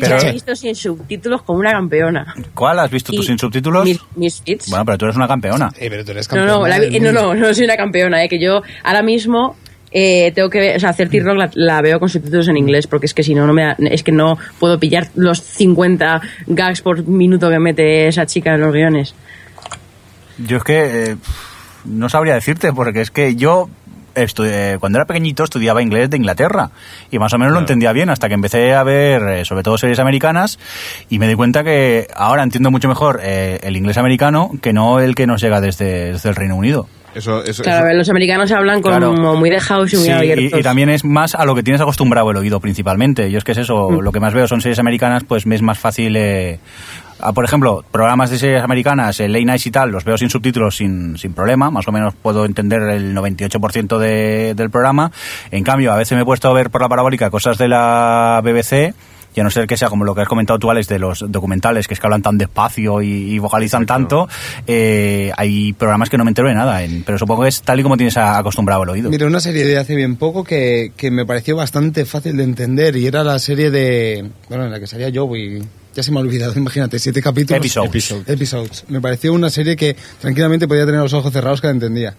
Speaker 6: la "Pues he visto sin subtítulos como una campeona.
Speaker 9: ¿Cuál has visto tú
Speaker 6: Y-
Speaker 9: sin subtítulos?
Speaker 6: Misfits.
Speaker 9: Bueno, pero tú eres una campeona.
Speaker 5: Eh, pero tú eres
Speaker 6: No, no, la vi- no, no, no soy una campeona, eh, que yo ahora mismo eh, tengo que ver, o sea, Certi Rock la, la veo con subtítulos en inglés porque es que si no, no me da- es que no puedo pillar los 50 gags por minuto que mete esa chica en los guiones.
Speaker 9: Yo es que eh, no sabría decirte, porque es que yo estudié- cuando era pequeñito estudiaba inglés de Inglaterra y más o menos lo entendía bien hasta que empecé a ver eh, sobre todo series americanas y me di cuenta que ahora entiendo mucho mejor eh, el inglés americano que no el que nos llega desde, desde el Reino Unido.
Speaker 2: Eso, eso,
Speaker 6: Claro, a ver, los americanos hablan como muy dejados y muy
Speaker 9: Sí,
Speaker 6: abiertos.
Speaker 9: y, y también es más a lo que tienes acostumbrado el oído principalmente. Yo es que es eso,
Speaker 6: Mm.
Speaker 9: lo que más veo son series americanas, pues me es más fácil... eh, ah, por ejemplo, programas de series americanas, eh, Late Nights y tal, los veo sin subtítulos sin, sin problema, más o menos puedo entender el 98% de- del programa. En cambio, a veces me he puesto a ver por la parabólica cosas de la BBC. Y a no ser que sea como lo que has comentado tú, Alex, de los documentales, que es que hablan tan despacio y, y vocalizan tanto, eh, hay programas que no me entero de nada. en- pero supongo que es tal y como tienes a- acostumbrado el oído.
Speaker 5: Mira, una serie de hace bien poco que, que me pareció bastante fácil de entender y era la serie de. Bueno, en la que salía Joey. Ya se me ha olvidado, imagínate, siete capítulos.
Speaker 9: Episodes.
Speaker 5: Episodes. Episodes. Me pareció una serie que tranquilamente podía tener los ojos cerrados que la entendía.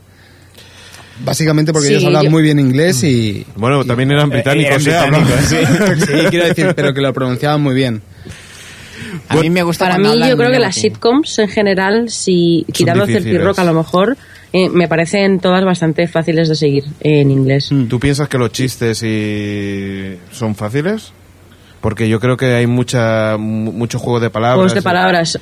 Speaker 5: Básicamente porque
Speaker 2: Sí,
Speaker 5: ellos hablan
Speaker 2: yo-
Speaker 5: muy bien inglés y.
Speaker 2: Bueno, también
Speaker 7: Eh,
Speaker 2: eran británicos,
Speaker 5: eran
Speaker 2: o sea,
Speaker 5: británicos, sí.
Speaker 2: hablaban.
Speaker 5: Sí, quiero decir, pero que lo pronunciaban muy bien.
Speaker 4: A mí me gusta
Speaker 6: Para
Speaker 4: cuando
Speaker 6: mí,
Speaker 4: hablan
Speaker 6: yo creo que
Speaker 4: en
Speaker 6: las
Speaker 4: latín.
Speaker 6: sitcoms en general, si quitando Certi
Speaker 2: difíciles.
Speaker 6: Rock a lo mejor, eh, me parecen todas bastante fáciles de seguir en inglés.
Speaker 2: ¿Tú piensas que los chistes y son fáciles? Porque yo creo que hay mucha mu- mucho juego de palabras.
Speaker 6: Juegos de palabras,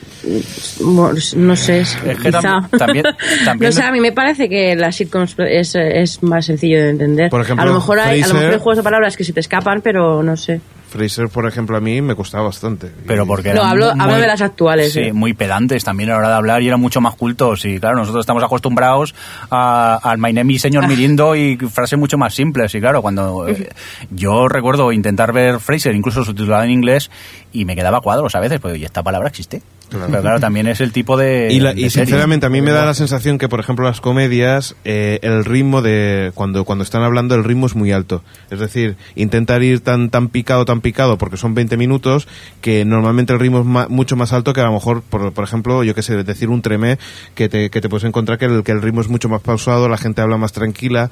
Speaker 6: mm, no sé,
Speaker 2: que tam-
Speaker 6: quizá.
Speaker 2: también- también-
Speaker 6: No sé, a mí me parece que las sitcoms es, es más sencillo de entender.
Speaker 2: Por ejemplo,
Speaker 6: a lo mejor hay, a lo mejor
Speaker 2: Frasier.
Speaker 6: hay juegos de palabras que se te escapan, pero no sé.
Speaker 2: Fraser, por ejemplo, a mí me costaba bastante.
Speaker 9: Pero porque
Speaker 6: No,
Speaker 9: eran
Speaker 6: hablo-
Speaker 9: muy-
Speaker 6: hablo de las actuales,
Speaker 9: Sí,
Speaker 6: eh.
Speaker 9: muy pedantes también a la hora de hablar y eran mucho más cultos. Y claro, nosotros estamos acostumbrados a- al My Name is Señor Mirindo y frases mucho más simples. Y claro, cuando eh, yo recuerdo intentar ver Fraser, incluso subtitulado en inglés, y me quedaba a cuadros a veces, pues oye, esta palabra existe.
Speaker 2: Claro.
Speaker 9: Pero claro, también es el tipo de.
Speaker 2: Y, la-
Speaker 9: de
Speaker 2: y
Speaker 9: serie.
Speaker 2: sinceramente a mí me da la sensación que, por ejemplo, las comedias, eh, el ritmo de cuando cuando están hablando el ritmo es muy alto. Es decir, intentar ir tan tan picado, tan picado, porque son 20 minutos, que normalmente el ritmo es ma- mucho más alto que a lo mejor, por, por ejemplo, yo qué sé, decir un tremé, que te, que te puedes pues encontrar que el, que el ritmo es mucho más pausado, la gente habla más tranquila.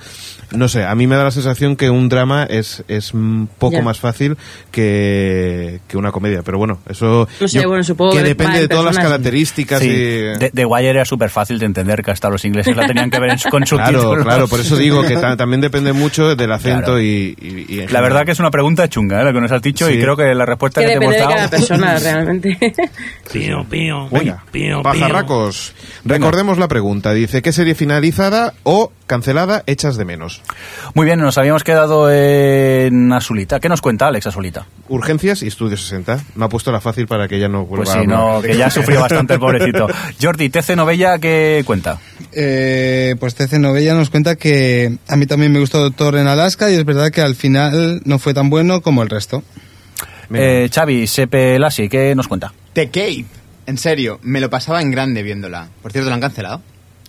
Speaker 2: No sé, a mí me da la sensación que un drama es, es un poco
Speaker 6: Ya.
Speaker 2: más fácil que, que una comedia. Pero bueno, eso...
Speaker 6: No sé,
Speaker 2: yo-
Speaker 6: bueno, supongo
Speaker 2: que
Speaker 6: que
Speaker 2: depende
Speaker 6: van
Speaker 2: de todas las
Speaker 6: personas-
Speaker 2: características
Speaker 9: Sí,
Speaker 2: y...
Speaker 9: de, de Wire era súper fácil de entender que hasta los ingleses la tenían que ver en su- con subtítulos.
Speaker 2: Claro, claro, por eso digo que ta- también depende mucho del acento y, y- y en
Speaker 9: La
Speaker 2: general.
Speaker 9: verdad que es una pregunta chunga, ¿eh? la que nos has dicho,
Speaker 2: Sí.
Speaker 9: y creo que la respuesta
Speaker 6: que
Speaker 9: que, te
Speaker 6: depende
Speaker 9: hemos dado...
Speaker 6: de cada persona realmente.
Speaker 20: Pío, pío.
Speaker 2: Venga,
Speaker 20: pío,
Speaker 2: pajarracos. Recordemos la pregunta. Dice, ¿qué serie finalizada o cancelada echas de menos?
Speaker 9: Muy bien, nos habíamos quedado en Azulita. ¿Qué nos cuenta Alex Azulita?
Speaker 2: Urgencias y Estudio 60. Me ha puesto la fácil para que ya no vuelva
Speaker 9: Pues
Speaker 2: a
Speaker 9: sí,
Speaker 2: hablar.
Speaker 9: no, que ya sufrió bastante el pobrecito. Jordi, TC Novella, ¿qué cuenta?
Speaker 5: Eh, pues TC Novella nos cuenta que a mí también me gustó Doctor en Alaska y es verdad que al final no fue tan bueno como el resto.
Speaker 9: Eh, Xavi, Sepe Lasi, ¿qué nos cuenta?
Speaker 4: The Cave. En serio, me lo pasaba en grande viéndola. Por cierto, ¿la han cancelado?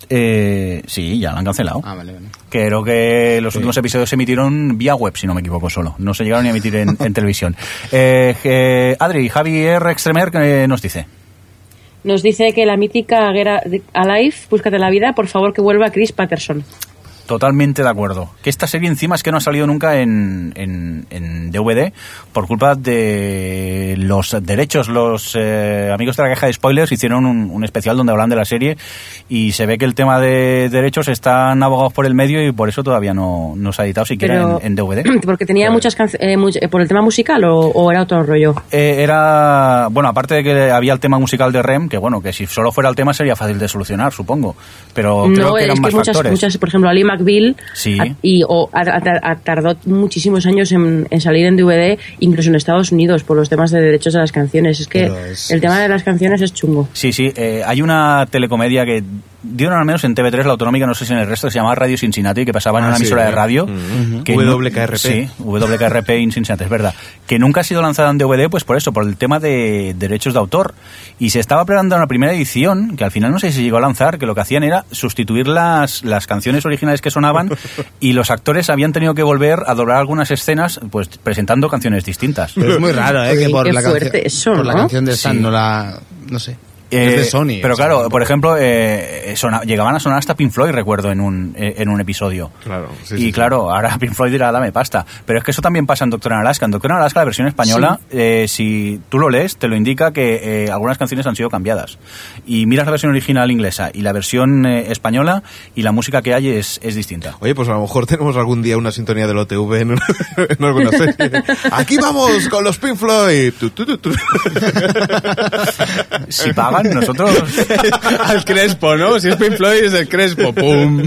Speaker 9: Eh, sí, ya la han cancelado.
Speaker 4: Ah, vale, vale.
Speaker 9: Creo que los últimos episodios se emitieron vía web, si no me equivoco solo. No se llegaron ni a emitir en, en televisión. Eh, eh, Adri, Javier Extremer, ¿qué nos dice?
Speaker 6: Nos dice que la mítica guerra Alive, búscate la vida, por favor que vuelva Chris Patterson.
Speaker 9: Totalmente de acuerdo. Que esta serie encima es que no ha salido nunca en, en- en DVD por culpa de los derechos. Los eh, amigos de la caja de spoilers hicieron un, un especial donde hablan de la serie y se ve que el tema de derechos están abogados por el medio y por eso todavía no, no se ha editado siquiera
Speaker 6: Pero-
Speaker 9: en, en DVD.
Speaker 6: Porque tenía muchas canciones, eh, por el tema musical o, o era otro rollo.
Speaker 9: Eh, era bueno aparte de que había el tema musical de Rem que bueno que si solo fuera el tema sería fácil de solucionar supongo pero creo
Speaker 6: no,
Speaker 9: que
Speaker 6: es
Speaker 9: eran
Speaker 6: que
Speaker 9: más
Speaker 6: muchas,
Speaker 9: factores
Speaker 6: muchas, por ejemplo, Ali McBeal
Speaker 4: Sí.
Speaker 6: a- y o, ha, ha- ha tardó muchísimos años en, en salir en DVD, incluso en Estados Unidos, por los temas de derechos de las canciones. Es que el tema de las canciones es chungo.
Speaker 4: Sí, sí. eh, hay una telecomedia que dieron al menos en TV3, la autonómica, no sé si en el resto, que se llamaba Radio Cincinnati, que pasaba en
Speaker 2: Ah,
Speaker 4: una
Speaker 2: sí,
Speaker 4: emisora de
Speaker 2: ¿eh?
Speaker 4: radio.
Speaker 2: Ujú.
Speaker 4: que no-
Speaker 2: WKRP.
Speaker 4: sí, WKRP in Cincinnati, es verdad. Que nunca ha sido lanzada en DVD, pues por eso, por el tema de derechos de autor. Y se estaba preparando una primera edición, que al final no sé si llegó a lanzar, que lo que hacían era sustituir las, las canciones originales que sonaban y los actores habían tenido que volver a doblar algunas escenas, pues presentando canciones distintas.
Speaker 7: Pero es muy raro, ¿eh? Que por, la, canción- por la canción de Stan
Speaker 4: Sí.
Speaker 7: no la... No sé.
Speaker 4: Eh,
Speaker 7: es de Sony.
Speaker 4: Pero
Speaker 7: o sea,
Speaker 4: claro, por ejemplo, eh, sona- llegaban a sonar hasta Pink Floyd, recuerdo, en un, eh, en un episodio.
Speaker 2: Claro,
Speaker 4: y claro, ahora Pink Floyd dirá, dame pasta. Pero es que eso también pasa en Doctor en Alaska. En Doctor en Alaska, la versión española, eh, si tú lo lees, te lo indica que eh, algunas canciones han sido cambiadas. Y miras la versión original inglesa y la versión eh, española y la música que hay es, es distinta.
Speaker 2: Oye, pues a lo mejor tenemos algún día una sintonía del OTV en, en alguna serie. Aquí vamos con los Pink Floyd. Tu, tu, tu, tu.
Speaker 4: Si pagan, nosotros...
Speaker 7: Al Crespo,
Speaker 5: pues
Speaker 7: ¿no? Si es Pink Floyd, es el Crespo. ¡Pum!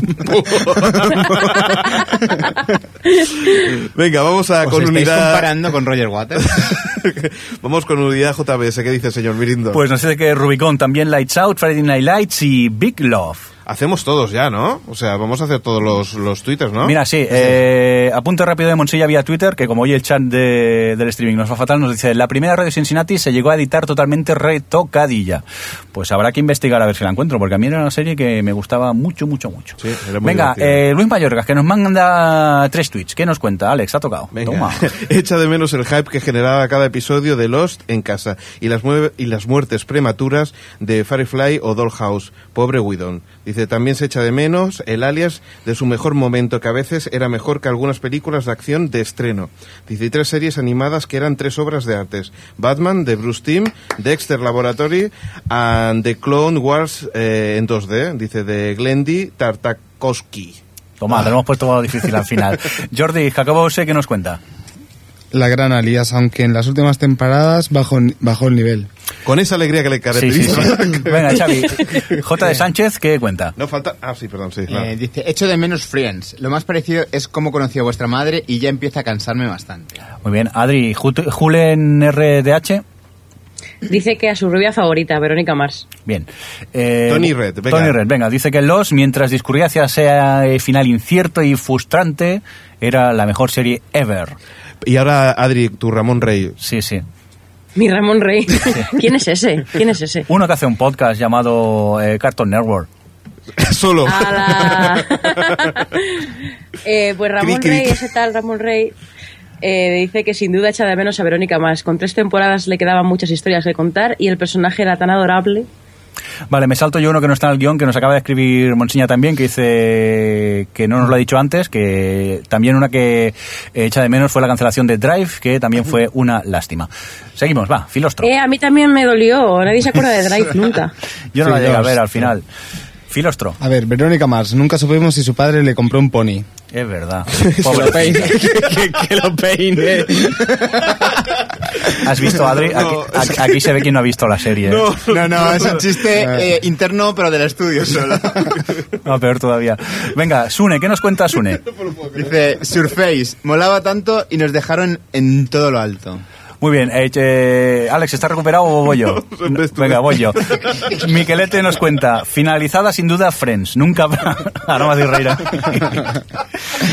Speaker 2: Venga, vamos a
Speaker 5: ¿Os
Speaker 2: con
Speaker 5: estáis
Speaker 2: unidad.
Speaker 5: comparando con Roger Waters?
Speaker 2: Vamos con unidad JBS. ¿Qué dice, señor Mirindo?
Speaker 4: Pues no sé de qué Rubicon, también Lights Out, Friday Night Lights y Big Love.
Speaker 2: Hacemos todos ya, ¿no? O sea, vamos a hacer todos los, los twitters, ¿no?
Speaker 4: Mira, sí, eh, apunte rápido de Monsilla vía Twitter, que como hoy el chat de- del streaming nos va fatal, nos dice, la primera radio Cincinnati se llegó a editar totalmente retocadilla. Pues habrá que investigar a ver si la encuentro, porque a mí era una serie que me gustaba mucho, mucho, mucho.
Speaker 2: Sí, era muy
Speaker 4: Venga,
Speaker 2: divertido.
Speaker 4: eh, Luis Mayorga, que nos manda tres tweets. ¿Qué nos cuenta? Alex, ha tocado. Toma.
Speaker 2: Echa de menos el hype que generaba cada episodio de Lost en casa y las, mueve- y las muertes prematuras de Firefly o Dollhouse. Pobre Whedon. Dice, también se echa de menos el alias de su mejor momento, que a veces era mejor que algunas películas de acción de estreno. Dice, y tres series animadas que eran tres obras de artes. Batman, de Bruce Timm, Dexter Laboratory and The Clone Wars eh, en 2D. Dice, de Glendy Tartakovsky.
Speaker 4: Toma, te lo hemos puesto difícil al final. Jordi, Jacobo, sé que nos cuenta.
Speaker 10: La gran alias, aunque en las últimas temporadas bajó, bajó el nivel.
Speaker 2: Con esa alegría que le
Speaker 4: Sí, sí, sí.
Speaker 2: caracteriza.
Speaker 4: Venga, Xavi. J. de Sánchez, ¿qué cuenta?
Speaker 2: No falta. Ah, sí, perdón, sí. claro.
Speaker 5: Eh, dice, echo de menos Friends. Lo más parecido es cómo conocí a vuestra madre y ya empieza a cansarme bastante.
Speaker 4: Muy bien, Adri, Jut- Julen RDH.
Speaker 6: Dice que a su rubia favorita, Verónica Mars.
Speaker 4: Bien. Eh,
Speaker 2: Tony Red, venga.
Speaker 4: Tony Red, venga. Dice que Los, mientras discurría hacia ese eh, final incierto y frustrante, era la mejor serie ever.
Speaker 2: Y ahora, Adri, tu Ramón Rey.
Speaker 4: Sí, sí.
Speaker 6: Mi Ramón Rey. ¿Quién es ese? ¿Quién es ese?
Speaker 4: Uno que hace un podcast llamado eh, Cartoon Network.
Speaker 2: Solo.
Speaker 6: Ah, ¡Hala! Eh, pues Ramón
Speaker 4: Cri, cri,
Speaker 6: Rey,
Speaker 4: cri.
Speaker 6: ese tal Ramón Rey, eh, dice que sin duda echa de menos a Verónica más. Con tres temporadas le quedaban muchas historias que contar y el personaje era tan adorable.
Speaker 4: Vale, me salto yo uno que no está en el guión, que nos acaba de escribir Monsiña también, que dice que no nos lo ha dicho antes, que también una que eh, echa de menos fue la cancelación de Drive, que también fue una lástima. Seguimos, va, Filostro.
Speaker 6: Eh, a mí también me dolió. Nadie se acuerda de Drive nunca.
Speaker 4: Yo no la
Speaker 10: Sí,
Speaker 4: llegué a
Speaker 10: dos,
Speaker 4: ver al
Speaker 10: sí.
Speaker 4: final. Filostro,
Speaker 10: A ver, Verónica Mars, nunca supimos si su padre le compró un pony.
Speaker 4: es verdad.
Speaker 10: que lo peine.
Speaker 7: que, que lo peine.
Speaker 4: ¿Has visto, Adri? Aquí, aquí- aquí se ve quién no ha visto la serie. ¿eh?
Speaker 5: No, no, es un chiste eh, interno, pero del estudio solo.
Speaker 4: No, peor todavía. Venga, Sune, ¿qué nos cuenta Sune?
Speaker 5: Dice, Surface, molaba tanto y nos dejaron en todo lo alto.
Speaker 4: Muy bien, eh, eh, Alex, ¿está recuperado o voy yo? Venga, voy yo. Miquelete nos cuenta, finalizada sin duda Friends, nunca habrá... Ahora me hacéis reír. ¿eh?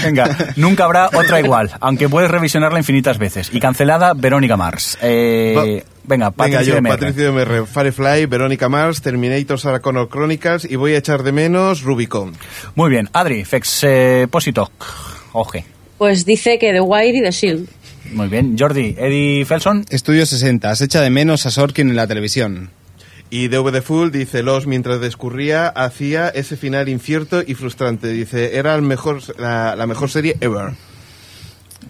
Speaker 4: Venga, nunca habrá otra igual, aunque puedes revisionarla infinitas veces. Y cancelada Verónica Mars. Eh, venga,
Speaker 2: Venga,
Speaker 4: Patricia
Speaker 2: yo,
Speaker 4: MR.
Speaker 2: Patricio MR, Firefly, Verónica Mars, Terminator, Sarah Connor Chronicles y voy a echar de menos Rubicon.
Speaker 4: Muy bien, Adri, Fex eh, Positoc. Oje.
Speaker 6: Pues dice que The Wire y The Shield.
Speaker 4: Muy bien, Jordi, Eddie Felson.
Speaker 10: Estudio 60, se echa de menos a Sorkin en la televisión.
Speaker 2: Y DVD Full dice, Los mientras descurría hacía ese final incierto y frustrante. Dice, era el mejor, la, la mejor serie ever.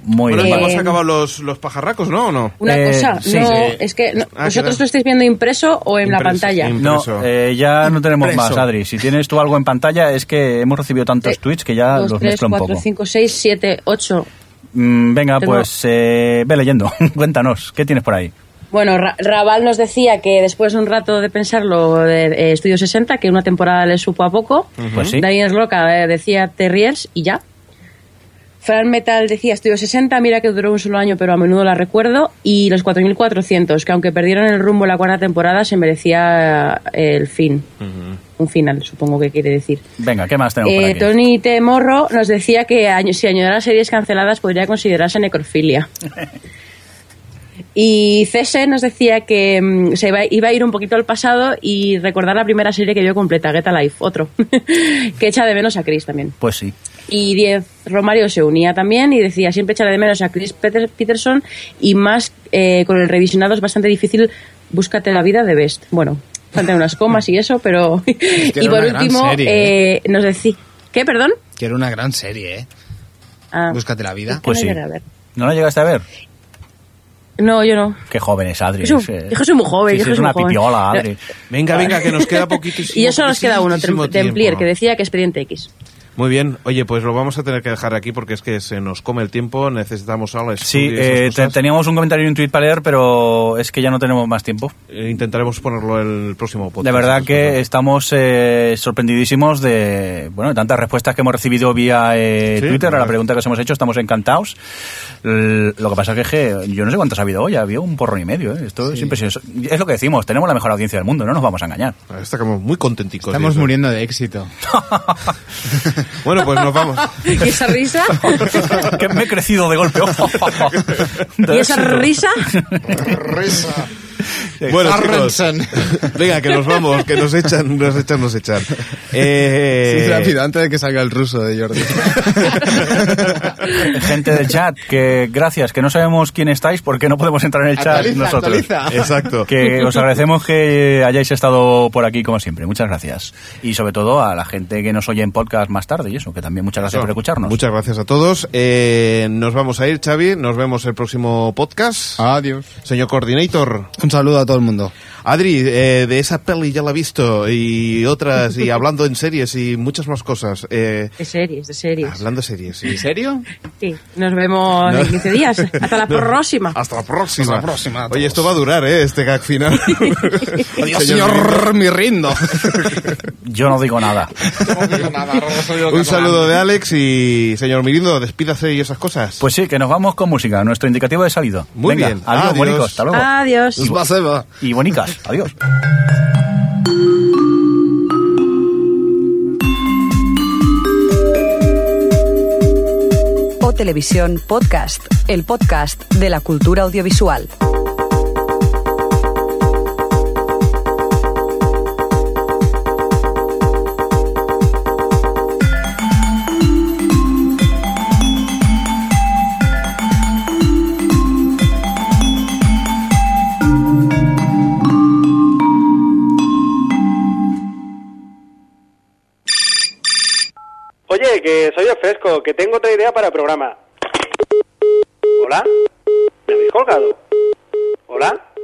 Speaker 4: Muy
Speaker 2: bueno,
Speaker 4: bien.
Speaker 2: hemos acabado los, los pajarracos, ¿no? ¿O no?
Speaker 6: Una cosa, no, es que no,
Speaker 2: Ah,
Speaker 6: vosotros
Speaker 2: claro.
Speaker 6: lo estáis viendo impreso o en la
Speaker 2: Impreso,
Speaker 6: pantalla.
Speaker 2: impreso.
Speaker 4: No, eh, ya no tenemos
Speaker 2: Impreso.
Speaker 4: más, Adri. Si tienes tú algo en pantalla, es que hemos recibido
Speaker 6: Eh,
Speaker 4: tantos tweets que
Speaker 6: 2,
Speaker 4: ya Ah, los
Speaker 6: 3,
Speaker 4: mezclo un
Speaker 6: 4,
Speaker 4: poco.
Speaker 6: 5, 6, 7, 8.
Speaker 4: Mm, venga,
Speaker 6: Tengo-
Speaker 4: pues eh, ve leyendo. Cuéntanos, ¿qué tienes por ahí?
Speaker 6: Bueno, Ra- Raval nos decía que después de un rato de pensarlo de eh, Estudio 60, que una temporada le supo a poco.
Speaker 16: Ujú. Pues sí.
Speaker 6: Daniel Roca eh, decía Terriers y ya. Fran Metal decía Estudio 60, mira que duró un solo año, pero a menudo la recuerdo. Y los 4400, que aunque perdieron el rumbo la cuarta temporada, se merecía eh, el fin. Un final, supongo que quiere decir.
Speaker 4: Venga, ¿qué más tenemos
Speaker 6: Eh,
Speaker 4: por aquí?
Speaker 6: Tony T. Morro nos decía que año- si añadiera series canceladas podría considerarse necrofilia. Y Cese nos decía que mm, se iba, iba a ir un poquito al pasado y recordar la primera serie que vio completa, Get Life, otro, que echa de menos a Chris también.
Speaker 4: Pues sí.
Speaker 6: Y 10, Romario se unía también y decía, siempre echaré de menos a Chris Peter- Peterson y más eh, con el revisionado es bastante difícil, búscate la vida de Best. Bueno, faltan unas comas y eso, pero...
Speaker 7: que
Speaker 6: y
Speaker 7: era
Speaker 6: por
Speaker 7: una gran
Speaker 6: último,
Speaker 7: serie,
Speaker 6: eh, nos decía... ¿Qué, perdón?
Speaker 7: Que era una gran serie, ¿eh?
Speaker 6: Ah,
Speaker 7: Búscate la
Speaker 6: es
Speaker 7: vida.
Speaker 6: que no llegué a ver.
Speaker 4: pues ¿No la llegaste a ver?
Speaker 6: No, yo no.
Speaker 4: Qué joven es Adri.
Speaker 6: Es un-
Speaker 4: eh.
Speaker 6: hijo, soy muy joven,
Speaker 4: Sí, sí,
Speaker 6: hijo,
Speaker 4: es
Speaker 6: soy
Speaker 4: una
Speaker 6: muy joven.
Speaker 4: pipiola,
Speaker 6: No.
Speaker 4: Adri.
Speaker 2: Venga, Ah, venga, que nos queda poquitísimo.
Speaker 6: Y eso nos queda uno,
Speaker 2: poquitísimo
Speaker 6: Tem- Templier,
Speaker 2: tiempo.
Speaker 6: que decía que expediente X.
Speaker 2: Muy bien, oye, pues lo vamos a tener que dejar aquí porque es que se nos come el tiempo, necesitamos algo.
Speaker 4: Sí, eh, te- teníamos un comentario y un tweet para leer, pero es que ya no tenemos más tiempo.
Speaker 2: Eh, intentaremos ponerlo en el próximo podcast.
Speaker 4: De verdad que estamos eh, sorprendidísimos de bueno de tantas respuestas que hemos recibido vía eh,
Speaker 2: Sí,
Speaker 4: Twitter a la
Speaker 2: claro.
Speaker 4: pregunta que os hemos hecho. Estamos encantados. L- Lo que pasa que es que yo no sé cuántos ha habido hoy. Había un porrón y medio. ¿eh? Esto es impresionante. Es lo que decimos. Tenemos la mejor audiencia del mundo. No nos vamos a engañar.
Speaker 2: Estamos muy contenticos.
Speaker 4: Estamos
Speaker 2: de eso.
Speaker 5: muriendo de éxito.
Speaker 2: Bueno, pues nos vamos.
Speaker 6: ¿Y esa risa?
Speaker 4: que me he crecido de golpe.
Speaker 6: ¿Y esa risa?
Speaker 2: Bueno,
Speaker 5: Arransan.
Speaker 2: chicos, venga, que nos vamos, que nos echan, nos echan, nos echan. Eh,
Speaker 5: Sí, rápido, antes de que salga el ruso de Jordi.
Speaker 4: Gente del chat, que gracias, que no sabemos quién estáis porque no podemos entrar en el chat
Speaker 5: Actualiza,
Speaker 4: nosotros.
Speaker 5: actualiza.
Speaker 2: Exacto.
Speaker 4: Que os agradecemos que hayáis estado por aquí como siempre. Muchas gracias. Y sobre todo a la gente que nos oye en podcast más tarde y eso, que también muchas gracias
Speaker 2: Eso.
Speaker 4: por escucharnos.
Speaker 2: Muchas gracias a todos. Eh, nos vamos a ir, Xavi. Nos vemos el próximo podcast.
Speaker 4: Ah.
Speaker 5: Adiós.
Speaker 2: Señor Coordinator.
Speaker 7: Un saludo a todo el mundo.
Speaker 2: Adri, eh, de esa peli ya la he visto y otras, y hablando en series y muchas más cosas. Eh,
Speaker 6: De series, de series.
Speaker 2: hablando de series. sí.
Speaker 5: serio?
Speaker 6: Sí, nos vemos
Speaker 2: No.
Speaker 6: en 15 días. Hasta la
Speaker 2: No.
Speaker 6: próxima.
Speaker 2: Hasta la próxima.
Speaker 6: Hasta la próxima a
Speaker 2: Oye, esto va a durar, ¿eh? Este gag final.
Speaker 7: Adiós, señor, mi rindo.
Speaker 4: Yo no digo nada.
Speaker 2: Un saludo de Alex y señor Mirindo, despídase y esas cosas.
Speaker 4: Pues sí, que nos vamos con música, nuestro indicativo de salida.
Speaker 2: Muy
Speaker 4: Venga,
Speaker 2: bien.
Speaker 4: Adiós,
Speaker 2: Adiós.
Speaker 4: bonicos. Hasta luego.
Speaker 6: Adiós.
Speaker 4: Y, y bonicas. Adiós.
Speaker 1: O Televisión Podcast, el podcast de la cultura audiovisual.
Speaker 21: Oye, que soy el fresco, que tengo otra idea para el programa. ¿Hola? ¿Me habéis colgado? ¿Hola?